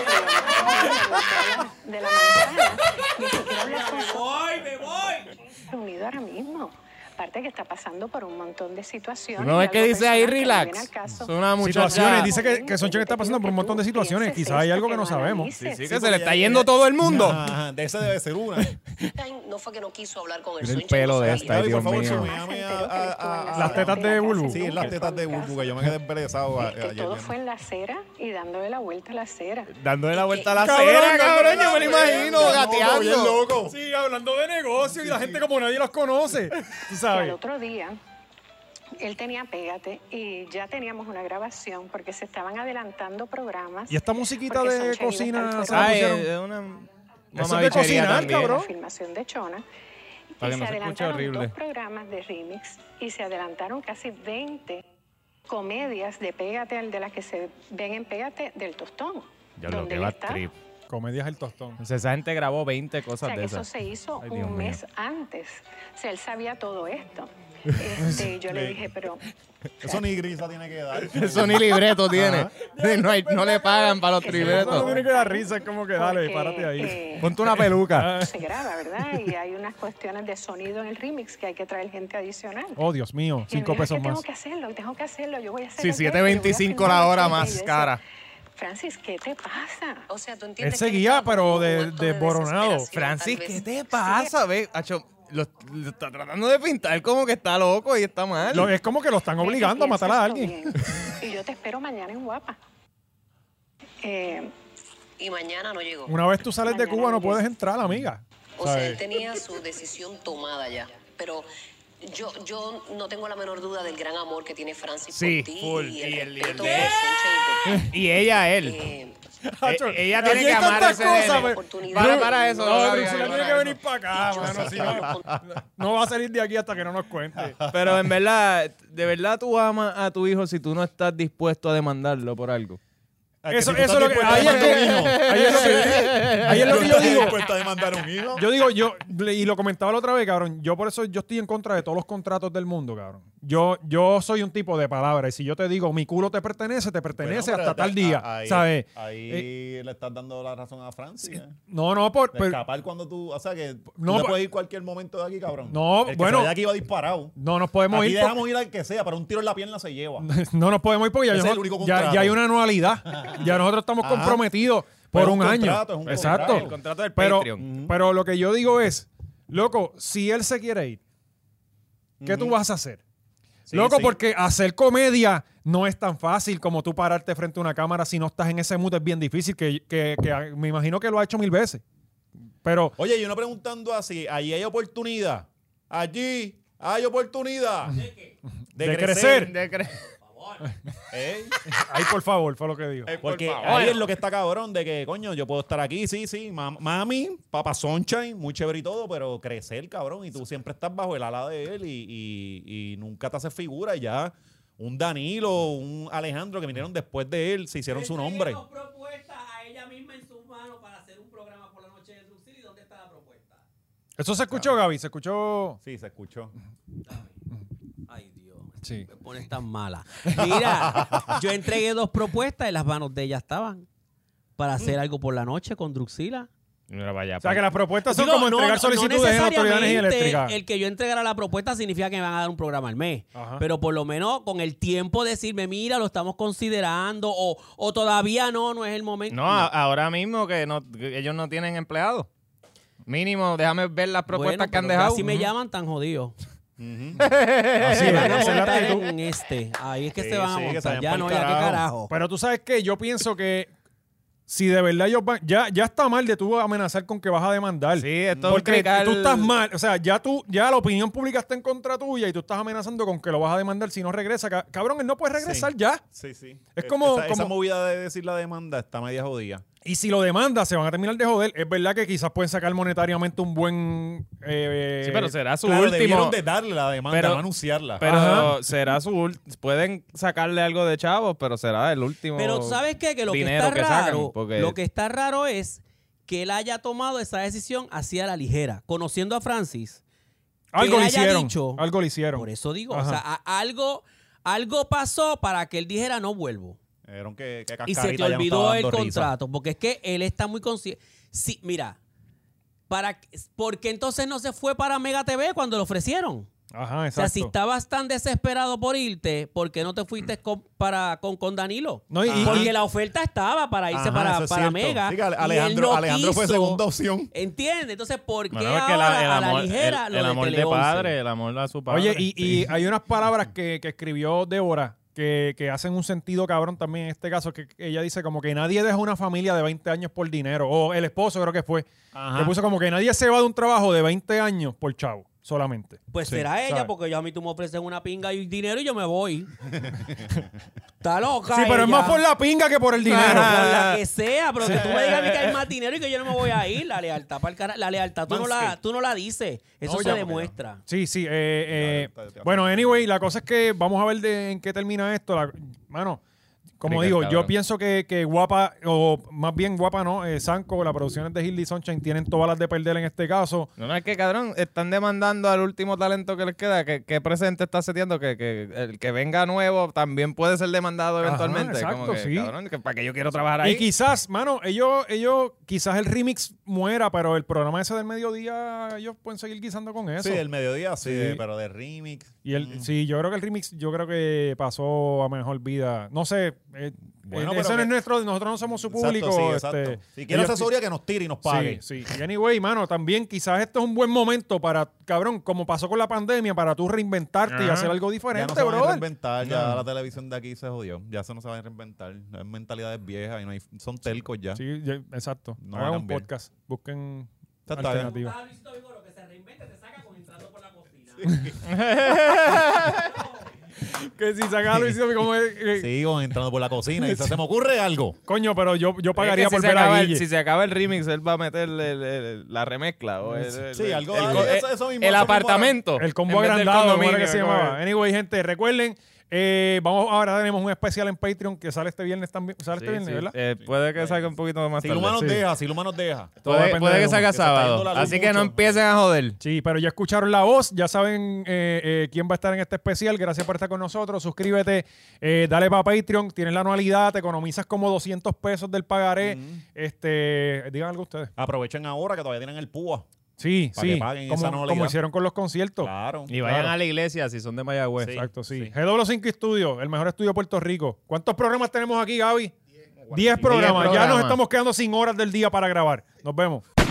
S8: la- de la manzana, dice, quiero hablar con su
S9: voy, me voy.
S8: reunido ahora mismo. Aparte que está pasando por un montón de situaciones.
S4: No ves
S8: y
S4: que
S8: algo
S4: dice ahí
S8: personal que no viene
S4: relax.
S8: al caso.
S4: Es una muchacha.
S3: Situaciones, dice que, que Sonchen está pasando por un montón de situaciones.
S8: Pienses
S3: Quizás hay
S8: esto,
S3: algo que no
S8: lo
S3: sabemos.
S8: analices.
S4: Sí, que se le está yendo todo el mundo.
S2: Ajá, de esa debe ser una.
S11: No fue que no quiso hablar con el
S4: Mira el
S11: Sunche,
S4: pelo
S11: no
S4: de
S11: sabía.
S4: esta, ay,
S2: Gaby, por
S4: Dios
S2: favor,
S4: mío.
S2: sube a mí a- a- a- a-
S3: Las tetas de Bulbu.
S2: Sí, las tetas de Bulbu, que yo me quedé emperezado a-
S8: Es que
S2: ayer.
S8: todo fue en la acera y dándole la vuelta a la acera.
S4: Dándole la vuelta a la
S3: Cabrón,
S4: acera,
S3: cabrón,
S4: cabrón, yo me lo imagino,
S2: Loco, bien
S4: gateando.
S2: loco.
S3: Sí, hablando de negocios y la gente como nadie los conoce. Tú
S8: Y al
S3: sabes.
S8: otro día, él tenía Pégate y ya teníamos una grabación porque se estaban adelantando programas.
S3: Y esta musiquita
S8: Porque
S3: de
S8: Sunshine iba a estar
S3: cocina,
S8: fuera.
S3: se la
S4: Ay,
S3: pusieron?
S4: es una
S3: es de
S4: mamabichería
S3: cocinar,
S4: también.
S3: cabrón.
S8: La filmación de Chona.
S4: Para
S8: y
S4: que no
S8: se
S4: se escuche
S8: adelantaron
S4: horrible.
S8: dos programas de remix y se adelantaron casi 20 comedias de Pégate, al- de las que se ven en Pégate del Tostón.
S4: Ya lo
S8: donde
S4: que
S8: él
S4: va
S8: estaba.
S4: trip.
S3: Comedias el tostón.
S4: O sea, esa gente grabó 20
S8: O sea,
S4: cosas
S8: que
S4: de
S8: eso
S4: esas.
S8: se hizo
S4: Ay, Dios
S8: un
S4: mío.
S8: mes antes. O sea, él sabía todo esto.
S4: [laughs]
S8: Este, yo le dije, pero
S2: Eso ni grisa tiene que dar.
S4: Eso ni libreto tiene. [laughs] No, hay- no le pagan para los
S3: Eso no
S4: libretos.
S3: tiene que dar risa, es como que dale,
S8: porque,
S3: párate ahí.
S8: eh,
S4: Ponte una
S8: [laughs]
S4: peluca.
S8: se graba, ¿verdad? Y hay unas cuestiones de sonido en el remix que hay que traer gente adicional.
S3: Oh, Dios mío,
S8: Y él
S3: cinco
S8: dijo, "Es que
S3: pesos más.
S8: Tengo que hacerlo, tengo que hacerlo, yo voy a hacer
S4: Sí,
S8: el video,
S4: 7.25
S8: yo voy a
S4: la hora
S8: filmar el
S4: más
S8: video". Y yo decía,
S4: cara.
S8: Francis, ¿qué te pasa?
S11: O sea, tú
S3: Él
S11: entiendes que
S3: seguía,
S11: estaba
S3: pero
S11: como en un
S3: de,
S11: acto de
S3: desboronado.
S11: desesperación,
S4: Francis,
S11: tal
S4: ¿qué
S11: vez.
S4: te pasa? Ve, Acho, lo, lo está tratando de pintar como que está loco y está mal.
S3: Lo- es como que lo están
S8: Ven,
S3: obligando a
S8: piensa
S3: matar a
S8: esto
S3: alguien.
S8: bien. Y yo te espero mañana en Guapa. Eh,
S11: Y mañana no llegó.
S3: Una vez tú sales de Cuba no puedes entrar, amiga.
S11: O sea, él tenía su decisión tomada ya. Pero yo, yo no tengo la menor duda del gran amor que tiene Francis
S4: Sí,
S11: por ti.
S4: full.
S11: Y
S4: Y
S11: el
S4: el-
S11: respeto
S4: el-
S11: por Sunshine y por ti.
S4: [laughs] Y ella a él.
S11: Eh,
S3: Acho,
S4: Eh, ella
S3: aquí
S4: tiene que
S3: hay
S4: amar
S3: tantas
S4: ese nene.
S3: cosas, pero-
S11: oportunidad.
S4: Para, para eso.
S3: No,
S4: Gaby,
S3: Drusela
S4: Gaby,
S3: tiene
S4: para
S3: que
S4: eso.
S3: venir para acá,
S11: Dicho
S3: mano,
S11: sea
S3: si
S11: claro,
S3: no, no va a salir de aquí hasta que no nos cuente.
S4: Pero en verdad, de verdad tú amas a tu hijo si tú no estás dispuesto a demandarlo por algo.
S3: Eso, eso es lo que. Ahí es, que, ahí es lo que, ahí es lo que
S2: [laughs]
S3: yo digo.
S2: Cuesta de mandar un hijo.
S3: Yo digo, yo, le- y lo comentaba la otra vez, cabrón, yo por eso yo estoy en contra de todos los contratos del mundo, cabrón. Yo, yo soy un tipo de palabra, y si yo te digo, mi culo te pertenece, te pertenece
S2: Bueno, pero
S3: hasta tal
S2: a-
S3: día,
S2: ahí-
S3: ¿sabes?
S2: Ahí
S3: Eh,
S2: le estás dando la razón a Francis. eh.
S3: no, no, por, pues,
S2: De
S3: pero-
S2: escapar cuando tú. O sea, que
S3: No,
S2: no
S3: pa-
S2: puedes ir cualquier momento de aquí, cabrón.
S3: No,
S2: El que se
S3: bueno.
S2: vaya de aquí va disparado.
S3: no nos podemos
S2: aquí
S3: ir.
S2: dejamos ir al que sea, pero un tiro en la pierna se lleva.
S3: por- [laughs] no nos podemos ir porque ya,
S2: Ese es
S3: yo-
S2: el único
S3: ya,
S2: contrato.
S3: ya hay una anualidad.
S2: [laughs]
S3: ya nosotros estamos
S2: Ajá.
S3: comprometidos
S2: Pero
S3: por
S2: es
S3: un,
S2: un
S3: año.
S2: contrato, es un
S3: Exacto.
S2: contrato. El
S4: contrato del
S3: pero,
S4: Patreon.
S3: Pero lo que yo digo es, loco, si él se quiere ir, ¿qué tú vas a hacer?
S2: Sí,
S3: Loco,
S2: sí.
S3: porque hacer comedia no es tan fácil como tú pararte frente a una cámara si no estás en ese mood. Es bien difícil, que, que- que me imagino que lo ha hecho mil veces. Pero
S2: Oye, y uno preguntando así, allí hay oportunidad. Allí hay
S3: [laughs]
S2: oportunidad. ¿De
S3: De crecer.
S4: De cre-
S2: ¿Eh?
S3: ahí, por favor, fue lo que digo.
S2: Porque
S4: favor.
S2: ahí es lo que está cabrón, de que, coño, yo puedo estar aquí, sí, sí, mam- mami, papá Sunshine, muy chévere y todo, pero crecer, cabrón, y tú siempre estás bajo el ala de él y, y- y nunca te haces figura y ya. Un Danilo, un Alejandro que vinieron después de él, se hicieron su nombre.
S9: Entregué dos propuestas a ella misma en sus manos para hacer un programa por la noche de Drusili. ¿Dónde está la propuesta?
S3: Eso se escuchó, Gaby, se escuchó...
S2: Sí, se escuchó.
S9: Ay, Dios.
S3: Sí.
S9: Me pones tan mala. [laughs] Mira, yo entregué dos propuestas y las manos de ella estaban para hacer algo por la noche con Druxila.
S4: Mira, vaya.
S3: O sea, que las propuestas son
S9: Digo,
S3: como
S9: no-
S3: entregar
S9: no
S3: solicitudes en autoridades
S9: necesariamente
S3: eléctricas.
S9: El que yo entregara la propuesta significa que me van a dar un programa al mes.
S3: Ajá.
S9: Pero por lo menos con el tiempo decirme, mira, lo estamos considerando o, o todavía no, no es el momento.
S4: No, a- ahora mismo que, no, que ellos no tienen empleados. Mínimo, déjame ver las propuestas
S9: Bueno,
S4: que han
S9: pero
S4: dejado.
S9: Así me llaman tan jodido.
S3: Así
S9: Se
S3: es,
S9: van
S3: esa
S9: a
S3: es la
S9: montar
S3: actitud.
S9: en este. Ahí es que
S2: Sí,
S9: se van
S2: sí, que
S9: a
S2: se
S9: montar.
S2: vayan
S9: Ya
S2: pa'l
S9: no, ya qué
S2: carajo.
S9: carajo.
S3: Pero tú sabes que yo pienso que si de verdad ellos van, ya, ya está mal de tú amenazar con que vas a demandar.
S4: Sí, esto es
S3: Porque
S4: criticar-
S3: tú estás mal, o sea, ya tú, ya la opinión pública está en contra tuya y tú estás amenazando con que lo vas a demandar si no regresa. Ca- Cabrón, él no puede regresar
S2: Sí.
S3: ya.
S2: Sí, sí.
S3: Es como-
S2: Esa, esa
S3: como-
S2: movida de decir la demanda está media jodida.
S3: Y si lo demanda, se van a terminar de joder. Es verdad que quizás pueden sacar monetariamente un buen. eh,
S4: Sí, pero será su
S2: Claro,
S4: último.
S2: debieron de darle la demanda,
S4: Pero-
S2: no anunciarla.
S4: Pero
S3: Ajá.
S4: será su último. Pueden sacarle algo de chavos, pero será el último.
S9: Pero ¿sabes qué? Que lo que
S4: dinero
S9: está
S4: sacan,
S9: raro,
S4: porque-
S9: lo que está raro es que él haya tomado esa decisión hacia la ligera, conociendo a Francis.
S3: algo
S9: que
S3: le
S9: haya
S3: hicieron.
S9: dicho-
S3: Algo le hicieron.
S9: Por eso digo, o
S3: Ajá.
S9: sea, a- algo Algo pasó para que él dijera no vuelvo.
S2: Vieron que, que
S9: Y se te
S2: Cascarita ya me
S9: olvidó
S2: estaba
S9: el
S2: dando risa.
S9: contrato, porque es que él está muy consciente. Sí, mira, para, ¿por qué entonces no se fue para Mega TV cuando le ofrecieron?
S3: Ajá,
S9: O sea, si
S3: exacto.
S9: estabas tan desesperado por irte, ¿por qué no te fuiste con, para, con, con Danilo?
S3: No, y- y-
S9: Porque la oferta estaba para irse
S2: Ajá,
S9: para,
S2: eso es
S9: para
S2: cierto.
S9: Mega.
S2: Sí,
S9: y
S2: que Ale-
S9: él
S2: Alejandro,
S9: no
S2: Alejandro fue
S9: quiso.
S2: segunda opción.
S9: ¿Entiende? Entonces, ¿por qué
S4: Bueno, es que la-
S9: ahora
S4: el
S9: a la
S4: amor,
S9: ligera
S4: el,
S9: lo
S4: el
S9: de
S4: amor de,
S9: Tele 11?
S4: padre, el amor a su padre.
S3: Oye, y, y hay unas palabras que, que escribió Débora que, que hacen un sentido cabrón también en este caso, que ella dice como que nadie deja una familia de 20 años por dinero, o el esposo creo que fue, que puso como que nadie se va de un trabajo de 20 años por chavo, solamente.
S9: Pues será ella,
S3: ¿sabes?
S9: porque yo a mí tú me ofreces una pinga y dinero y yo me
S3: [laughs]
S9: voy. Está loca.
S3: sí, pero es
S9: ella.
S3: más por la pinga que por el
S9: Claro,
S3: dinero.
S9: por la que sea, pero que tú me digas a mí que hay más dinero y que yo no me voy a ir. La lealtad, para la lealtad tú, no la, tú no la dices. Eso se demuestra.
S3: Sí, sí. eh, eh,
S2: está- está-
S3: bueno, anyway, la cosa es que vamos a ver de, en qué termina esto. La- mano, como
S4: Cricket,
S3: digo, yo
S4: cabrón.
S3: pienso que, que Guapa, o más bien Guapa no, eh, Sanco, las producciones de Hildy Sunshine tienen todas las de perder en este caso.
S4: No, no, es que cabrón, están demandando al último talento que les queda, que, que presente está seteando, que, que el que venga nuevo también puede ser demandado
S3: Ajá,
S4: eventualmente.
S3: exacto,
S4: Como que,
S3: sí.
S4: cabrón, que, ¿para qué yo quiero trabajar ahí?
S3: Y quizás, mano, ellos, ellos, quizás el remix muera, pero el programa ese del mediodía, ellos pueden seguir guisando con eso.
S2: Sí, Mm. del mediodía, sí,
S3: Sí.
S2: de- pero de remix.
S3: y el, sí, yo creo que el remix, yo creo que pasó a mejor vida. No sé, eh,
S2: Bueno,
S3: eh,
S2: pero
S3: eso no
S2: que-
S3: es nuestro, nosotros no somos su
S2: Exacto,
S3: público.
S2: sí,
S3: este,
S2: exacto. Si quiere
S3: ellos-
S2: asesoría, que nos tire y nos pague.
S3: Sí, sí. Y anyway, mano, también quizás esto es un buen momento para, cabrón, como pasó con la pandemia, para tú reinventarte y
S4: Ajá.
S3: hacer algo
S2: Ya no
S3: diferente,
S2: se van a
S3: brother.
S2: reinventar, ya la televisión de aquí se jodió. Ya se no se van a reinventar. Las mentalidades viejas y no hay, son telcos ya.
S3: Sí, ya- exacto.
S2: No
S3: Hagan
S2: hagan
S3: un
S2: bien.
S3: podcast. Busquen
S2: Está- está bien.
S3: alternativas. [laughs] Que si saca a Luisito, como es- eh,
S2: Sigo entrando por la cocina
S3: [laughs]
S2: y se se me ocurre algo.
S3: Coño, pero yo, yo
S4: Es que
S3: pagaría
S4: si
S3: por
S4: se
S3: ver
S4: acaba
S3: a
S4: el-
S3: Guille.
S4: Si se acaba el remix, él va a meter el- el- el- la remezcla. O el, el-
S2: Sí, algo-
S4: el,
S2: algo-
S4: co-
S2: eso-
S4: eh,
S2: eso mismo,
S4: el
S2: eso mismo.
S4: apartamento.
S3: El combo
S4: en vez del
S3: agrandado, ¿cómo era
S4: condominio,
S3: que se
S4: como-
S3: llamaba? Anyway, gente, recuerden, eh, vamos ahora tenemos un especial en Patreon que sale este viernes también. Sale
S4: Sí,
S3: este viernes,
S4: sí.
S3: ¿verdad?
S4: Eh, puede que salga un poquito más
S2: Si
S4: tarde.
S2: Luma nos
S3: sí.
S2: deja, si Luma nos deja.
S3: Todo
S4: Puede,
S3: depende
S4: puede
S3: de
S4: que
S3: Luma,
S4: salga
S2: que se está yendo
S4: sábado.
S2: la luz
S4: Así que no
S2: mucho.
S4: empiecen a joder.
S3: Sí, pero ya escucharon la voz, ya saben eh, eh, quién va a estar en este especial. Gracias por estar con nosotros. Suscríbete, eh, dale para Patreon. Tienes la anualidad, te economizas como 200 pesos del pagaré. Este, digan algo ustedes.
S2: Aprovechen ahora que todavía tienen el púa.
S3: Sí,
S2: Pa'
S3: sí.
S2: que paguen esa
S3: como,
S2: anualidad.
S3: como hicieron con los conciertos.
S2: Claro.
S4: Y vayan a la iglesia si son de Mayagüez.
S3: Exacto, sí. GW5 Studio, el mejor estudio de Puerto Rico. ¿Cuántos programas tenemos aquí, Gaby? 10 programas. Ya nos
S4: programas.
S3: estamos quedando sin horas del día para grabar. Nos vemos.